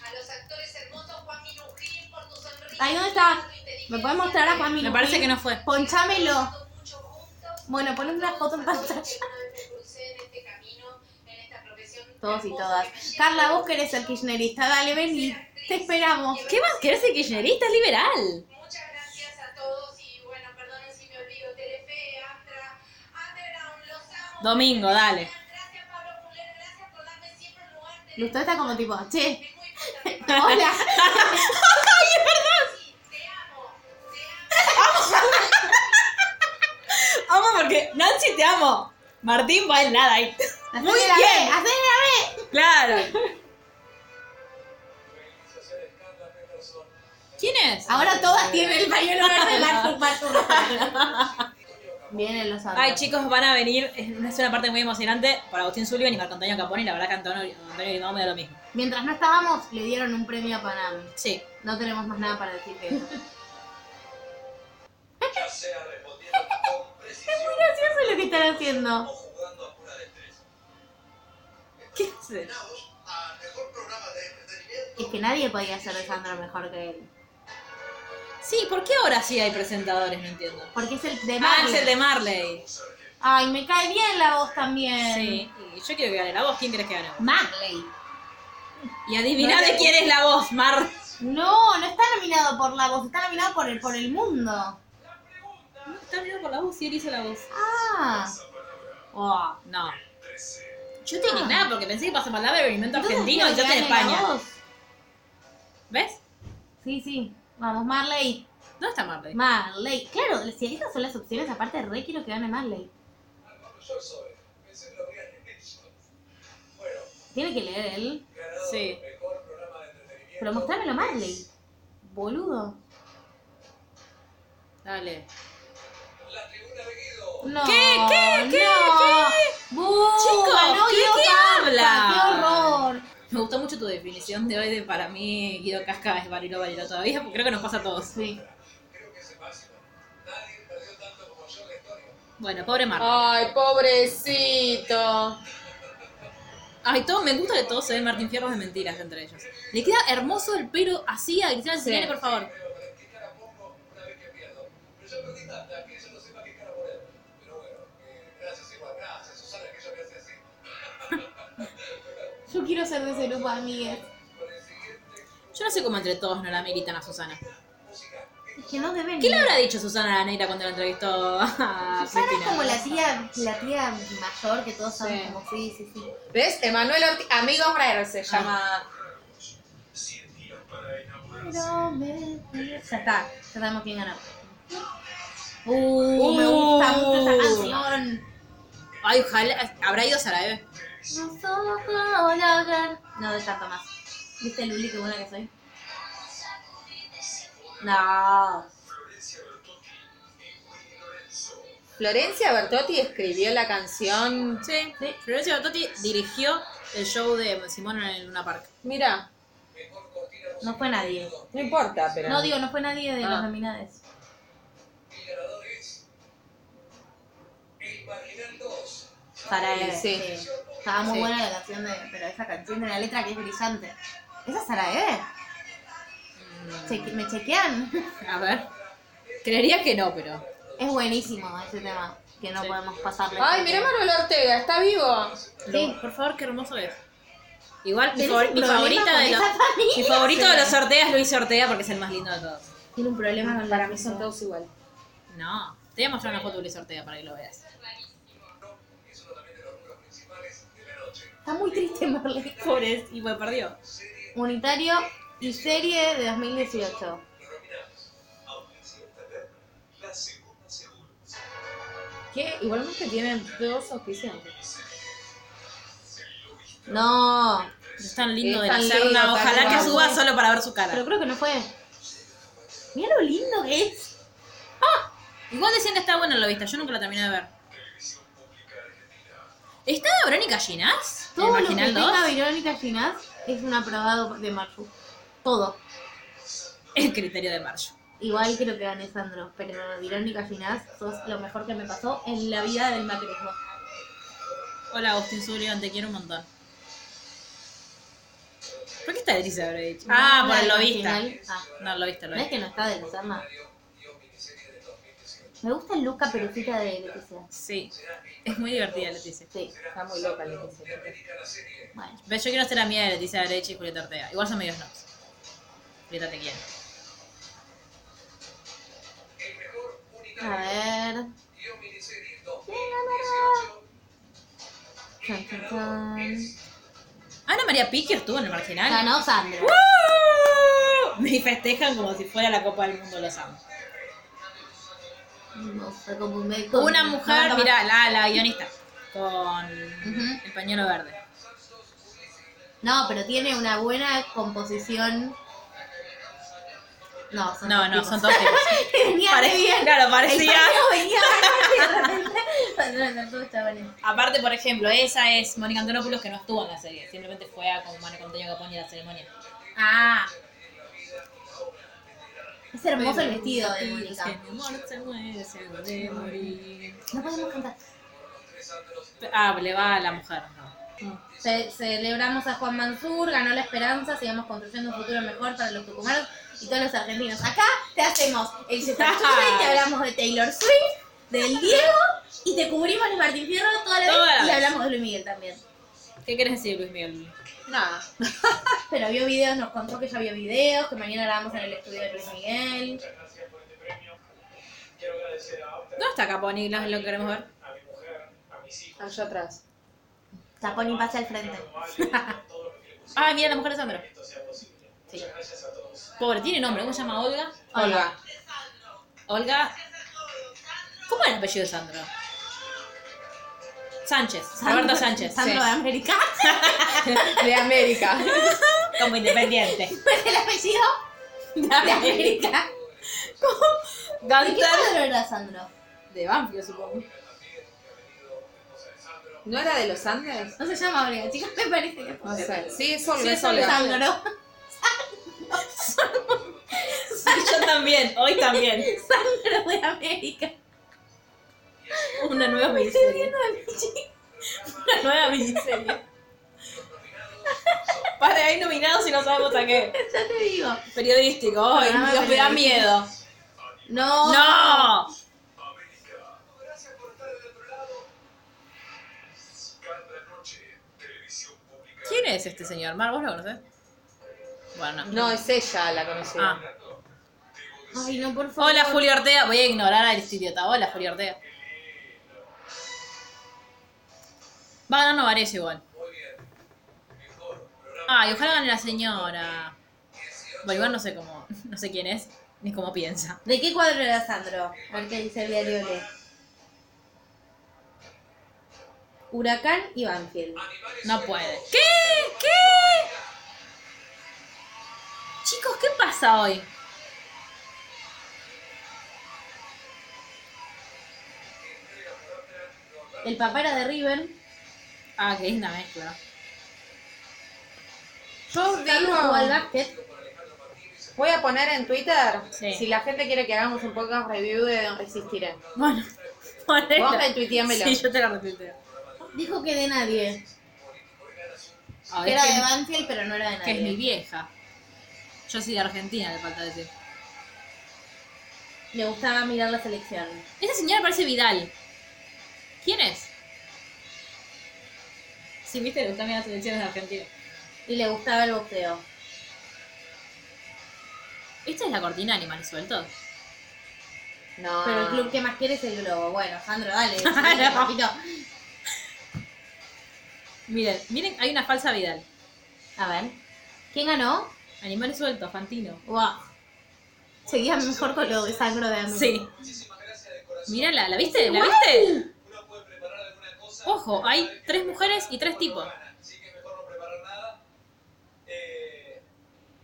F: a los actores hermosos Juan Minujín por tu sonrisa.
C: Ahí, ¿dónde está?
F: por tu inteligencia.
C: ¿Me puedes mostrar a Juan
I: Me
C: Minujín?
I: parece que no fue.
C: Ponchámelo.
F: Mucho juntos.
C: Bueno, pon una
F: Todos
C: foto en
F: aquellos
C: pantalla.
F: que alguna vez me crucé en este camino, en esta profesión
C: Todos y
F: hermosa
C: todas.
F: que me llena
C: Carla, vos
F: de
C: querés ser
F: orgullo.
C: kirchnerista. Dale, vení. Te esperamos.
I: ¿Qué más querés ser kirchnerista? Es liberal.
F: Muchas gracias a todos y bueno, perdonen si me olvido, Telefe, Astra, Underground, los amo.
I: Domingo, dale.
F: Gracias Pablo Muller, gracias por darme siempre un lugar de...
C: Lustó está como tipo, che,
F: Es muy importante para mí.
C: hola.
F: Sí, te amo, te amo.
I: Amo porque Nancy te amo. Martín va en nada ahí.
C: Hacele
I: Muy
C: la
I: bien.
C: B, hacele la B.
I: Claro.
G: Felices Carla Peterson,
I: ¿Quién es?
C: Ahora todas tienen el pañuelo verde. Martu, Martu, Martu. Vienen los otros.
I: Ay, chicos, van a venir. Es una parte muy emocionante para Agustín Sullivan y Marco Antonio Capone. Y la verdad que Antonio, Antonio Grimao me da lo mismo.
C: Mientras no estábamos, le dieron un premio a Panam.
I: Sí.
C: No tenemos más nada para decir que eso.
G: ya sea respondiendo con precisión
C: Eso es lo que están haciendo.
G: o jugando a pura destreza.
I: ¿Qué hace?
G: Nominados al mejor programa de entretenimiento.
C: Es que nadie podía hacer de Sandra mejor que él.
I: Sí, ¿por qué ahora sí hay presentadores? No entiendo.
C: Porque es el de
I: Ah,
C: Marley.
I: es el de Marley.
C: Ay, me cae bien la voz también.
I: Sí. Y yo quiero que gane la voz. ¿Quién crees que gane?
C: Marley.
I: Y adivina de quién es la voz, Mar.
C: No, no está nominado por la voz, está nominado por el, por el mundo.
I: No, Está mirando por la voz, sí, él hizo la voz.
C: Ah.
I: Oh, no. Yo estoy indignada porque pensé que pasapalabra era un invento
C: Entonces,
I: argentino y yo
C: ¿quiere que
I: estoy en
C: gane la
I: España.
C: voz?
I: ¿Ves?
C: Sí, sí. Vamos, Marley.
I: ¿Dónde está Marley?
C: Marley. Claro, si esas son las opciones, aparte re quiero que gane Marley.
G: Yo soy, pensé que lo habían hecho. Bueno,
C: Tiene que leer él.
G: ganado
I: Sí.
G: mejor programa de entretenimiento.
C: Pero mostrámelo Marley. Boludo.
I: Dale.
G: La tribuna de Guido.
C: No.
I: ¿Qué? ¿Qué? ¿Qué?
C: No. Bu,
I: Chicos,
C: ganó
I: ¿qué-
C: Guido
I: qué
C: Casca,
I: habla?
C: ¡Qué horror!
I: Me gustó mucho tu definición de hoy de para mí Guido Casca es Barilo Barilo todavía, porque creo que nos pasa a todos.
C: Sí.
G: Creo que es el máximo. Nadie perdió tanto como yo en la historia.
I: Bueno, pobre Marley.
B: Ay, pobrecito.
A: Ay, todo, me gusta que todos se ven Martín Fierros de mentiras entre ellos. Le queda hermoso el pelo así a Cristina Cecilia, por favor.
C: Yo quiero ser de ese grupo, amigas.
A: Yo no sé cómo entre todos no la militan a Susana.
C: Es que no deben.
A: ¿Qué le habrá dicho Susana a la negra cuando la entrevistó a
C: Susana es
A: Cristina?
C: como la tía, la tía mayor que todos saben como sí, sí, sí.
D: ¿Ves? Emanuel Ortiz, amigo Braer se llama.
C: Pero me- Ya está, ya sabemos quién ganó. Uh, me gusta mucho esa
A: Uh,
C: canción.
A: Ay, ojalá. ¿Habrá ido Sarabe?
C: No solo hablar. No, de tanto más. ¿Viste Luli qué buena que soy? No.
D: Florencia Bertotti escribió la canción.
A: Sí. Florencio Bertotti dirigió el show de Simón en el Luna Park.
D: Mira,
C: No fue nadie.
D: no importa, pero.
C: No, digo, no fue nadie de
A: Ah.
C: los nominados. Sara Eve.
D: Sí.
C: Estaba muy
D: Sí.
C: buena la canción de. Pero esa canción de la letra que es brillante. ¿Esa es Sara Eve?
D: Mm.
C: Cheque- ¿Me chequean?
A: A ver. Creería que no, pero.
C: es buenísimo ese tema. Que no podemos pasarle.
D: Ay, mirá Manuel Ortega, está vivo.
C: Sí.
A: Por favor, qué hermoso es. Igual, mi,
C: Tenés
A: favor-
C: un
A: mi
C: problema
A: favorita
C: con
A: de los.
C: esa familia.
A: Mi favorito de los sorteos es Luis Ortega porque es el más lindo de todos.
C: Tiene un problema con
D: Para mí son todos igual.
A: No. Te voy a mostrar una foto de Luis Ortega para que lo veas.
C: Está muy triste Marley.
A: Pobres, y me perdió.
C: Unitario y serie de 2018.
D: ¿Qué? Igualmente tienen dos auspiciantes.
C: No,
A: Es tan lindo de
D: Es
A: la
D: tan lindo,
A: Serna.
D: tan
A: Ojalá que
D: guapo.
A: suba solo para ver su cara.
C: pero creo que no fue. Mira lo lindo que es.
A: Igual decían que está bueno la vista, yo nunca la terminé de ver. ¿Está Verónica Ginás? ¿En
C: Todo lo que
A: Marginal
C: tenga
A: 2?
C: Verónica Ginás es un aprobado de Marfu. Todo.
A: El criterio de Marge.
C: Igual creo que gané Sandro, pero Verónica Ginás sos lo mejor que me pasó en la vida del macrismo.
A: Hola Agustín Sullivan, te quiero un montón. ¿Por qué está Elisa Brodich?
C: No,
A: Ah,
C: la
A: por el
C: del
A: lobista.
C: Marginal. Ah,
A: No, el lobista,
C: ¿Ves
A: lobista.
C: que no está de Serna? Me gusta el Luca Perucita de Leticia.
A: Sí, es muy divertida Leticia.
C: Sí,
D: Está muy loca la licencia.
C: bueno.
A: Ve, Yo quiero hacer amiga de Leticia Brodich y Julieta Ortega. Igual son medios snobs. Julieta te quiere.
C: A ver. Chan, chan, chan.
A: Ana María Piqui estuvo en el marginal.
C: Ganó Sandro.
A: Me festejan como si fuera la Copa del Mundo los amo.
C: No sé cómo me
A: Una mujer,
C: No, no,
A: mirá, la, la guionista, con
C: Ujú.
A: el pañuelo verde.
C: No, pero tiene una buena composición. No, son
A: No,
C: dos
A: no,
C: tipos.
A: son todos tipos.
C: Venía re
A: Pare-
C: bien.
A: Claro,
C: El
A: parecía.
C: paño venía re bien, de repente. No, no, todos chavales.
A: Aparte, por ejemplo, esa es Mónica Antonopoulos que no estuvo en la serie. Simplemente fue a como Mario Conteño Caponi a la ceremonia.
C: Ah. Es hermoso el vestido de Mónica.
A: Que mi amor se muere, se ha de morir.
C: No podemos cantar.
A: Ah, le va a la mujer. no.
C: Ce- celebramos a Juan Mansur, ganó la esperanza, sigamos construyendo un futuro mejor para los tucumanos y todos los argentinos. Acá te hacemos el Superchupe, te hablamos de Taylor Swift, del Diego y te cubrimos de Martín Fierro toda la
A: Toda la
C: vez y
A: vez.
C: hablamos de Luis Miguel también.
A: ¿Qué querés decir, Luis Miguel?
D: Nada.
C: Pero vio videos, nos contó que ya vio videos, que mañana grabamos en el estudio de Luis Miguel.
A: ¿Dónde está Caponi? Lo, lo queremos ver.
D: Allá atrás.
C: Tapón y pase al frente.
A: Ah, mira, la mujer de Sandra.
C: Sí.
A: Pobre, tiene nombre. ¿Cómo se llama? Olga.
D: Olga.
A: Olga. ¿Cómo era el apellido de Sandro? Sánchez, Roberto Sánchez.
C: Sandro de América.
D: De América.
A: sí. Como independiente.
C: ¿Cuál es el apellido? De América. ¿De qué
A: Gunther.
C: cuadro era Sandro?
A: De Banfield, supongo.
D: ¿No era de los Andes?
C: No se llama Olga, chicos, me parece que
D: No sé. Sí, es Olga.
A: Sí,
D: es
A: es Olga.
D: Olga.
C: Sandro.
A: Sí, yo también, hoy también.
C: Sandro de América.
A: Una nueva miniserie. Una nueva miniserie. Para, hay nominados y no sabemos a qué.
C: ya te digo.
A: Periodístico, ay,
C: Ah,
A: Dios, me da
C: periodístico.
A: miedo.
C: No.
A: ¡No! ¿Quién es este señor? Mar, ¿vos lo conocés? Bueno,
B: No, es ella la conocida.
A: Ah.
C: Ay, no, por favor.
A: Hola, Julio Ortega. Voy a ignorar al idiota. Hola, Julio Ortega. Va ganando Varese igual. Ay, ojalá gane la señora. Bueno, igual no sé cómo, no sé quién es, ni cómo piensa.
C: ¿De qué cuadro era Sandro? A ver qué dice el diario Olé. Huracán y Banfield.
A: No puede. ¿Qué? ¿Qué? Chicos, ¿qué pasa hoy?
C: El papá era de River.
A: Ah, qué linda mezcla.
B: Yo
C: Carlos jugó al básquet.
B: Voy a poner en Twitter
A: Sí.
B: si la gente quiere que hagamos un podcast review de Resistiré.
A: Bueno,
B: Vos
A: ponelo.
B: retuiteamelo.
A: Este- Sí, yo te la retuiteo.
C: Dijo que de nadie.
A: Ay,
C: Que
A: es
C: era
A: que-
C: de Banfield, pero no era de
A: que es mi
C: nadie.
A: vieja. Yo soy de Argentina, le falta decir.
C: Le gustaba mirar la selección.
A: Esta señora parece Vidal. ¿Quién es? Sí, viste, le gustan las elecciones de Argentina.
C: Y le gustaba el boxeo.
A: ¿Esta es la cortina de animales sueltos?
B: No.
C: Pero el club que más quiere es el globo. Bueno, Sandro, dale.
A: Ah. No.
C: poquito.
A: Miren, miren, hay una falsa Vidal.
C: A ver. ¿Quién ganó?
A: Animales sueltos, Fantino.
C: Wow. Seguía mejor con lo de Sandro de América.
A: Sí. Mírala, ¿la viste? ¿La viste? Ojo, hay tres mujeres y tres tipos.
J: Así que mejor no preparar nada. Eh,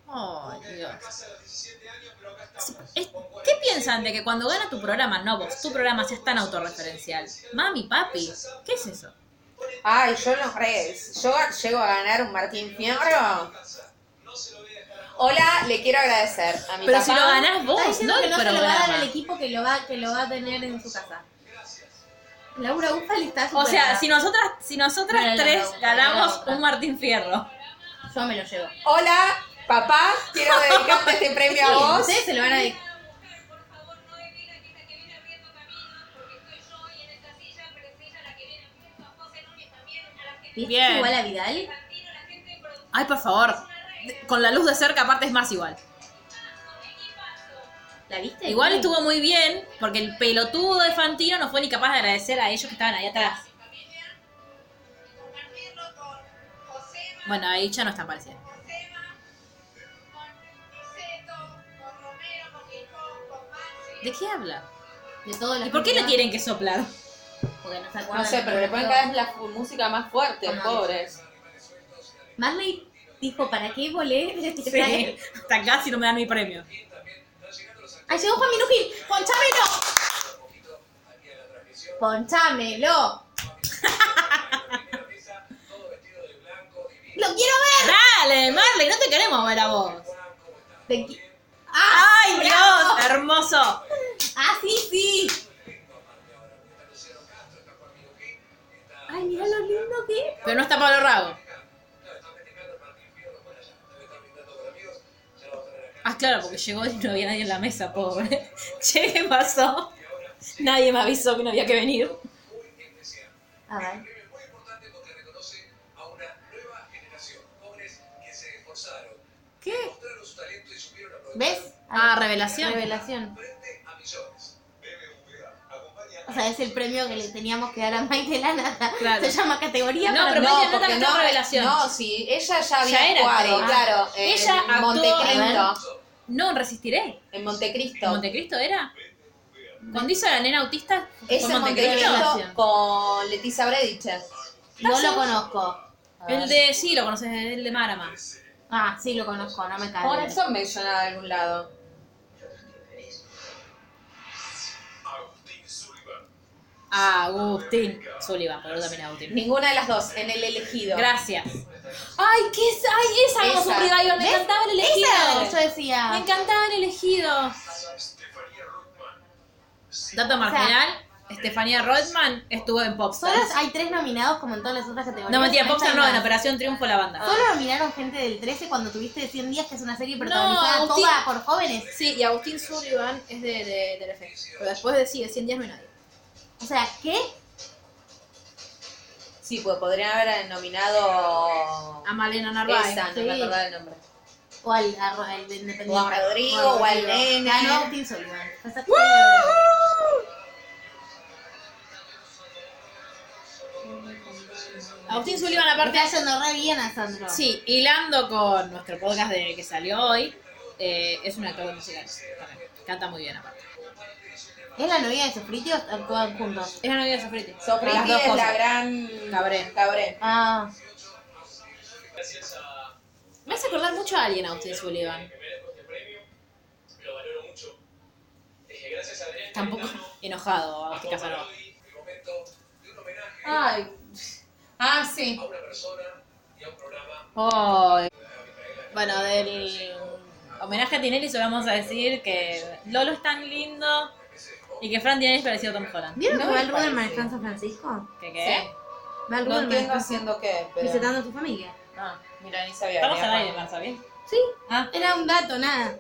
A: Oh, Dios.
J: casa a los 17 años, pero acá
A: Sí,
J: estamos.
A: es- ¿Qué piensan de que cuando gana tu programa, no vos, tu programa seas tan autorreferencial? Mami, papi, ¿qué es eso?
B: Ay, yo no redes. Yo llego a ganar un Martín Fierro. Hola, le quiero agradecer a mi
A: Pero
B: papá.
A: si lo ganás
C: Está
A: vos,
C: diciendo
A: no
C: que
A: el
C: no se lo va a dar al
A: programa.
C: equipo que lo va, que lo va a tener en su casa. Laura Ufa le está
A: O sea,
C: superada.
A: si nosotras, si nosotras
C: Bueno, la
A: tres
C: bronca, la
A: ganamos
C: bronca.
A: un Martín Fierro.
C: Yo me lo llevo.
B: Hola, papá, quiero dedicarte este premio a vos.
C: Ustedes se lo van a de- ¿Viste
A: Bien.
C: igual a Vidal?
A: Ay, por favor. De- Con la luz de cerca aparte es más igual.
C: ¿La viste?
A: Igual
C: Sí.
A: estuvo muy bien, porque el pelotudo de Fantino no fue ni capaz de agradecer a ellos que estaban ahí atrás. Bueno, ahí ya no están pareciendo. ¿De qué habla?
C: De todos los
A: ¿Y por qué le
C: niños,
A: tienen que soplar?
C: Porque no se acuerdan.
B: No sé, pero le ponen cada vez la fu- música más fuerte,
C: Ajá.
B: pobres.
C: Marley dijo, ¿para qué volé?
A: Sí. Hasta acá si no me dan mi premio.
C: ¡Ahí llegó Juan Minujín! ¡Ponchámelo! ¡Ponchámelo! ¡Lo quiero ver!
A: Dale, Marley, no te queremos ver a vos.
C: Te qui-
A: ¡Ay, Dios! ¡Hermoso!
C: ¡Ah, sí, sí! ¡Ay, mira lo lindo que es!
A: Pero no está Pablo Rago. Ah, claro, porque llegó y no había nadie en la mesa, pobre. Che, ¿qué pasó? Nadie me avisó que no había que venir.
C: A ver.
A: ¿Qué?
C: ¿Ves?
A: Ah, revelación.
C: Revelación. O sea, es el premio que le teníamos que dar a Maite la nada.
A: Claro.
C: Se llama categoría
A: No,
C: para
A: pero
C: mí.
A: Maite Lanata cantó Revelación.
B: No, sí, ella ya había
A: Ya era
B: actuado,
A: actriz.
B: claro.
A: Ah.
B: en
A: Ella actuó
B: Montecristo.
A: No, resistiré.
B: En Montecristo.
A: ¿Montecristo era? Cuando hizo la nena autista, fue
B: Es en Montecristo con Leticia Brediche.
C: No lo conozco.
A: El de, sí, lo conoces, el de Marama.
C: Ah, sí lo conozco, no me
B: Por
C: cae.
B: eso me suena de algún lado.
A: Agustín. Sullivan, pero también Agustín.
B: Ninguna de las dos, en el elegido.
A: Gracias. Ay, qué es, ay, esa era
B: Esa.
A: un revival. Me encantaba el elegido.
C: Esa era lo que yo
A: Me
C: decía.
A: encantaba el elegido. Dato marginal, Estefanía Rodman estuvo en Popstars.
C: Solo hay tres nominados como en todas las otras categorías.
A: No, mentira,
C: En
A: Popstar
C: esta
A: no,
C: hay
A: en
C: más.
A: Operación Triunfo la banda.
C: Solo nominaron gente del 13 cuando tuviste 100 días, que es una serie protagonizada
K: No, Agustín.
C: toda por jóvenes.
K: Sí, y Agustín Sullivan es de, de, de la FE. Pero después de sí, de 100 días no hay nadie.
C: O sea, ¿qué?
B: Sí, pues podrían haber nominado
K: A Malena Narváez.
B: esa, no me
K: Sí.
B: acordaba el nombre.
C: O al, a Ro- al de Independiente.
B: O a Rodrigo, o al nene.
C: Ganó Agustín Ah, Sullivan. O sea,
A: Agustín Sullivan, aparte.
C: Está yendo re bien a Sandro.
A: Sí, hilando con nuestro podcast de que salió hoy, eh, es un actor de musicales. también. Canta muy bien, aparte.
C: ¿Es la novia de Sofriti o actúan juntos?
A: Es la novia de Sofriti.
B: Sofriti
A: Las dos
B: es
A: cosas.
B: la gran
A: Cabré.
B: Cabré.
C: Ah.
G: Gracias a
A: Me hace acordar mucho a alguien, Agustín Sullivan.
G: que merezco este premio, lo valoro mucho. Dije, gracias a Adrián
A: Tampoco
G: Cayetano,
A: enojado,
G: a
A: Agustín
G: Juan
A: Casanova.
G: Marodi, el momento de un homenaje
K: Ay. Ah, sí.
G: a una persona y a un programa.
A: Oh, bueno, del homenaje a Tinelli solo vamos a decir que Lolo es tan lindo y que Fran Tinelli es parecido a Tom Holland.
C: ¿Vieron
B: No
C: que
B: me
C: va el Rudelman
B: parece.
C: está en San Francisco?
A: ¿Qué qué?
B: Sí.
C: Va el
B: No
C: Rudelman
B: entiendo haciendo qué, pero.
C: visitando a su familia.
B: Ah, mira, ni sabía.
A: Estamos
B: mira,
A: al aire,
B: Juan.
A: Marza, ¿bien?
C: Sí,
A: Ah.
C: era un dato, nada.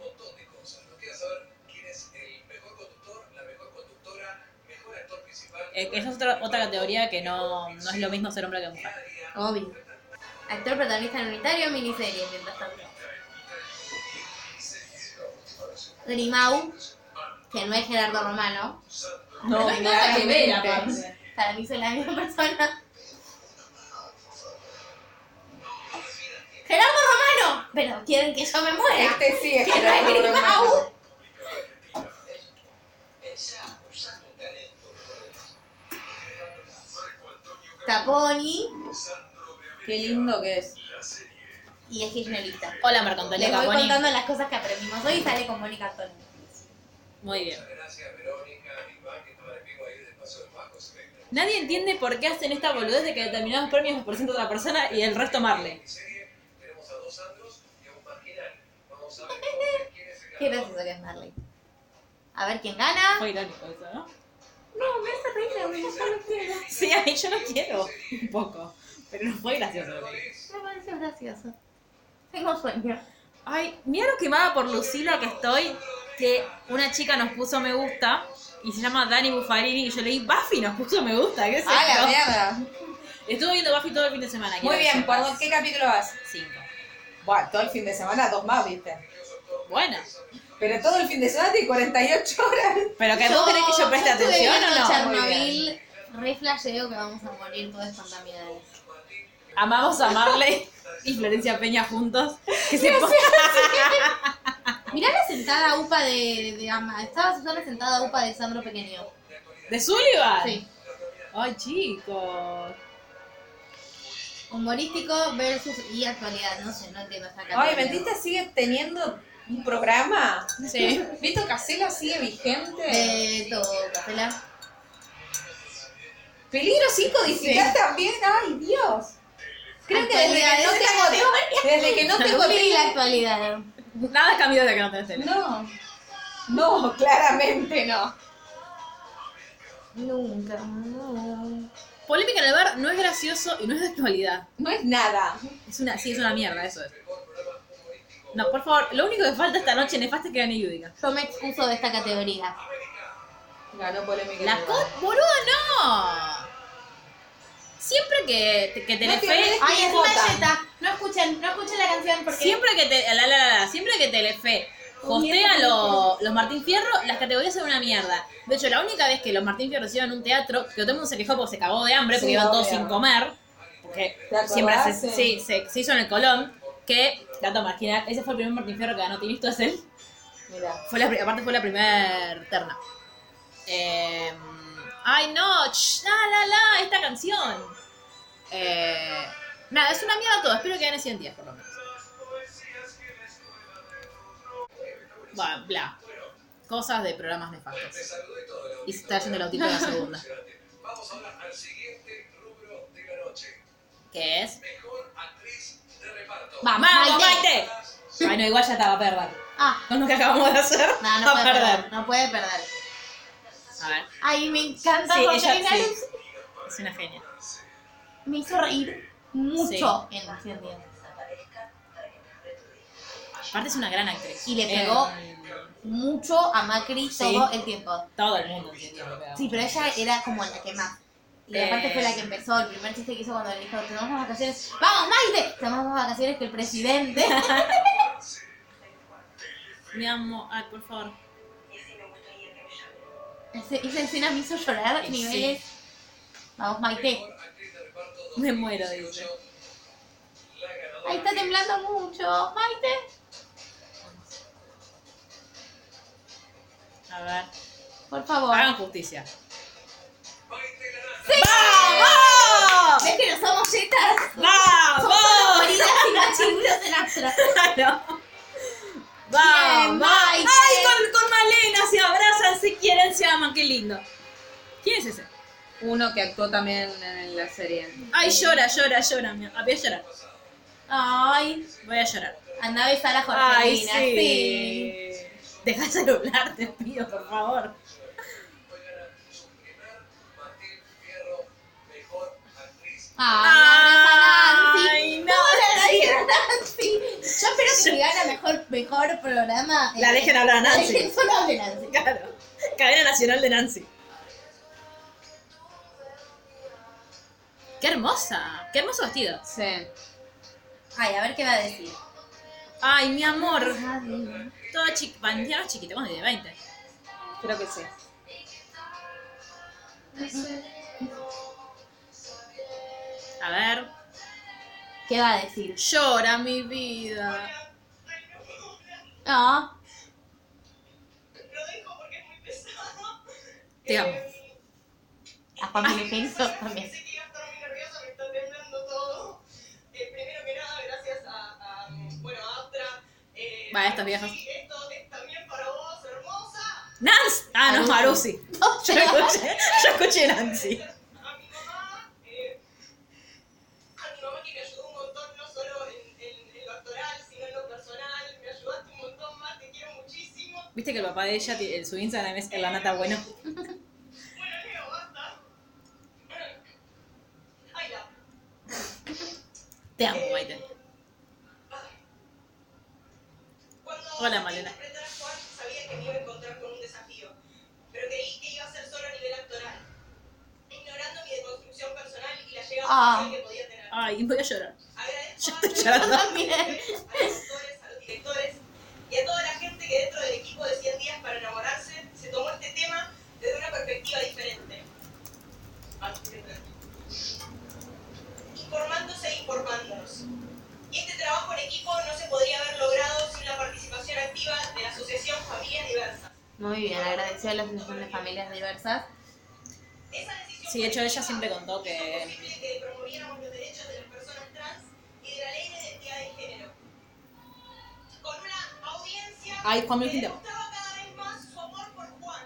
A: Eh, que esa es otra, otra categoría que no, no es lo mismo ser hombre que mujer.
C: Obvio. Actor protagonista en unitario, miniserie, mientras tanto. Grimau, que no es Gerardo Romano.
K: No, hay nada que ver, aparte.
C: Para mí son la misma persona. ¡Gerardo Romano! Pero quieren que yo me muera.
B: Este sí es
C: Que no es
B: Gerardo
C: Grimau.
B: Romano.
C: Taponi
B: Qué lindo que es.
C: y es kirchnerista.
A: Hola,
C: Les
A: Mercantolia
C: voy
A: Caponi.
C: contando las cosas que aprendimos hoy y sale con Mónica Antonio.
A: Muy bien.
G: Gracias, Verónica, Iván, que estaba de pico ahí del paso del Maco, se ve.
A: Nadie entiende por qué hacen esta boludez de que determinados premios los presenta otra persona y el resto Marley.
G: Tenemos a dos Andros y a un marginal. Vamos a ver entonces quién es el
C: Qué
G: ganador.
C: gracioso que es Marley. A ver quién gana.
A: Fue irónico eso, ¿no?
C: No, me hace reír, me hace reír.
A: Sí, a mí yo no quiero. Un poco. Pero no fue gracioso.
C: Me pareció gracioso. Tengo sueño.
A: Ay, mira lo quemada por Lucila que estoy, que una chica nos puso me gusta y se llama Dani Buffarini y yo leí Buffy nos puso me gusta, ¿qué es
B: ¡Ah, la
A: esto?
B: mierda!
A: Estuve viendo Buffy todo el fin de semana.
B: Muy
A: quiero
B: bien,
A: decirles.
B: ¿por qué capítulo vas?
A: Cinco.
B: Bueno, todo el fin de semana, dos más, viste.
A: Bueno,
B: Pero todo el fin de semana tiene 48 horas.
A: pero que vos querés que yo preste
C: estuve
A: atención
C: viendo
A: o no.
C: Chernobyl, re flasheo que vamos a morir todos contaminados.
A: Amamos a Marley y Florencia Peña juntos. Que se pongan-
C: Mirá la sentada upa de, de Ama. Estaba Susana sentada upa de Sandro Pequeño.
A: ¿De Sullivan?
C: Sí.
A: Ay, chicos.
C: Humorístico versus y actualidad. No sé, no entiendo esta
B: Ay,
C: categoría.
B: Mentita sigue teniendo un programa.
A: Sí.
B: Vito Casella sigue vigente.
C: De Eh, todo, Castela.
B: Peligro 5 codificar también. Ay, Dios. Creo que desde que no
C: Actualidades.
B: tengo, desde que no tengo
C: y
B: tele-
C: la actualidad.
A: Nada cambió de que no tenés tele.
B: No. No, claramente no.
C: Nunca.
A: Polémica en el bar no es gracioso y no es de actualidad.
B: No es nada.
A: Es una, sí, es una mierda, eso es. No, por favor, lo único que falta esta noche nefasta es que gane Yudica.
C: Yo me excuso de esta categoría.
B: Ganó polémica.
A: ¡La co... ¡Boludo, no! Siempre que, que
B: No te
A: Telefe...
B: olvides que
C: Ay, es una
B: votan.
C: yeta. No escuchen, no escuchen la canción porque.
A: Siempre que, te, la, la, la, la, siempre que Telefe hostea lo- los Martín Fierro, las categorías son una mierda. De hecho, la única vez que los Martín Fierro hicieron un teatro, que todo el mundo se quejó porque se cagó de hambre, porque
B: Sí,
A: iban todos
B: obvio.
A: sin comer, porque
B: ¿Te acordás?
A: siempre se,
B: Sí.
A: sí, se, se hizo en el Colón, que, dato marginal, ese fue el primer Martín Fierro que ganó Tinito, es él.
B: Mirá.
A: Fue la, pri- aparte fue la primera terna. Eh, ay, no, ch, la, la, la, esta canción. Eh, nada, es una mierda todo. Espero que gane 100 días, por lo menos. Bueno, bla. Cosas de programas nefastos. Y se está yendo el autito de la segunda.
G: Vamos ahora al siguiente rubro de la noche.
A: ¿Qué es?
G: Mejor actriz de reparto.
A: ¡Vamos, Maite! Ay, no, igual ya estaba a perder.
C: Ah,
A: Con lo que acabamos de hacer.
C: no,
A: va
C: no
A: a
C: puede
A: perder.
C: perder. No puede perder.
A: A ver.
C: Ay, me encanta
A: Sí,
C: porque
A: ella-
C: al final
A: sí.
C: es-
A: Es una genia.
C: me hizo reír mucho en los 100 días.
A: Aparte es una gran actriz.
C: Y le
A: Eh,
C: pegó mucho a Macri
A: sí.
C: todo el tiempo.
A: todo el mundo entendió lo que hago.
C: Sí, pero ella era como la que más. Y
A: Eh.
C: aparte fue la que empezó, el primer chiste que hizo cuando le dijo, tenemos más vacaciones. ¡Vamos, Maite! Tenemos más vacaciones que el presidente.
A: Mi amo, ay, por favor.
C: Ese- Esa escena me hizo llorar
A: Sí.
C: niveles. Vamos, Maite.
A: Me muero, dice.
C: Ahí está temblando mucho. Maite.
A: A ver.
C: Por favor.
A: Hagan justicia.
C: ¡Sí!
A: ¡Vamos!
C: ¿Ves que no somos jetas? Somos
A: ¡Vamos!
C: bolitas y machirulos en abstracto.
A: ¡Vamos!
C: Bien,
A: ¡Ay,
C: Maite.
A: con, con Malena! Se abrazan, se quieren, se aman. ¡Qué lindo! ¿Quién es ese?
B: Uno que actuó también en la serie.
A: Ay, llora, llora, llora. mi- ah, Voy a llorar.
C: Ay,
A: Voy a llorar.
C: anda a besar a Jorgelina.
A: Ay,
C: sí.
A: sí. Deja el celular, te pido, por favor.
C: Ay,
A: Ay,
C: la
A: no.
C: abraza Nancy. Nancy. Yo espero que si gana mejor, mejor programa.
A: La
C: eh,
A: dejen hablar a
C: la
A: Nancy.
C: dejen solo hable Nancy.
A: Claro. Cadena Nacional de Nancy. ¡Qué hermosa! ¡Qué hermoso vestido!
B: Sí.
C: Ay, a ver qué va a decir.
A: ¡Ay, mi amor!
C: Ay,
A: Toda chiquita. Valenciano chiquita, bueno, de 20.
B: Creo que sí.
A: A ver.
C: ¿Qué va a decir?
A: Llora mi vida.
C: No.
A: Te amo.
C: A Juan Pinto también.
F: Pensé que iba a estar muy nerviosa, me está temblando todo. Eh, primero que nada, gracias a, a, bueno, a Astra. Eh,
A: Va, estos viejos.
F: Sí, esto es también para vos, hermosa.
A: ¡Nancy! Ah, no, Marusi. Yo escuché, yo escuché Nancy.
F: A mi mamá, eh, a mi mamá que me ayudó un montón, no solo en, en- en lo actoral, sino en lo personal. Me ayudaste un montón más, te quiero muchísimo.
A: Viste que el papá de ella, ti- en su Instagram es la nata bueno.
F: Bueno, Leo, basta. Ay, la.
A: Te amo, Maite.
F: Cuando
A: Hola,
F: empecé
A: Malena.
F: a interpretar a Juan, sabía que me iba a encontrar con un desafío, pero creí que iba a ser solo a nivel actoral, ignorando mi deconstrucción personal y la llegada
C: Ah.
F: social que podía tener.
A: Ay, voy a llorar.
F: Agradezco
A: Yo
F: a
A: estoy
F: todos
A: llorando.
F: los actores, a los actores, a los directores y a toda la gente que dentro del equipo de 100 días para enamorarse se tomó este tema desde una perspectiva diferente. Informándose e informándonos. Y este trabajo en equipo no se podría haber logrado sin la participación activa de la Asociación Familias Diversas.
C: Muy bien, agradecido a la Asociación de Familias Diversas.
F: Esa decisión
A: Sí, de hecho, ella siempre contó
F: hizo
A: que
F: posible que promoviéramos los derechos de las personas trans y de la ley de identidad de género. Con una audiencia
A: Ay, Juan
F: que
A: Martín.
F: demostraba cada vez más su amor por Juan.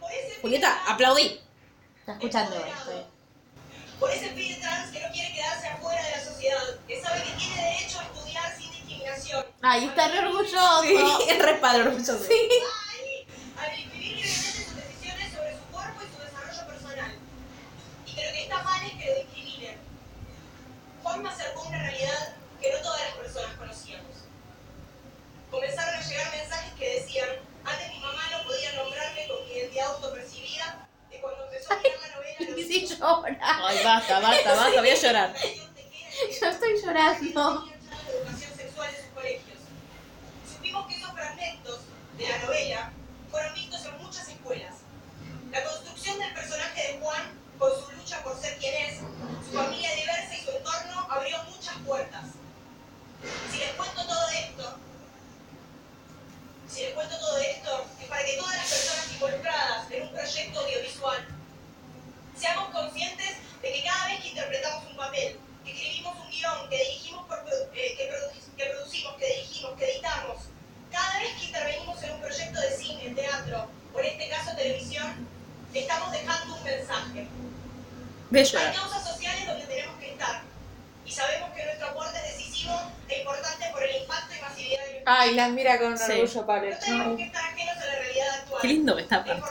F: Por ese
A: Julieta, aplaudí.
C: Está escuchando esto. eh.
F: por ese pibe trans que no quiere quedarse afuera de la sociedad, que sabe que tiene derecho a estudiar sin discriminación,
C: Ay, está re orgulloso.
A: es re padre, orgulloso.
F: al vivir libremente sus decisiones sobre su cuerpo y su desarrollo personal. Y que lo que está mal es que lo discriminen. Juan me acercó a una realidad que no todas las personas conocíamos. Comenzaron a llegar mensajes que decían, antes mi mamá no podía nombrarme con mi identidad autopercibida, y cuando empezó a mirar la novela... los
C: Y sí llora.
A: Ay, basta, basta, basta, voy a llorar.
C: Yo estoy llorando.
F: educación sexual en sus colegios. Supimos que esos fragmentos de la novela fueron vistos en muchas escuelas. La construcción del personaje de Juan, con su lucha por ser quien es, su familia diversa y su entorno abrió muchas puertas. Si les cuento todo esto, si les cuento todo esto, es para que todas las personas involucradas en un proyecto audiovisual seamos conscientes de que cada vez que interpretamos un papel, que escribimos un guión, que dirigimos, por produ- eh, que, produ- que producimos, que dirigimos, que editamos, cada vez que intervenimos en un proyecto de cine, teatro o en este caso televisión, estamos dejando un mensaje.
A: Bello.
F: Hay causas sociales donde tenemos que estar y sabemos que nuestro aporte es decisivo e importante por el impacto y masividad del
B: Ah, Ay, las mira con
A: Sí.
B: orgullo, Pablo.
F: no tenemos que estar ajenos a la realidad actual.
A: Qué lindo que está parte.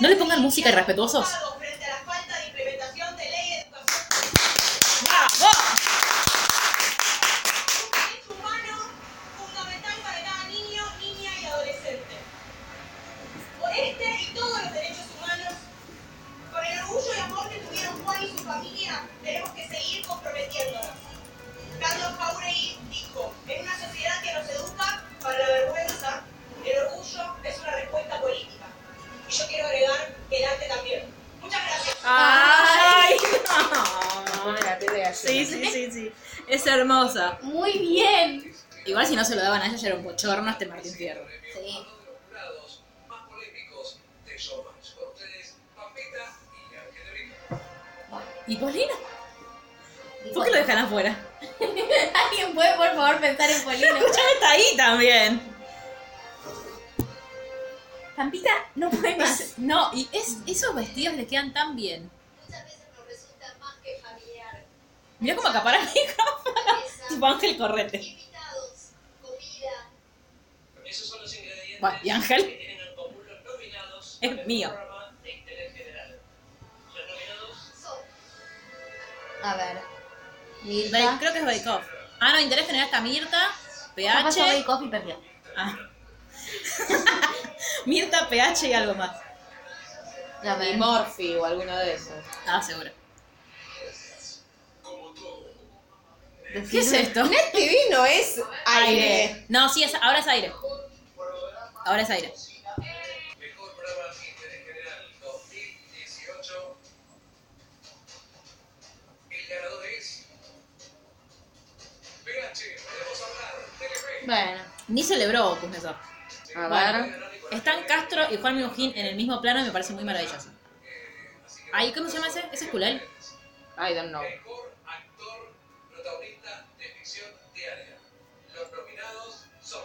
A: No le pongan música irrespetuosos.
F: este
A: hermosa.
C: Muy bien.
A: Igual si no se lo daban a ella ya era un bochorno este Martín Fierro.
C: Sí.
A: ¿Y Polina? ¿Por qué lo dejan afuera?
C: ¿Alguien puede por favor pensar en Polina?
A: Escuchame está ahí también.
C: Pampita no puede más.
A: no, y es, esos vestidos le quedan tan bien. Mira cómo acapara mi cámara. Tipo Ángel Correte.
G: Esos son los ingredientes
A: Bueno, y
G: que
A: Ángel
G: tienen en común los nominados
A: Es
G: para el
A: mío.
G: programa de interés general. Los nominados
C: A ver.
A: Bake- creo que es Bake Off. Ah, no, interés general está Mirta,
C: ¿Qué pasó Bake
A: PH.
C: Off y perdió?
A: Ah. Mirta, PH y algo más.
C: A
B: Y
C: ver.
B: Morphy o alguno de esos.
A: Ah, seguro. ¿Qué
C: Decime.
A: es esto?
B: Este vino es aire.
A: No, sí, es, ahora es aire. Ahora es aire.
G: mejor programa de interés general 2018. El ganador es PH. Podemos hablar. TLP.
C: Bueno.
A: Ni celebró Opus Mezzo.
B: A
A: Bueno,
B: ver.
A: están Castro y Juan Minujín en el mismo plano y me parece muy maravilloso. Ay, ¿cómo se llama ese? ¿Ese es Culel?
B: I don't know.
G: Mejor actor protagonista de ficción diaria. Los nominados son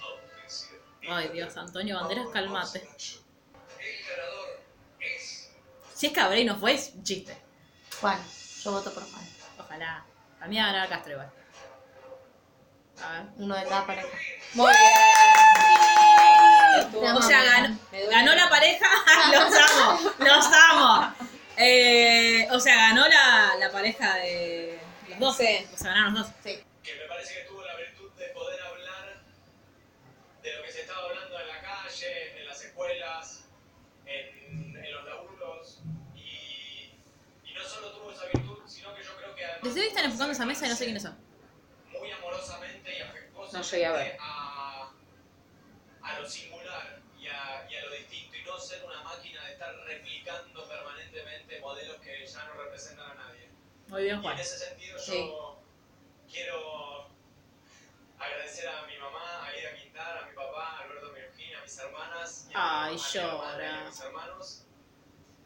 G: Auspicio.
A: Ay, Dios, Antonio Banderas, calmate.
G: El ganador es
A: Si es Cabré y no fue, es un chiste.
C: Juan. Yo voto por Juan.
A: Ojalá. A mí me va a ganar Castro igual. A ver.
C: Uno de cada pareja.
B: Muy bien. Estuvo-
C: Te amo,
A: O sea,
C: amiga.
A: ganó,
B: Me duele.
A: ganó la pareja. los amo, los amo. Eh, o sea, ganó la, la pareja de los dos.
B: Sí.
A: O sea, ganaron los dos.
G: que me parece que tuvo la virtud de poder hablar de lo que se estaba hablando en la calle, en las escuelas, en, en los laburos, y, y no solo tuvo esa virtud, sino que yo creo que además...
A: Desde hoy están enfocando esa mesa y no sé quiénes son.
G: Muy amorosamente y afectuosamente
B: No llegué a ver.
G: A, a lo singular y a, y a lo distinto, y no ser una máquina de estar replicando permanentemente modelos que ya no representan a nadie.
A: Muy bien,
G: Y en
A: Juan.
G: ese sentido yo
B: Sí.
G: quiero agradecer a mi mamá, a Ida Quintar, a mi papá, a Alberto Minujín, a mis hermanas, y a,
A: Ay,
G: mi hermana y a
A: llora.
G: mis hermanos.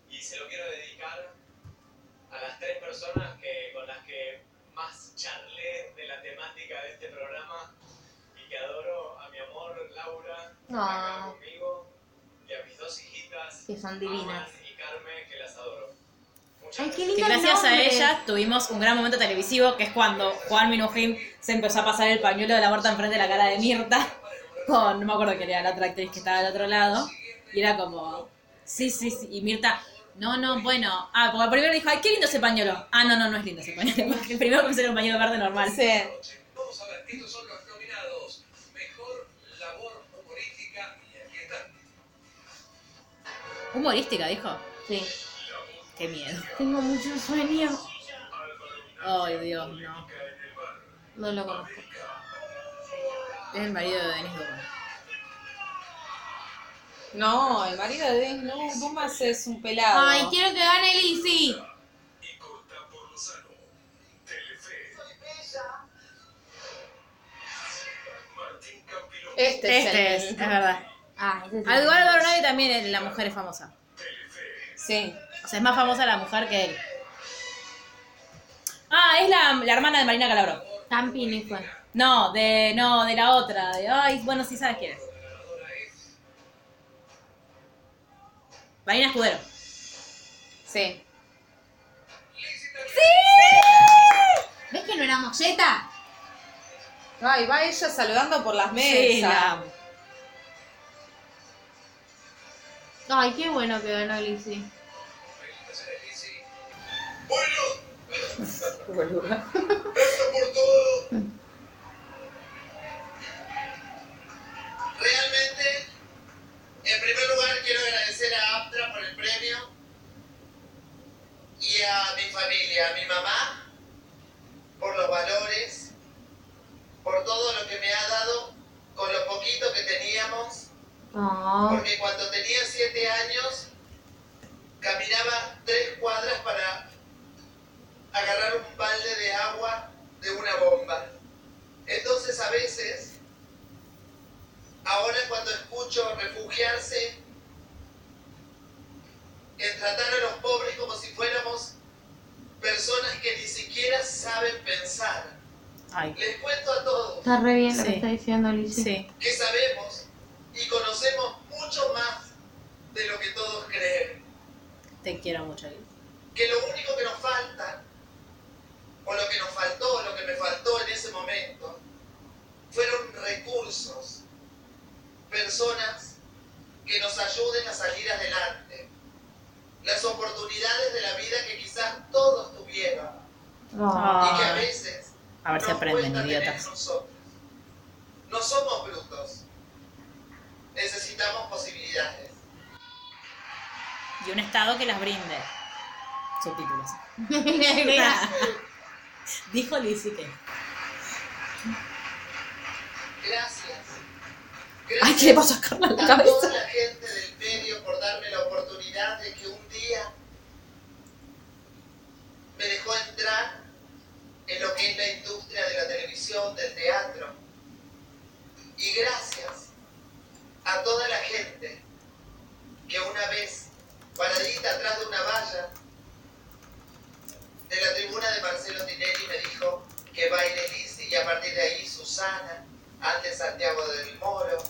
G: Y se lo quiero dedicar a las tres personas que, con las que más charlé de la temática de este programa y que adoro, a mi amor Laura, que está acá
C: No.
G: conmigo, y a mis dos hijitas,
C: Que son divinas.
G: Aman y Carmen, que las adoro. Muchas
C: Ay, qué
G: gracias.
A: Que
C: lindo
A: gracias a
C: nombre.
A: ella tuvimos un gran momento televisivo, que es cuando Juan Minujín se empezó a pasar el pañuelo de la aborto enfrente de la cara de Mirta, con, no me acuerdo quién era la otra actriz que estaba al otro lado, y era como, sí, sí, sí, y Mirta, no, no, bueno, ah, porque primero dijo, ay, qué lindo ese pañuelo. Ah, no, no, no es lindo ese pañuelo, primero pensé en un pañuelo verde normal.
G: Vamos a ver, estos son los nominados. Mejor labor humorística. Y aquí están.
A: Humorística, dijo.
C: Sí.
A: Qué miedo.
C: Tengo mucho sueño.
A: Ay, Dios, no.
C: No lo conozco.
A: Es el marido de Denis Dugan.
B: No, el marido de Denis no, Dumas es un pelado.
C: Ay, quiero que gane Lizzy.
G: Y corta por Lozano. Telefe. Martín Campilón.
B: Este,
A: Este es,
B: el-
A: es verdad.
C: Ah, ese sí.
A: Al igual a Doronati también la mujer es famosa.
B: Sí.
A: O sea, es más famosa la mujer que él. Ah, es la, la hermana de Marina Calabró.
C: Campini fue.
A: No, de no, de la otra. De, ay, bueno, sí sabes quién es. Marina Escudero.
B: Sí.
C: ¿Ves que no era molleta?
B: No, y va ella saludando por las mesas.
I: Sí, la-
C: Ay, qué bueno que ganó Lizzie.
G: Realmente, en primer lugar quiero agradecer a Aptra por el premio y a mi familia, a mi mamá, por los valores, por todo lo que me ha dado con lo poquito que teníamos, porque cuando tenía siete años caminaba tres cuadras para agarrar un balde de agua de una bomba. Entonces a veces Ahora cuando escucho refugiarse en tratar a los pobres como si fuéramos personas que ni siquiera saben pensar. Les cuento a todos
C: Está re bien lo que está diciendo Lizzie.
G: que sabemos y conocemos mucho más de lo que todos creen.
A: Te quiero mucho, Liz.
G: Que lo único que nos falta, o lo que nos faltó, lo que me faltó en ese momento, fueron recursos, personas que nos ayuden a salir adelante, las oportunidades de la vida que quizás todos tuvieron y que a
A: Ay.
G: veces
A: A ver si aprenden,
G: cuesta tener
A: idiotas.
G: nosotros. No somos brutos, necesitamos posibilidades.
I: Y un Estado que las brinde. Subtítulos. Dijo Lizzie que.
G: Gracias.
I: Ay, ¿qué le pasó a Carla en la
G: a
I: cabeza?
G: toda la gente del medio por darme la oportunidad de que un día me dejó entrar en lo que es la industria de la televisión, del teatro. Y gracias a toda la gente que una vez, paradita atrás de una valla de la tribuna de Marcelo Tinelli, me dijo que baile Lizzy y a partir de ahí Susana, antes Santiago del Moro,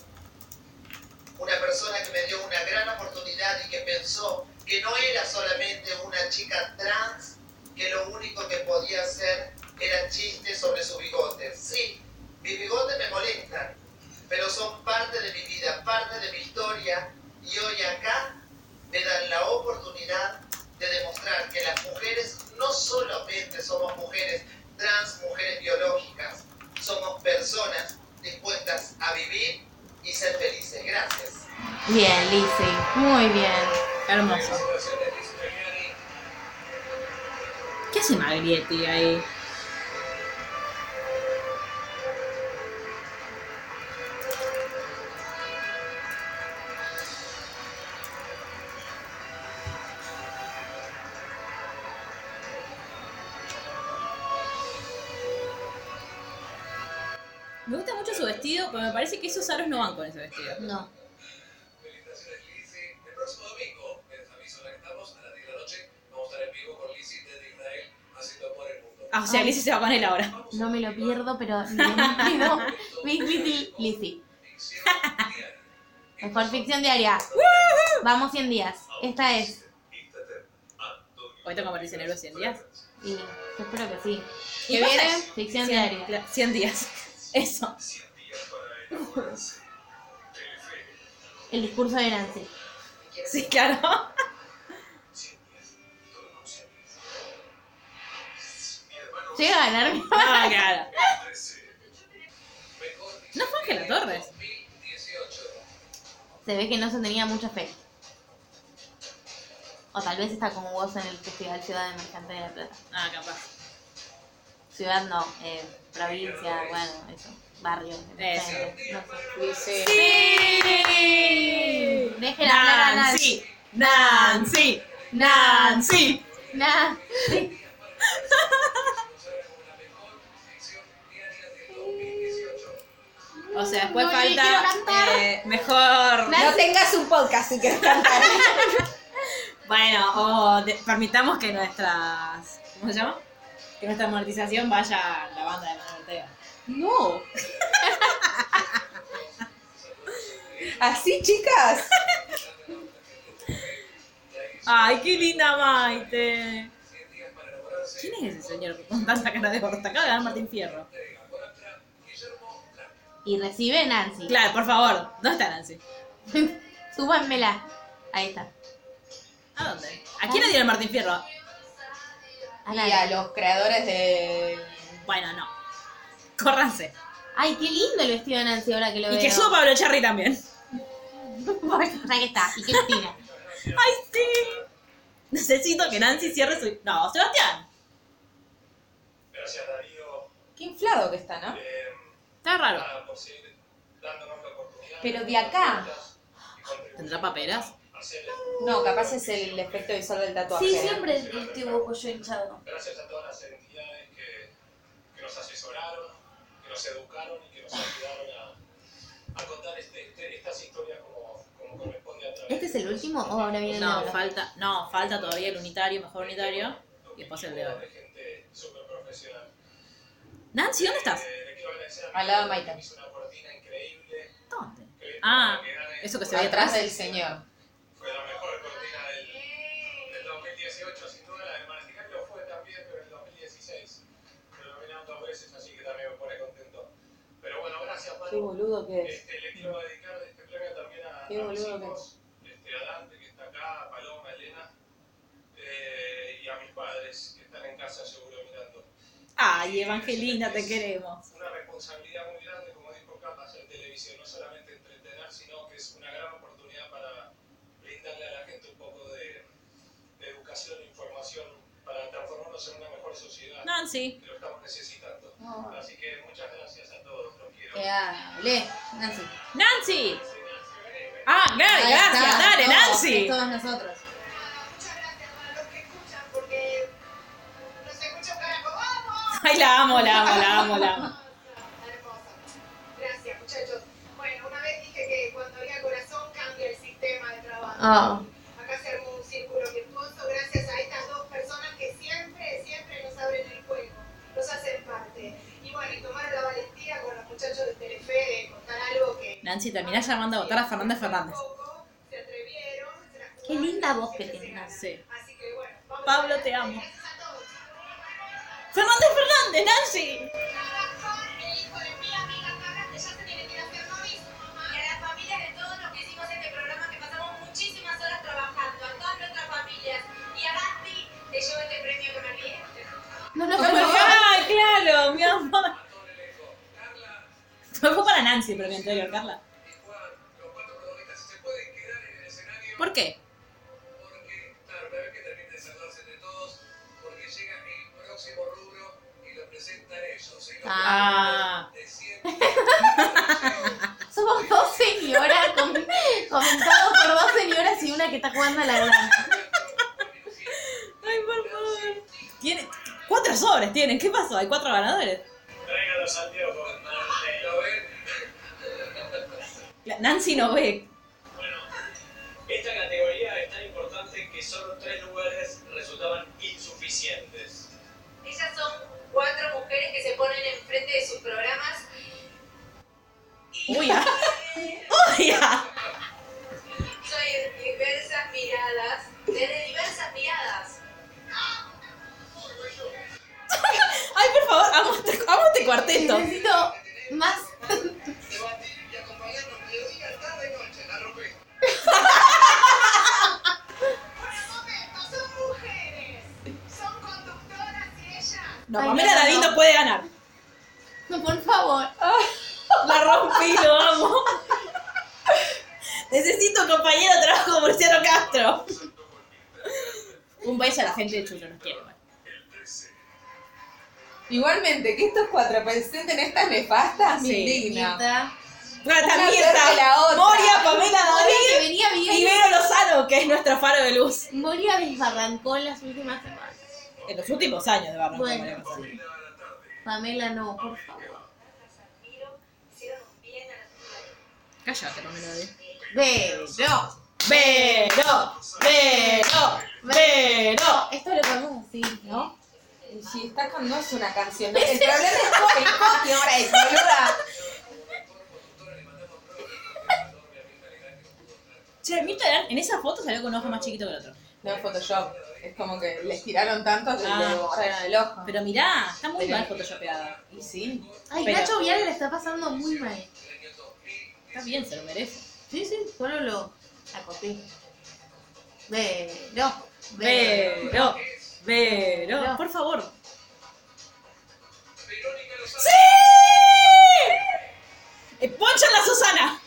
G: una persona que me dio una gran oportunidad y que pensó que no era solamente una chica trans, que lo único que podía hacer era chistes sobre su bigote. Sí, mis bigotes me molestan, pero son parte de mi vida, parte de mi historia, y hoy acá me dan la oportunidad de demostrar que las mujeres no solamente somos mujeres trans, mujeres biológicas, somos personas dispuestas a vivir y ser felices. Gracias.
C: Bien, Lizzie. Muy bien.
A: Hermoso. ¿Qué hace Magrietti ahí? Me gusta mucho su vestido, pero me parece que esos aros no van con ese vestido.
C: No.
G: Felicitaciones Lizzy. El próximo domingo, les aviso, la estamos a las 10 de la noche. Vamos a estar en vivo con Lizzy desde Israel, haciendo por el mundo.
I: Ah, o sea, Lizzie se va con él ahora.
C: No me lo pierdo, pero ni de no. Big Little Lizzie. Mejor ficción diaria. Vamos 100 días. Esta es.
A: Hoy tengo convertirse en héroe 100 días.
C: Y yo espero que sí.
A: ¿Qué viene?
C: Ficción diaria.
A: 100 días. Eso.
C: El discurso de Nancy.
A: Sí, claro.
C: Llega a ganar.
A: No, Ah, claro. No fue Ángela Torres.
C: Se ve que no se tenía mucha fe. O tal vez está como vos en el Festival Ciudad de Mercante de la Plata.
A: Ah, capaz.
C: Ciudad no, eh, provincia, bueno, eso. Barrio.
A: Eh,
C: no sé, no sé.
B: Dice,
A: ¡Sí!
C: Dejen hablar a Nancy.
A: Nancy. Nancy. Nancy.
C: Nah.
A: O sea, después
C: No le quiero cantar.
A: falta eh, mejor.
B: no tengas un podcast si quieres cantar.
A: Bueno, o de- permitamos que nuestras. ¿Cómo se llama? Que nuestra monetización vaya a la banda de Manuel Ortega. No.
B: Así, chicas.
A: Ay, qué linda Maite. ¿Quién es ese señor con tanta cara de horta? Acaba de ganar Martín Fierro.
G: Guillermo
C: y recibe Nancy.
A: Claro, por favor. ¿Dónde está Nancy?
C: Súbanmela. Ahí está.
A: ¿A dónde? ¿A quién le dieron Martín Fierro?
C: A
B: Y
C: la-
B: a los creadores de.
A: Bueno, no. Córranse.
C: Ay, qué lindo el vestido de Nancy ahora que lo
A: Y
C: veo.
A: que suba Pablo Cherry también.
C: Ahí que está. Y Cristina.
A: ¡Ay, sí! Necesito que Nancy cierre su. No, Sebastián.
G: Gracias, Darío.
B: Qué inflado que está, ¿no?
G: Eh,
A: Está raro.
G: nada, por seguir dándonos la oportunidad.
B: Pero de acá.
A: ¿Tendrá paperas?
B: No, capaz es el efecto visual del tatuaje.
L: Sí, siempre estoy ojo yo hinchado.
G: Gracias a todas las entidades que, que nos asesoraron, que nos educaron y que nos ayudaron a, a contar este- este- estas historias como, como corresponde a través
C: ¿Este es el último o ahora viene el
A: No,
C: otro?
A: falta. No, falta todavía el unitario, mejor unitario. Y después el de oro.
G: Este de gente Eh, súper profesional.
A: Nancy, ¿dónde estás?
G: Le quiero agradecer a
B: Al lado de Maita.
G: hizo una cortina increíble.
A: ¿Dónde?
G: que
A: Ah, eso que se ve
B: Atrás
A: atrás.
B: del señor.
G: Fue la mejor cortina del, del 2018, sin duda la de Martín lo fue también, pero en el 2016. Lo nominaron dos veces, así que también me pone contento. Pero bueno, gracias,
B: Qué
G: Manu.
B: boludo que es.
G: Este, le quiero dedicar este premio también a,
B: Qué
G: a mis
B: boludo que
G: hijos, este, a Dante, que está acá, a Paloma, a Elena, eh, y a mis padres, que están en casa seguro mirando.
A: Ay, Evangelina, te queremos.
G: Una responsabilidad muy grande, como dijo Capa, hacer televisión, no solamente entretener, sino que es una gran oportunidad para brindarle a la gente un poco de, de educación e información para transformarnos en una mejor sociedad.
A: Nancy.
G: que Lo estamos necesitando. Así que muchas gracias a todos, los quiero.
C: Que hable, Nancy.
A: ¡Nancy! Ah, Gaby, gracias.
C: está,
A: Dale,
C: todos,
A: Nancy.
C: Todos nosotros.
A: Ay, la amo, la amo, la amo, la amo.
F: Gracias, muchachos. Bueno, una vez dije que cuando había corazón cambia el sistema de trabajo.
C: Ah.
F: Acá se armó un círculo virtuoso gracias a estas dos personas que siempre, siempre nos abren el juego, nos hacen parte. Y bueno, y tomaron la valentía con los muchachos de Telefe de contar algo que
A: Nancy, terminás llamando a votar a Fernández Fernández.
F: se atrevieron. se la
C: Qué
F: jugaron.
C: linda voz que tiene Nancy.
A: Sí.
F: Así que bueno, vamos
A: Pablo,
F: adelante.
A: te amo.
F: Gracias a todos.
A: ¡Fernández Fernández, Nancy!
F: El hijo de mi amiga Carla, que ya se tiene que ir a hacer novios, mamá. Y a las familias de todos los que hicimos este programa, que pasamos muchísimas horas trabajando, a todas nuestras familias. Y a Gaspi, te llevo este premio que me olvidé.
C: No, no, pero-
A: ¡Ah, claro, mi amor! Fue para Nancy el premio anterior, Carla. ¿Por qué?
G: Porque, claro, una vez que terminen de saludarse entre todos, porque llega el próximo rubro y lo presentan ellos. ¿eh?
A: Ah.
G: De siempre.
C: Somos dos señoras com- comentados por dos señoras y una que está jugando a la granja.
A: Ay, por favor. Tiene cuatro sobres tienen. ¿Qué pasó? Hay cuatro ganadores.
G: Traigan los anteojos. ¿Lo ven?
A: La- Nancy no ve.
G: Bueno, esta categoría es tan importante que solo tres lugares resultaban insuficientes.
F: Ellas son cuatro mujeres que se ponen enfrente de sus programas.
A: Uy, ah. Uy, ah.
F: Soy de diversas miradas, desde diversas miradas.
A: Ay, por favor, amo este, amo este cuarteto.
C: Necesito más.
G: Debatir y acompañarnos mediodía, tarde, noche. La rompé.
F: Por el momento, son mujeres, son conductoras y ellas.
A: No,
C: Ay,
A: Pamela
C: no, no,
A: David
C: no.
A: no puede ganar.
C: Por favor.
A: La rompí, lo amo. Necesito un compañero de trabajo como Luciano Castro. Un beso a la gente de Chucho, nos quiere. igual.
B: Igualmente, que estos cuatro presenten estas nefastas me
A: Sí.
B: indigna.
A: Plata
B: Una peor que la
A: Mirta,
B: otra.
A: Moria, Pamela
C: Moria que
A: David
C: venía
A: y
C: bien.
A: Vero Lozano, que es nuestro faro de luz.
C: Moria desbarrancó las últimas semanas.
A: En los últimos años de Barranco Moria
C: Bueno,
A: Lozano.
C: sí. Pamela, no, por favor.
A: Cállate, Pamela David.
C: Bello.
A: Vero, Vero, Vero.
C: Esto lo podemos decir, ¿no?
B: Y si estás con no es una canción. ¿no? El problema es copy, copy ahora es, boluda.
A: Che, Mirta Legrand en esa foto salió con un ojo más chiquito que el otro.
B: No es Photoshop. Es como que les tiraron tanto que le borraron el ojo.
A: Ah, Pero mirá, Ah, está muy mal photoshopeada.
B: Y sí.
C: Ay,
A: Pero-
C: Nacho Vial le está pasando muy mal.
A: Está bien, se lo merece.
C: Sí, sí, solo lo acopé. Vero.
A: Vero, Vero, por favor. ¡Sí! Eh, ¡Ponchen la Susana!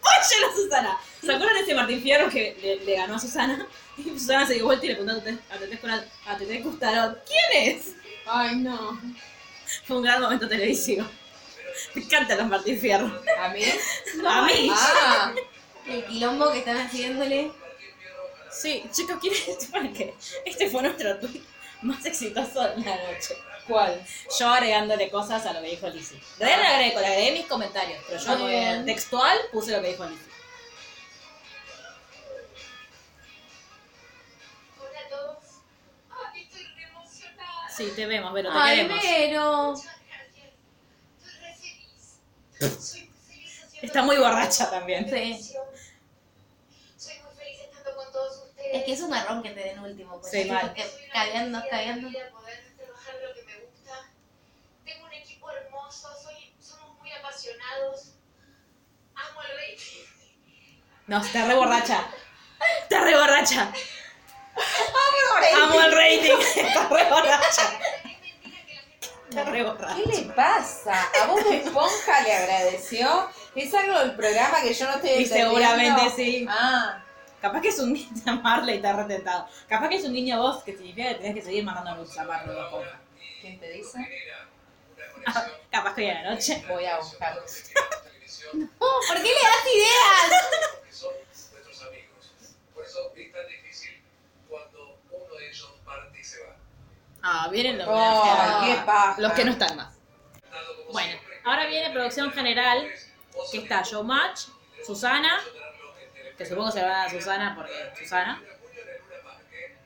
A: ¡Ponchen la Susana! ¿Se acuerdan de ese Martín Fierro que le, le ganó a Susana? Y Susana se dio vuelta y le preguntó a Tete- a Tete Custarot, a Tete Custarot, ¿quién es?
B: Ay, no.
A: Fue un gran momento televisivo. Me encantan los Martín Fierro.
B: ¿A mí?
A: A mí.
B: Ah,
C: El quilombo que están haciéndole.
A: Sí, chicos, ¿quieren que sepan que este fue nuestro tweet más exitoso de la noche?
B: ¿cuál?
A: Yo agregándole cosas a lo que dijo Lizzie. En realidad no le agregué, le agregué mis comentarios, pero yo eh,
C: Muy bien.
A: textual puse lo que dijo Lizzie.
F: Hola a todos. Ay, estoy re emocionada.
A: Sí, te vemos, Vero, te
C: Ay,
A: queremos.
C: Vero.
F: Muchas gracias. Estoy re feliz. Soy muy feliz haciendo
A: Está muy borracha también.
C: Sí.
F: Soy muy feliz estando con todos ustedes.
C: Es que es un marrón que te den último. Pues
A: Sí,
C: yo
A: mal.
C: siento que caviando,
F: Soy una
C: caviando.
F: alegría poder trabajar lo que me gusta. Tengo un equipo hermoso, soy, somos muy apasionados. Amo el rating.
A: No, está re borracha. Está re borracha.
B: rating.
A: Amo el rating. Está re borracha. Está re borracha.
B: ¿Qué le pasa? ¿A vos Esponja le agradeció? ¿Es algo del programa que yo no estoy
A: Y
B: entendiendo?
A: seguramente sí.
B: Ah,
A: Capaz que es un niño Marley está retentado. Capaz que es un niño vos que significa que tenés que seguir mandando luz a Marley. vos, porfa.
B: ¿quién te dice?
A: Ah, Capaz que hoy a la noche.
B: Voy a buscar.
C: Oh, ¿Por qué le das ideas?
G: que son nuestros amigos. Por eso es tan difícil cuando uno de ellos parte y se va.
A: Ah, vienen los
B: Oh, qué paja.
A: Los que no están más. Bueno, ahora viene producción general, que está Showmatch, Susana, que supongo se va a Susana porque Susana.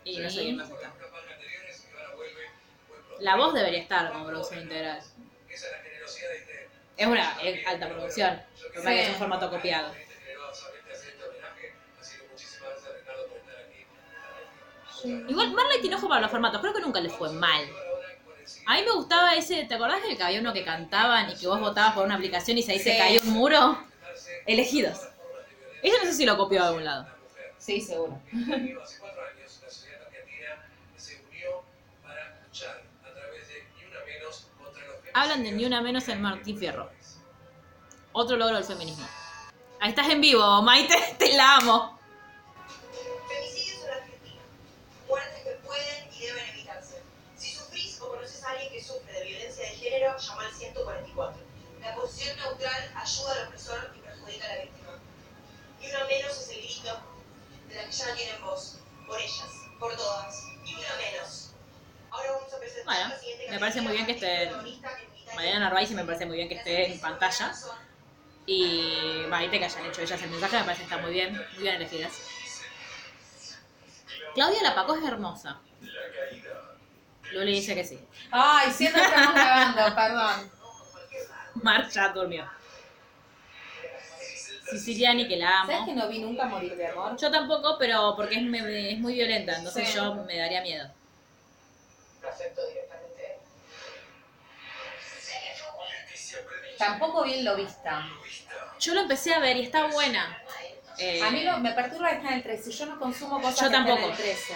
A: Y no sé quién más está. La voz debería estar como producción integral.
G: este
A: Es una es alta producción, lo que pasa es que es un formato copiado. Igual Marley tiene ojo para los formatos, creo que nunca le fue mal. A mí me gustaba ese, ¿te acordás que había uno que cantaban y que vos votabas por una aplicación y se ahí se
B: Sí.
A: caía un muro? Elegidos. Eso no sé si lo copió de algún lado.
B: Sí, seguro.
G: Hace cuatro años, la sociedad argentina se unió para luchar a través de Ni Una Menos contra los
A: Hablan de ni una menos en Martín Fierro. Otro logro del feminismo. Ahí estás en vivo, Maite, te la amo.
F: Femicidios en la Argentina. Muertes que pueden y deben evitarse. Si sufrís o conoces a alguien que sufre de violencia de género, llama al 144. La posición neutral ayuda al opresor y perjudica a la víctima. Y una menos es el grito de las que ya no tienen voz. Por ellas, por todas. Y una menos. Ahora vamos a presentar
A: Bueno,
F: la siguiente
A: me parece muy bien que esté- Mariana Narváez y me parece muy bien que esté en pantalla. Y Maite que hayan hecho ellas el mensaje, me parece que está muy bien, muy bien elegidas. Claudia Lapacó es hermosa. Luli dice que sí.
B: Ay, siento que estamos grabando, perdón.
A: Mark ya durmió. Siciliani, que la
B: ¿Sabes que
A: amo.
B: no vi nunca morir de amor?
A: Yo tampoco, pero porque es, me- es muy violenta, entonces
B: Sí.
A: yo me daría miedo.
B: Tampoco vi el lobista.
A: Yo lo empecé a ver y está buena. Eh,
B: A mí lo- me perturba que está en el 13. Yo no consumo cosas
A: Yo
B: que están en
A: tampoco.
B: el 13.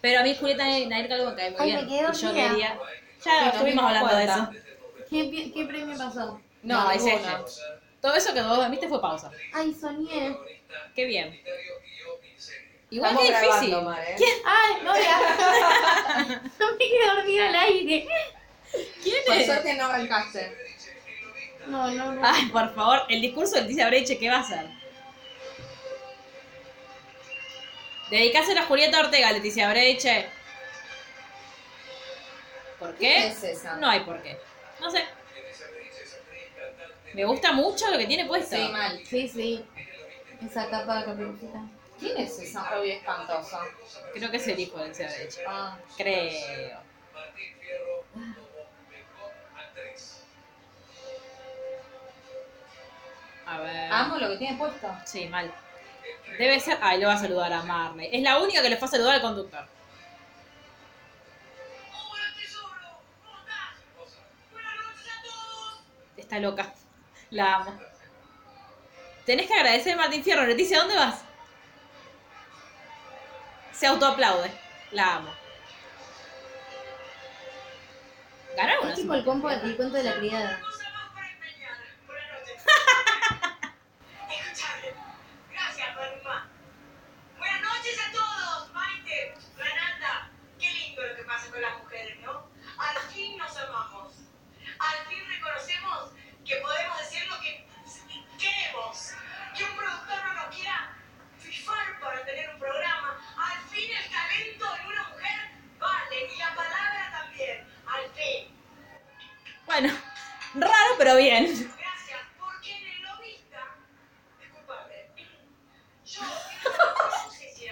A: Pero a mí Julieta Nair Calvo me cae muy
C: Ay,
A: bien.
C: me quedo
A: y yo
C: dormida.
A: quería... Ya estuvimos hablando de eso.
C: ¿Qué, pi- qué premio pasó?
A: No, es
B: ninguno.
A: este. Todo eso que vos dormiste fue pausa.
C: Ay, soñé.
A: Qué bien. Igual
B: Estamos
A: que difícil.
B: grabando, Mar, ¿eh?
C: Ay, no, ya. No me quedé dormida al aire.
A: ¿Quién
B: Por
A: es? ¿Eh?
B: suerte no arrancaste.
C: No, no, no.
A: Ay, por favor, el discurso del Tiza Breche, ¿qué va a ser? Dedicáselo a Julieta Ortega, Leticia Breche. ¿Por
B: ¿Quién
A: qué?
B: es esa?
A: No hay por qué. No sé. Me gusta mucho lo que tiene puesto.
B: Sí, mal.
C: Sí, sí. Esa capa con peluquita.
B: ¿Quién es esa rubia espantosa?
A: Creo que es el hijo de Leticia Breche.
B: Ah,
A: Creo. A ver.
B: Amo lo que tiene puesto.
A: Sí, mal. Debe ser. Ay, lo va a saludar a Marley. Es la única que le fue a saludar al conductor. Está loca. La amo. Tenés que agradecer a Martín Fierro. Leticia, ¿dónde vas? Se autoaplaude. La amo. Ganaron.
C: Es tipo el, compo, el cuento de la criada.
F: Gracias, Paloma. Buenas noches a todos, Maite, Renata. Qué lindo lo que pasa con las mujeres, ¿no? Al fin nos amamos. Al fin reconocemos que podemos decir lo que queremos. Que un productor no nos quiera fifar para tener un programa. Al fin el talento de una mujer vale. Y la palabra también. Al fin.
A: Bueno, raro pero bien.
F: Gracias, porque en el lobista. Disculpame. Yo.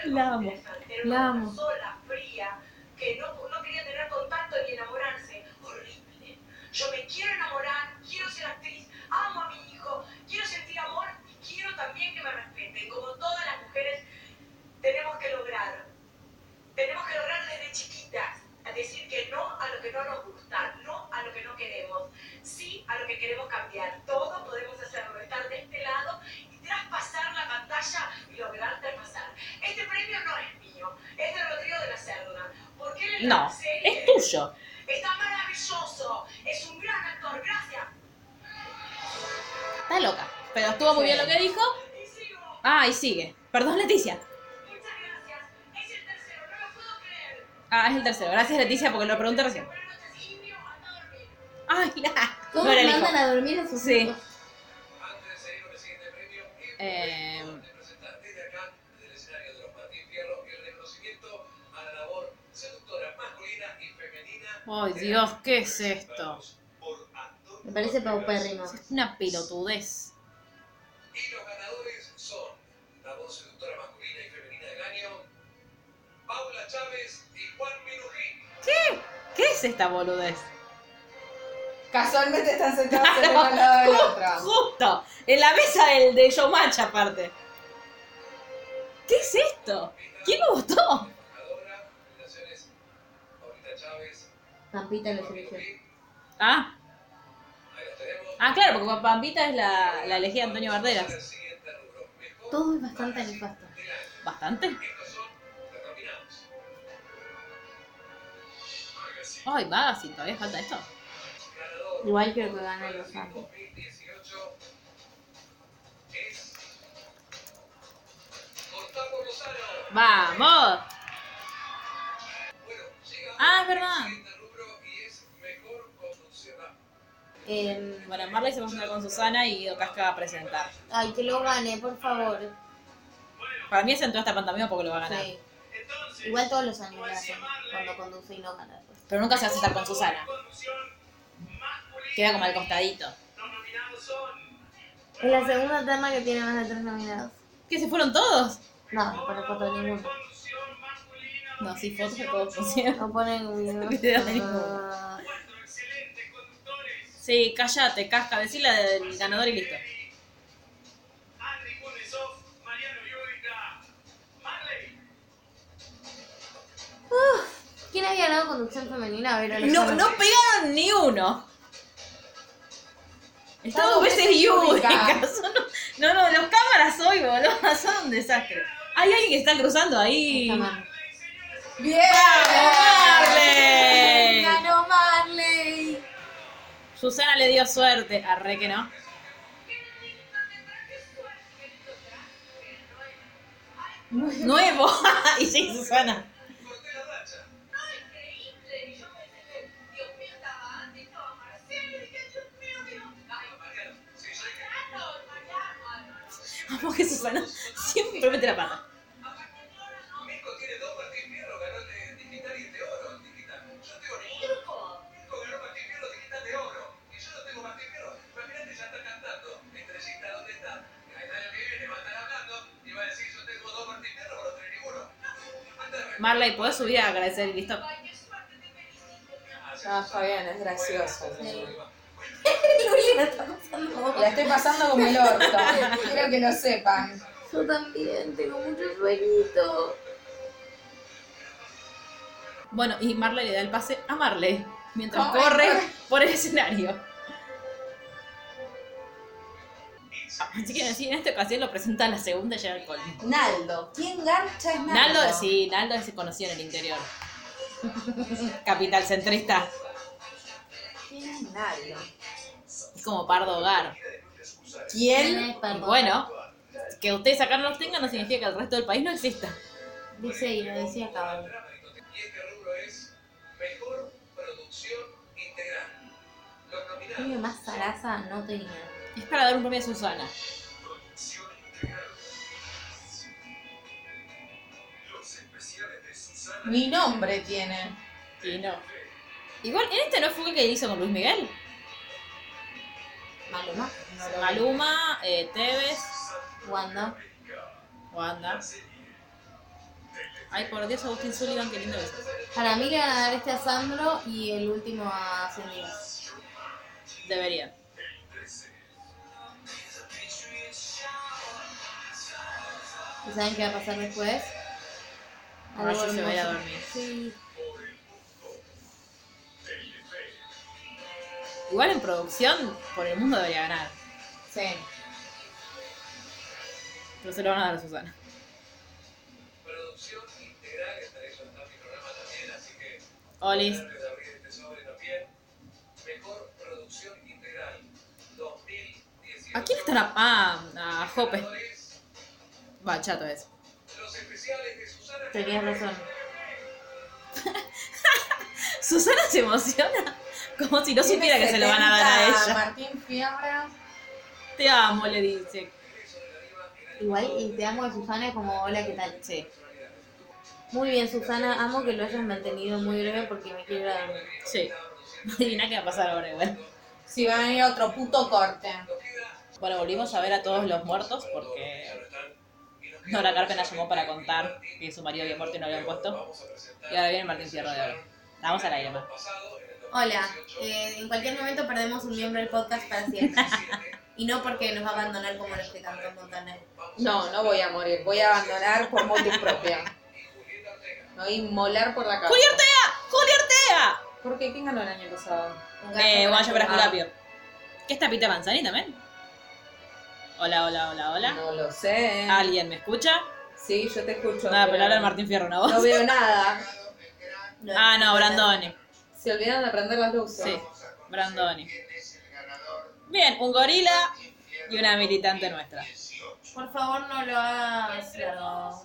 A: La amo,
F: Era
A: la
F: una
A: amo.
F: mujer sola, fría, que no, no quería tener contacto ni enamorarse. Horrible. Yo me quiero enamorar, quiero ser actriz, amo a mi hijo, quiero sentir amor y quiero también que me respeten. Como todas las mujeres, tenemos que lograr. Tenemos que lograr desde chiquitas a decir que no a lo que no nos gusta, no a lo que no queremos, sí a lo que queremos cambiar. Todo podemos hacerlo, estar de este lado y traspasar la pantalla y lograr traspasar. Este premio no es mío, es de Rodrigo de la Serna. Porque él en la
A: No, es
F: serie
A: tuyo.
F: este? está maravilloso, es un gran actor, gracias.
A: Está loca. Pero estuvo muy bien lo que dijo. Ah, y sigue. Perdón, Leticia. Ah, es el tercero. Gracias, Leticia, porque lo pregunté recién. Ay, la.
C: ¿Cómo
A: no era el hijo.
C: mandan a dormir a sus
A: Sí.
C: hijos?
A: Eh, Ay, Dios, ¿qué es esto?
C: Me parece paupérrimo.
A: Es una pelotudez.
G: Y los ganadores son la voz seductora masculina y femenina del año, Paula Chávez y Juan Minujín.
A: ¿Qué? ¿Qué es esta boludez?
B: Casualmente están sentados en el al lado de la otra.
A: Justo, en la mesa del de Showmatch aparte. ¿Qué es esto? ¿Quién lo votó?
G: Felicitaciones, Paulita Chávez.
C: Pampita lo eligió.
A: Ah. Ah, claro, porque Pampita es la, la elegida de Antonio Barderas.
C: Todo es bastante nefasto.
A: Bastante.
G: Los nominados.
A: Ay, Magazine, todavía falta esto.
C: Igual creo que gana el Rosano.
A: ¡Vamos! Ah, es verdad.
C: Eh,
A: Bueno, Marley se va a juntar con Susana y Guido Casca va a presentar.
C: ay, que lo gane, por favor.
A: Para mí es en toda esta pantomima porque lo va a ganar.
C: Sí. Igual todos los años lo hacen cuando conduce y no gana.
A: Pero nunca se va a sentar con Susana. Queda como al costadito.
C: Es la segunda terna que tiene más de tres nominados.
A: ¿Qué se fueron todos?
C: No, no pone foto de ninguno.
A: No, sí, fotos de todos pusieron.
C: No pone ninguno.
A: Video de ninguno. Sí, cállate, casca, decí la del ganador y listo.
C: ¿Quién había ganado conducción femenina? A ver,
A: No,
C: Alejandro.
A: no pegaron ni uno. Está dos veces
C: veces
A: y
C: única.
A: única. Son- No, no, los cámaras hoy, boludo, son un desastre. Hay alguien que está cruzando ahí.
B: ¡Bien!
A: Marley.
C: ¡Ganó Marley!
A: Susana le dio suerte. Arre que no. Nuevo. y sí, Susana. Vamos que Susana siempre mete la pata. Marley, ¿podés subir a agradecer y listo?
B: No, está bien, es gracioso.
C: Luli la está pasando mal.
B: La estoy pasando como el orto. Quiero que lo sepan.
C: Yo también, tengo mucho sueñito.
A: Bueno, y Marley le da el pase a Marley mientras
B: Oh,
A: corre
B: ay, Marley.
A: por el escenario. Así que sí, en este ocasión lo presenta la segunda Gerard Colby.
M: Naldo. ¿Quién garcha es Naldo?
A: Naldo, sí, Naldo es conocido en el interior. Capital centrista.
M: ¿Quién es Naldo?
A: Es como Pardo Hogar.
M: ¿Quién?
A: Y bueno, que ustedes acá no los tengan no significa que el resto del país no exista.
C: Dice y lo decía cabrón.
G: Y este rubro es Mejor Producción Integral. Los nominados.
C: Premio más zaraza no tenía.
A: Es para dar un premio a Susana.
G: Producción Integral. Los especiales de Susana.
B: Mi nombre tiene.
A: Y no. Igual, ¿en este no fue el que hizo con Luis Miguel?
C: Maluma.
A: Maluma, eh, Tevez,
C: Wanda.
A: Wanda. Ay, por Dios, Agustín Sullivan, qué lindo que es.
C: Para mí le van a dar este a Sandro y el último a Cindy.
A: Debería.
C: ¿Y saben qué va a pasar después?
A: Ah, yo se va a ir a dormir.
C: Sí.
A: Igual en producción, por el mundo debería ganar.
B: Sí.
A: Pero se lo van a dar a Susana.
G: Producción Integral, entre ellos está mi programa también, así que.
A: Olis.
G: voy a darles a abrir este sobre también. Mejor Producción Integral 2018.
A: ¿A quién están a, ah, a Jope? Va, chato es.
G: Los especiales de Susana.
C: Tenías razón.
A: Susana se emociona como si no supiera que se lo van a dar a ella.
B: Martín Fiabra.
A: Te amo, le dice.
C: Igual, y te amo de Susana es como, hola, ¿qué tal? Sí. Muy bien, Susana, amo que lo hayas mantenido muy breve porque me quiero ir a dormir.
A: Sí. Adivina qué va a pasar ahora igual.
B: Si va a venir otro puto corte.
A: Bueno, volvimos a ver a todos los muertos porque Nora Carpena llamó para contar que su marido había muerto y no lo habían puesto. Y ahora viene Martín Fierro de oro. Vamos al aire, ma.
C: Hola, eh, en cualquier momento perdemos un miembro del podcast para siempre. y no porque nos va a abandonar como los que cantó Montaner.
B: No, no voy a morir. Voy a abandonar por motis propia. Me voy a inmolar por la causa.
A: ¡Julia Ortega! ¡Julia Ortega!
B: ¿Por qué? ¿Quién ganó el año pasado?
A: Eh, Guayo para
B: Ah,
A: Esculapio. ¿Qué está Pita Manzani también? Hola, hola, hola, hola.
B: No lo sé.
A: ¿Alguien me escucha?
B: Sí, yo te escucho.
A: Ah. Nada, Ah, pero habla el Martín Fierro, ¿no?
B: No
A: vos?
B: veo nada.
A: Ah, no, Brandoni.
B: Se olvidaron de prender las luces.
A: Sí, Brandoni. Bien, un gorila y una militante nuestra.
C: Por favor, no lo hagas, Leonardo.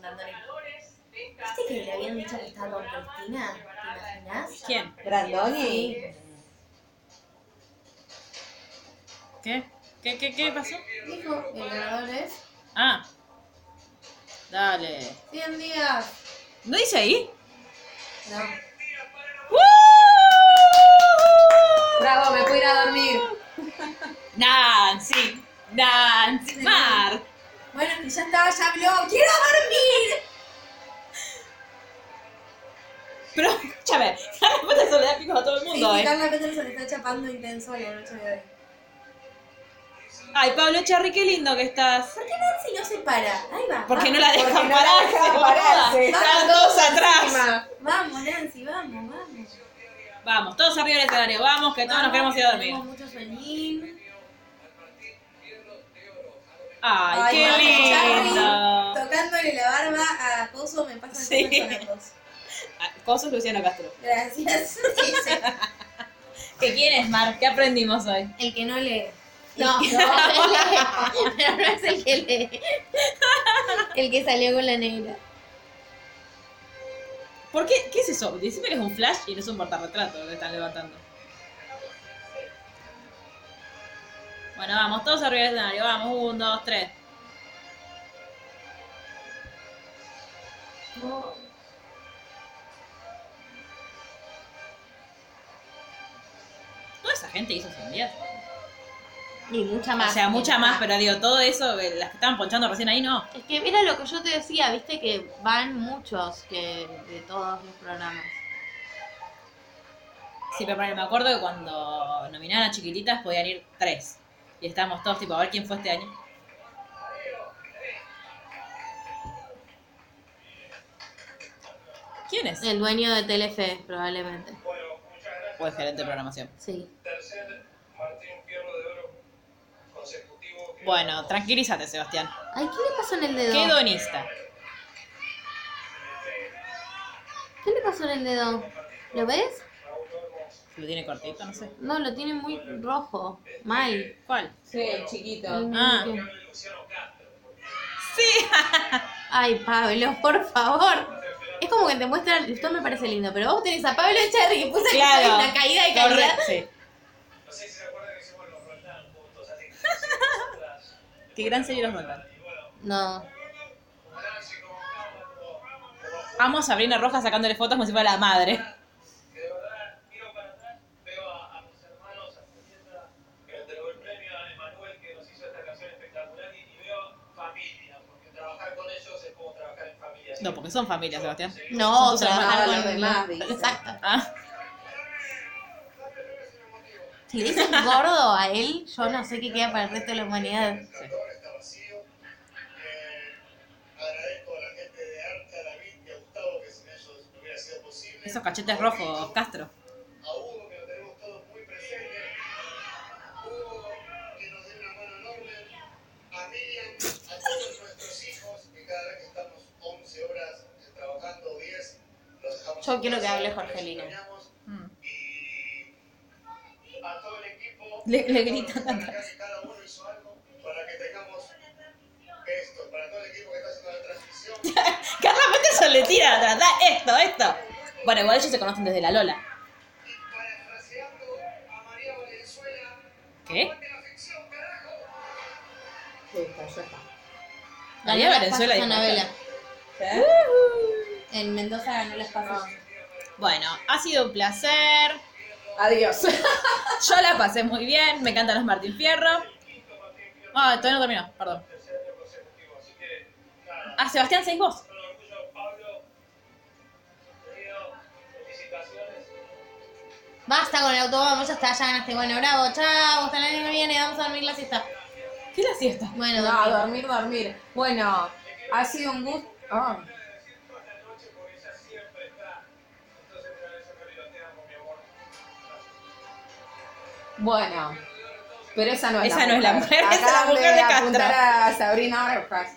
C: ¿Viste que le habían dicho que estaba con Cristina? ¿Te imaginas?
A: ¿Quién?
M: Brandoni.
A: ¿Qué? ¿Qué, qué, qué pasó?
C: Dijo, el ganador es
A: Ah. Dale.
C: 100 días.
A: ¿No dice ahí?
C: No.
B: Bravo, me voy a ir a dormir.
A: Nancy. Nancy. Mar.
M: Bueno, que ya estaba, ya habló. ¡Quiero dormir!
A: Pero, escúchame. La respuesta se le da picos a todo el mundo,
M: Sí,
A: ¿eh?
M: Carla Peters se le está chapando intenso a la noche de hoy.
A: Ay, Pablo Charri, qué lindo que estás.
M: ¿Por qué Nancy no se para? Ahí va.
A: Porque no la
M: Ah, Porque
A: dejan
M: no la
A: pararse,
M: dejan
A: boluda.
M: pararse.
A: Están todos atrás.
B: Encima.
M: Vamos, Nancy, vamos, vamos.
A: Vamos, todos arriba del escenario. Vamos, que todos nos queremos ir a dormir.
M: Tenemos mucho sueñín.
A: Ay, qué
M: Pablo Charri,
A: lindo.
M: Tocándole la barba a Coso me pasan
A: Sí.
M: cosas con ambos.
A: Ah, Cosos Luciano Castro.
M: Gracias. Sí, sí.
A: ¿Qué quieres, Mar? ¿Qué aprendimos hoy?
C: El que no lee.
M: No,
C: No, pero no es el que lee. El que salió con la negra.
A: ¿Por qué? ¿Qué es eso? Decime que es un flash y no es un portarretrato lo que están levantando. Bueno, vamos, todos arriba del escenario. Vamos, un, dos, tres. Toda esa gente hizo 100 días.
C: Y mucha más.
A: o sea, mucha más,
C: pero...
A: pero digo, todo eso, eh, las que estaban ponchando recién ahí, no.
C: Es que mira lo que yo te decía, viste que van muchos que de todos los programas.
A: Sí, pero ponele, me acuerdo que cuando nominaban a chiquilitas podían ir tres. Y estábamos todos tipo, a ver quién fue este año. ¿Quién es?
C: El dueño de Telefe, probablemente.
A: O el gerente de programación.
C: Sí.
A: Bueno, tranquilízate, Sebastián.
C: Ay, ¿qué le pasó en el dedo?
A: Qué donista.
C: ¿Qué le pasó en el dedo? ¿Lo ves?
A: Lo tiene cortito, no sé.
C: No, lo tiene muy rojo. Mal.
A: ¿Cuál?
B: Sí, chiquito.
A: Ah. Sí.
C: Ay, Pablo, por favor. Es como que te muestran, esto me parece lindo, pero vos tenés a Pablo Cherry que puso
A: Claro.
C: una caída de calidad.
A: Corre- sí.
G: No sé si se acuerdan que hicimos los Roldán juntos, así que
A: Qué gran serie los mandan.
C: No.
A: Amo a Sabrina Rojas sacándole fotos como si fuera la madre.
G: que entregó el premio a Emanuel que nos hizo esta canción espectacular y, y veo familia, porque trabajar con ellos es como trabajar en familia.
A: No, porque son familia, Sebastián.
C: No,
A: Son tus
C: trabajar
A: hermanos.
C: con
B: los demás, dice.
C: Exacto.
A: Ah,
C: Si le dicen gordo a él, yo no sé qué queda para el resto de la humanidad.
G: Eh, Agradezco a la gente de Arte, a David y a Gustavo que sin ellos no hubiera sido posible.
A: esos cachetes rojos, Castro.
G: A Hugo que lo tenemos todos muy presente. Hugo que nos dé una mano enorme. A Miriam, a todos nuestros hijos que cada vez que estamos 11 horas trabajando, 10, los dejamos.
C: Yo
G: en
C: quiero que
G: casa,
C: hable
G: los
C: Jorgelina.
G: extrañamos.
A: Mm.
G: A todo el equipo.
A: Le- le
G: a todos
A: gritan
G: los que están
A: atrás.
G: acá, que Cada uno hizo algo para que tengamos esto, para todo el equipo que está haciendo la transmisión.
A: Carla Peterson le tira atrás, da esto, esto. Bueno, igual ellos se conocen desde la Lola.
G: Parafraseando a María Valenzuela.
A: ¿Qué?
G: "Aguante la ficción, carajo".
B: Listo, ya está.
A: María
C: Ganó las
A: Valenzuela
C: pasas
A: dijo,
C: Anabela.
B: ¿Eh?
C: En Mendoza ganó las pasas.
A: Bueno, ha sido un placer.
B: Adiós.
A: Yo la pasé muy bien, me encantan los Martín Fierro. Ah, todavía no terminó, perdón. Ah, Sebastián, seis vos.
G: Con orgullo, Pablo. Querido, felicitaciones.
C: Basta con el autobombo, ya está, ya ganaste. Bueno, bravo, chao, hasta el año que viene, vamos a dormir la siesta.
A: ¿Qué es la siesta?
C: Bueno,
B: No,
C: dormimos.
B: dormir, dormir. Bueno, ha sido un gusto. Ah, Bueno, pero esa no es
A: Esa
B: la
A: no es la mujer, esa es la
B: Acaban
A: mujer de Castro.
B: apuntar a Sabrina Rojas.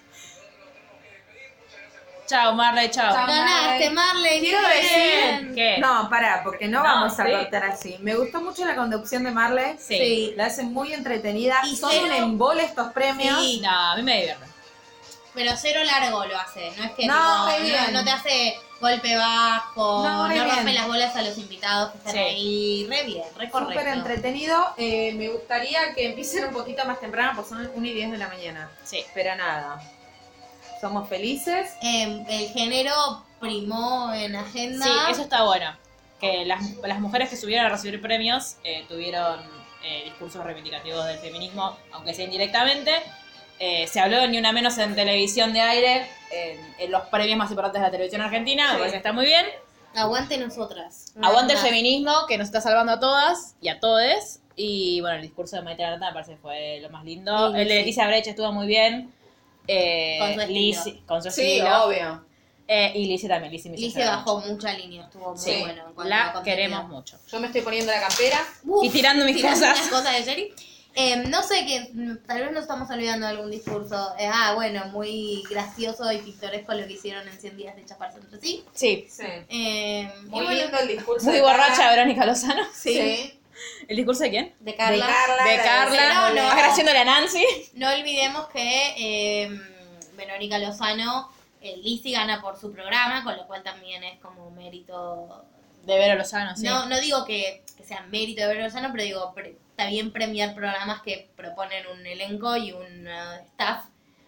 A: Chao, Marley, chao.
B: Chao.
C: Ganaste, Marley.
B: Quiero
C: bien.
B: decir-
A: ¿Qué?
B: No, pará, porque no,
A: No,
B: vamos a
A: sí.
B: cortar así. Me gustó mucho la conducción de Marley.
A: Sí.
B: La hacen muy entretenida.
C: Y
B: Son
C: cero-
B: un embole estos premios.
A: Sí, no, a mí me divierte.
C: Pero cero largo lo hace, no es que
B: No,
C: tipo,
B: re bien.
C: no te hace golpe bajo,
B: No,
C: no,
B: re
C: rompe
B: bien.
C: las bolas a los invitados que están
A: Sí.
C: ahí, re bien, re correcto.
B: Súper entretenido. Eh, me gustaría que empiecen un poquito más temprano, porque son 1 y 10 de la mañana.
A: Sí.
B: Pero nada. Somos felices.
C: Eh, el género primó en agenda.
A: Sí, eso está bueno. Que las, las mujeres que subieron a recibir premios eh, tuvieron eh, discursos reivindicativos del feminismo, aunque sea indirectamente. Eh, se habló ni una menos en televisión de aire, en, en los premios más importantes de la televisión argentina, me
B: Sí.
A: parece que está muy bien.
C: Aguante nosotras.
A: Aguante el
C: Nada.
A: feminismo, que nos está salvando a todas y a todes. Y bueno, el discurso de Maite Arata me parece que fue lo más lindo.
C: Sí,
A: el de
C: sí.
A: Leticia Brecht estuvo muy bien. Eh,
C: Con su estilo.
A: Lizzy- con su estilo.
B: obvio.
A: Eh, y Lizzie también, Lizzie me hizo
C: Lice
A: llorar
C: bajó
A: mucho.
C: mucha línea, estuvo muy
A: Sí,
C: bueno. en cuanto a
A: la
C: contenido.
A: queremos mucho.
B: Yo me estoy poniendo la campera.
C: Uf,
A: Y tirando mis
C: tirando
A: cosas.
C: las cosas de Jerry. Eh, no sé que mm, tal vez nos estamos olvidando de algún discurso. Eh, ah, bueno, muy gracioso y pintoresco lo que hicieron en 100 días de chaparse entre sí.
A: Sí.
B: Sí.
C: Eh,
B: Muy
C: y bueno,
B: lindo el discurso.
A: Muy
B: de
A: borracha
B: Carla.
A: Verónica Lozano.
B: Sí.
A: ¿El discurso de quién?
C: de
B: De
C: Carla.
B: Carla.
A: de Carla.
C: no, no.
A: Agradeciéndole a Nancy.
C: No olvidemos que eh, Verónica Lozano, eh, Lizzy gana por su programa, con lo cual también es como mérito.
A: De Vero Lozano, sí.
C: No, no digo que, que sea mérito de Verónica Lozano, pero digo, pre- está bien premiar programas que proponen un elenco y un eh, staff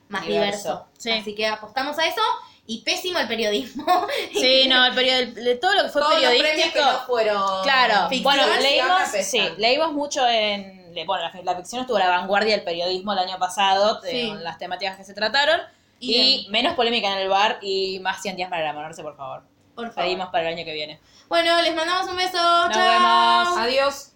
C: más
A: Diverso.
C: diverso.
A: Sí.
C: Así que apostamos a eso y pésimo el periodismo.
A: Sí, no, el periodo, de todo lo que fue
B: Todos los premios
A: periodístico.
B: que no fueron.
A: Claro,
B: ficción,
A: bueno,
B: sí,
A: leímos,
B: ahora
A: sí,
B: pesan.
A: leímos mucho en. le- Bueno, la, la ficción estuvo a la vanguardia del periodismo el año pasado, de-
C: Sí.
A: con las temáticas que se trataron. Y, menos polémica en el bar y más 100 días para enamorarse, por favor.
C: por favor.
A: Pedimos para el año que viene.
C: Bueno, les mandamos un beso.
A: Nos
C: Chao.
A: vemos.
B: Adiós.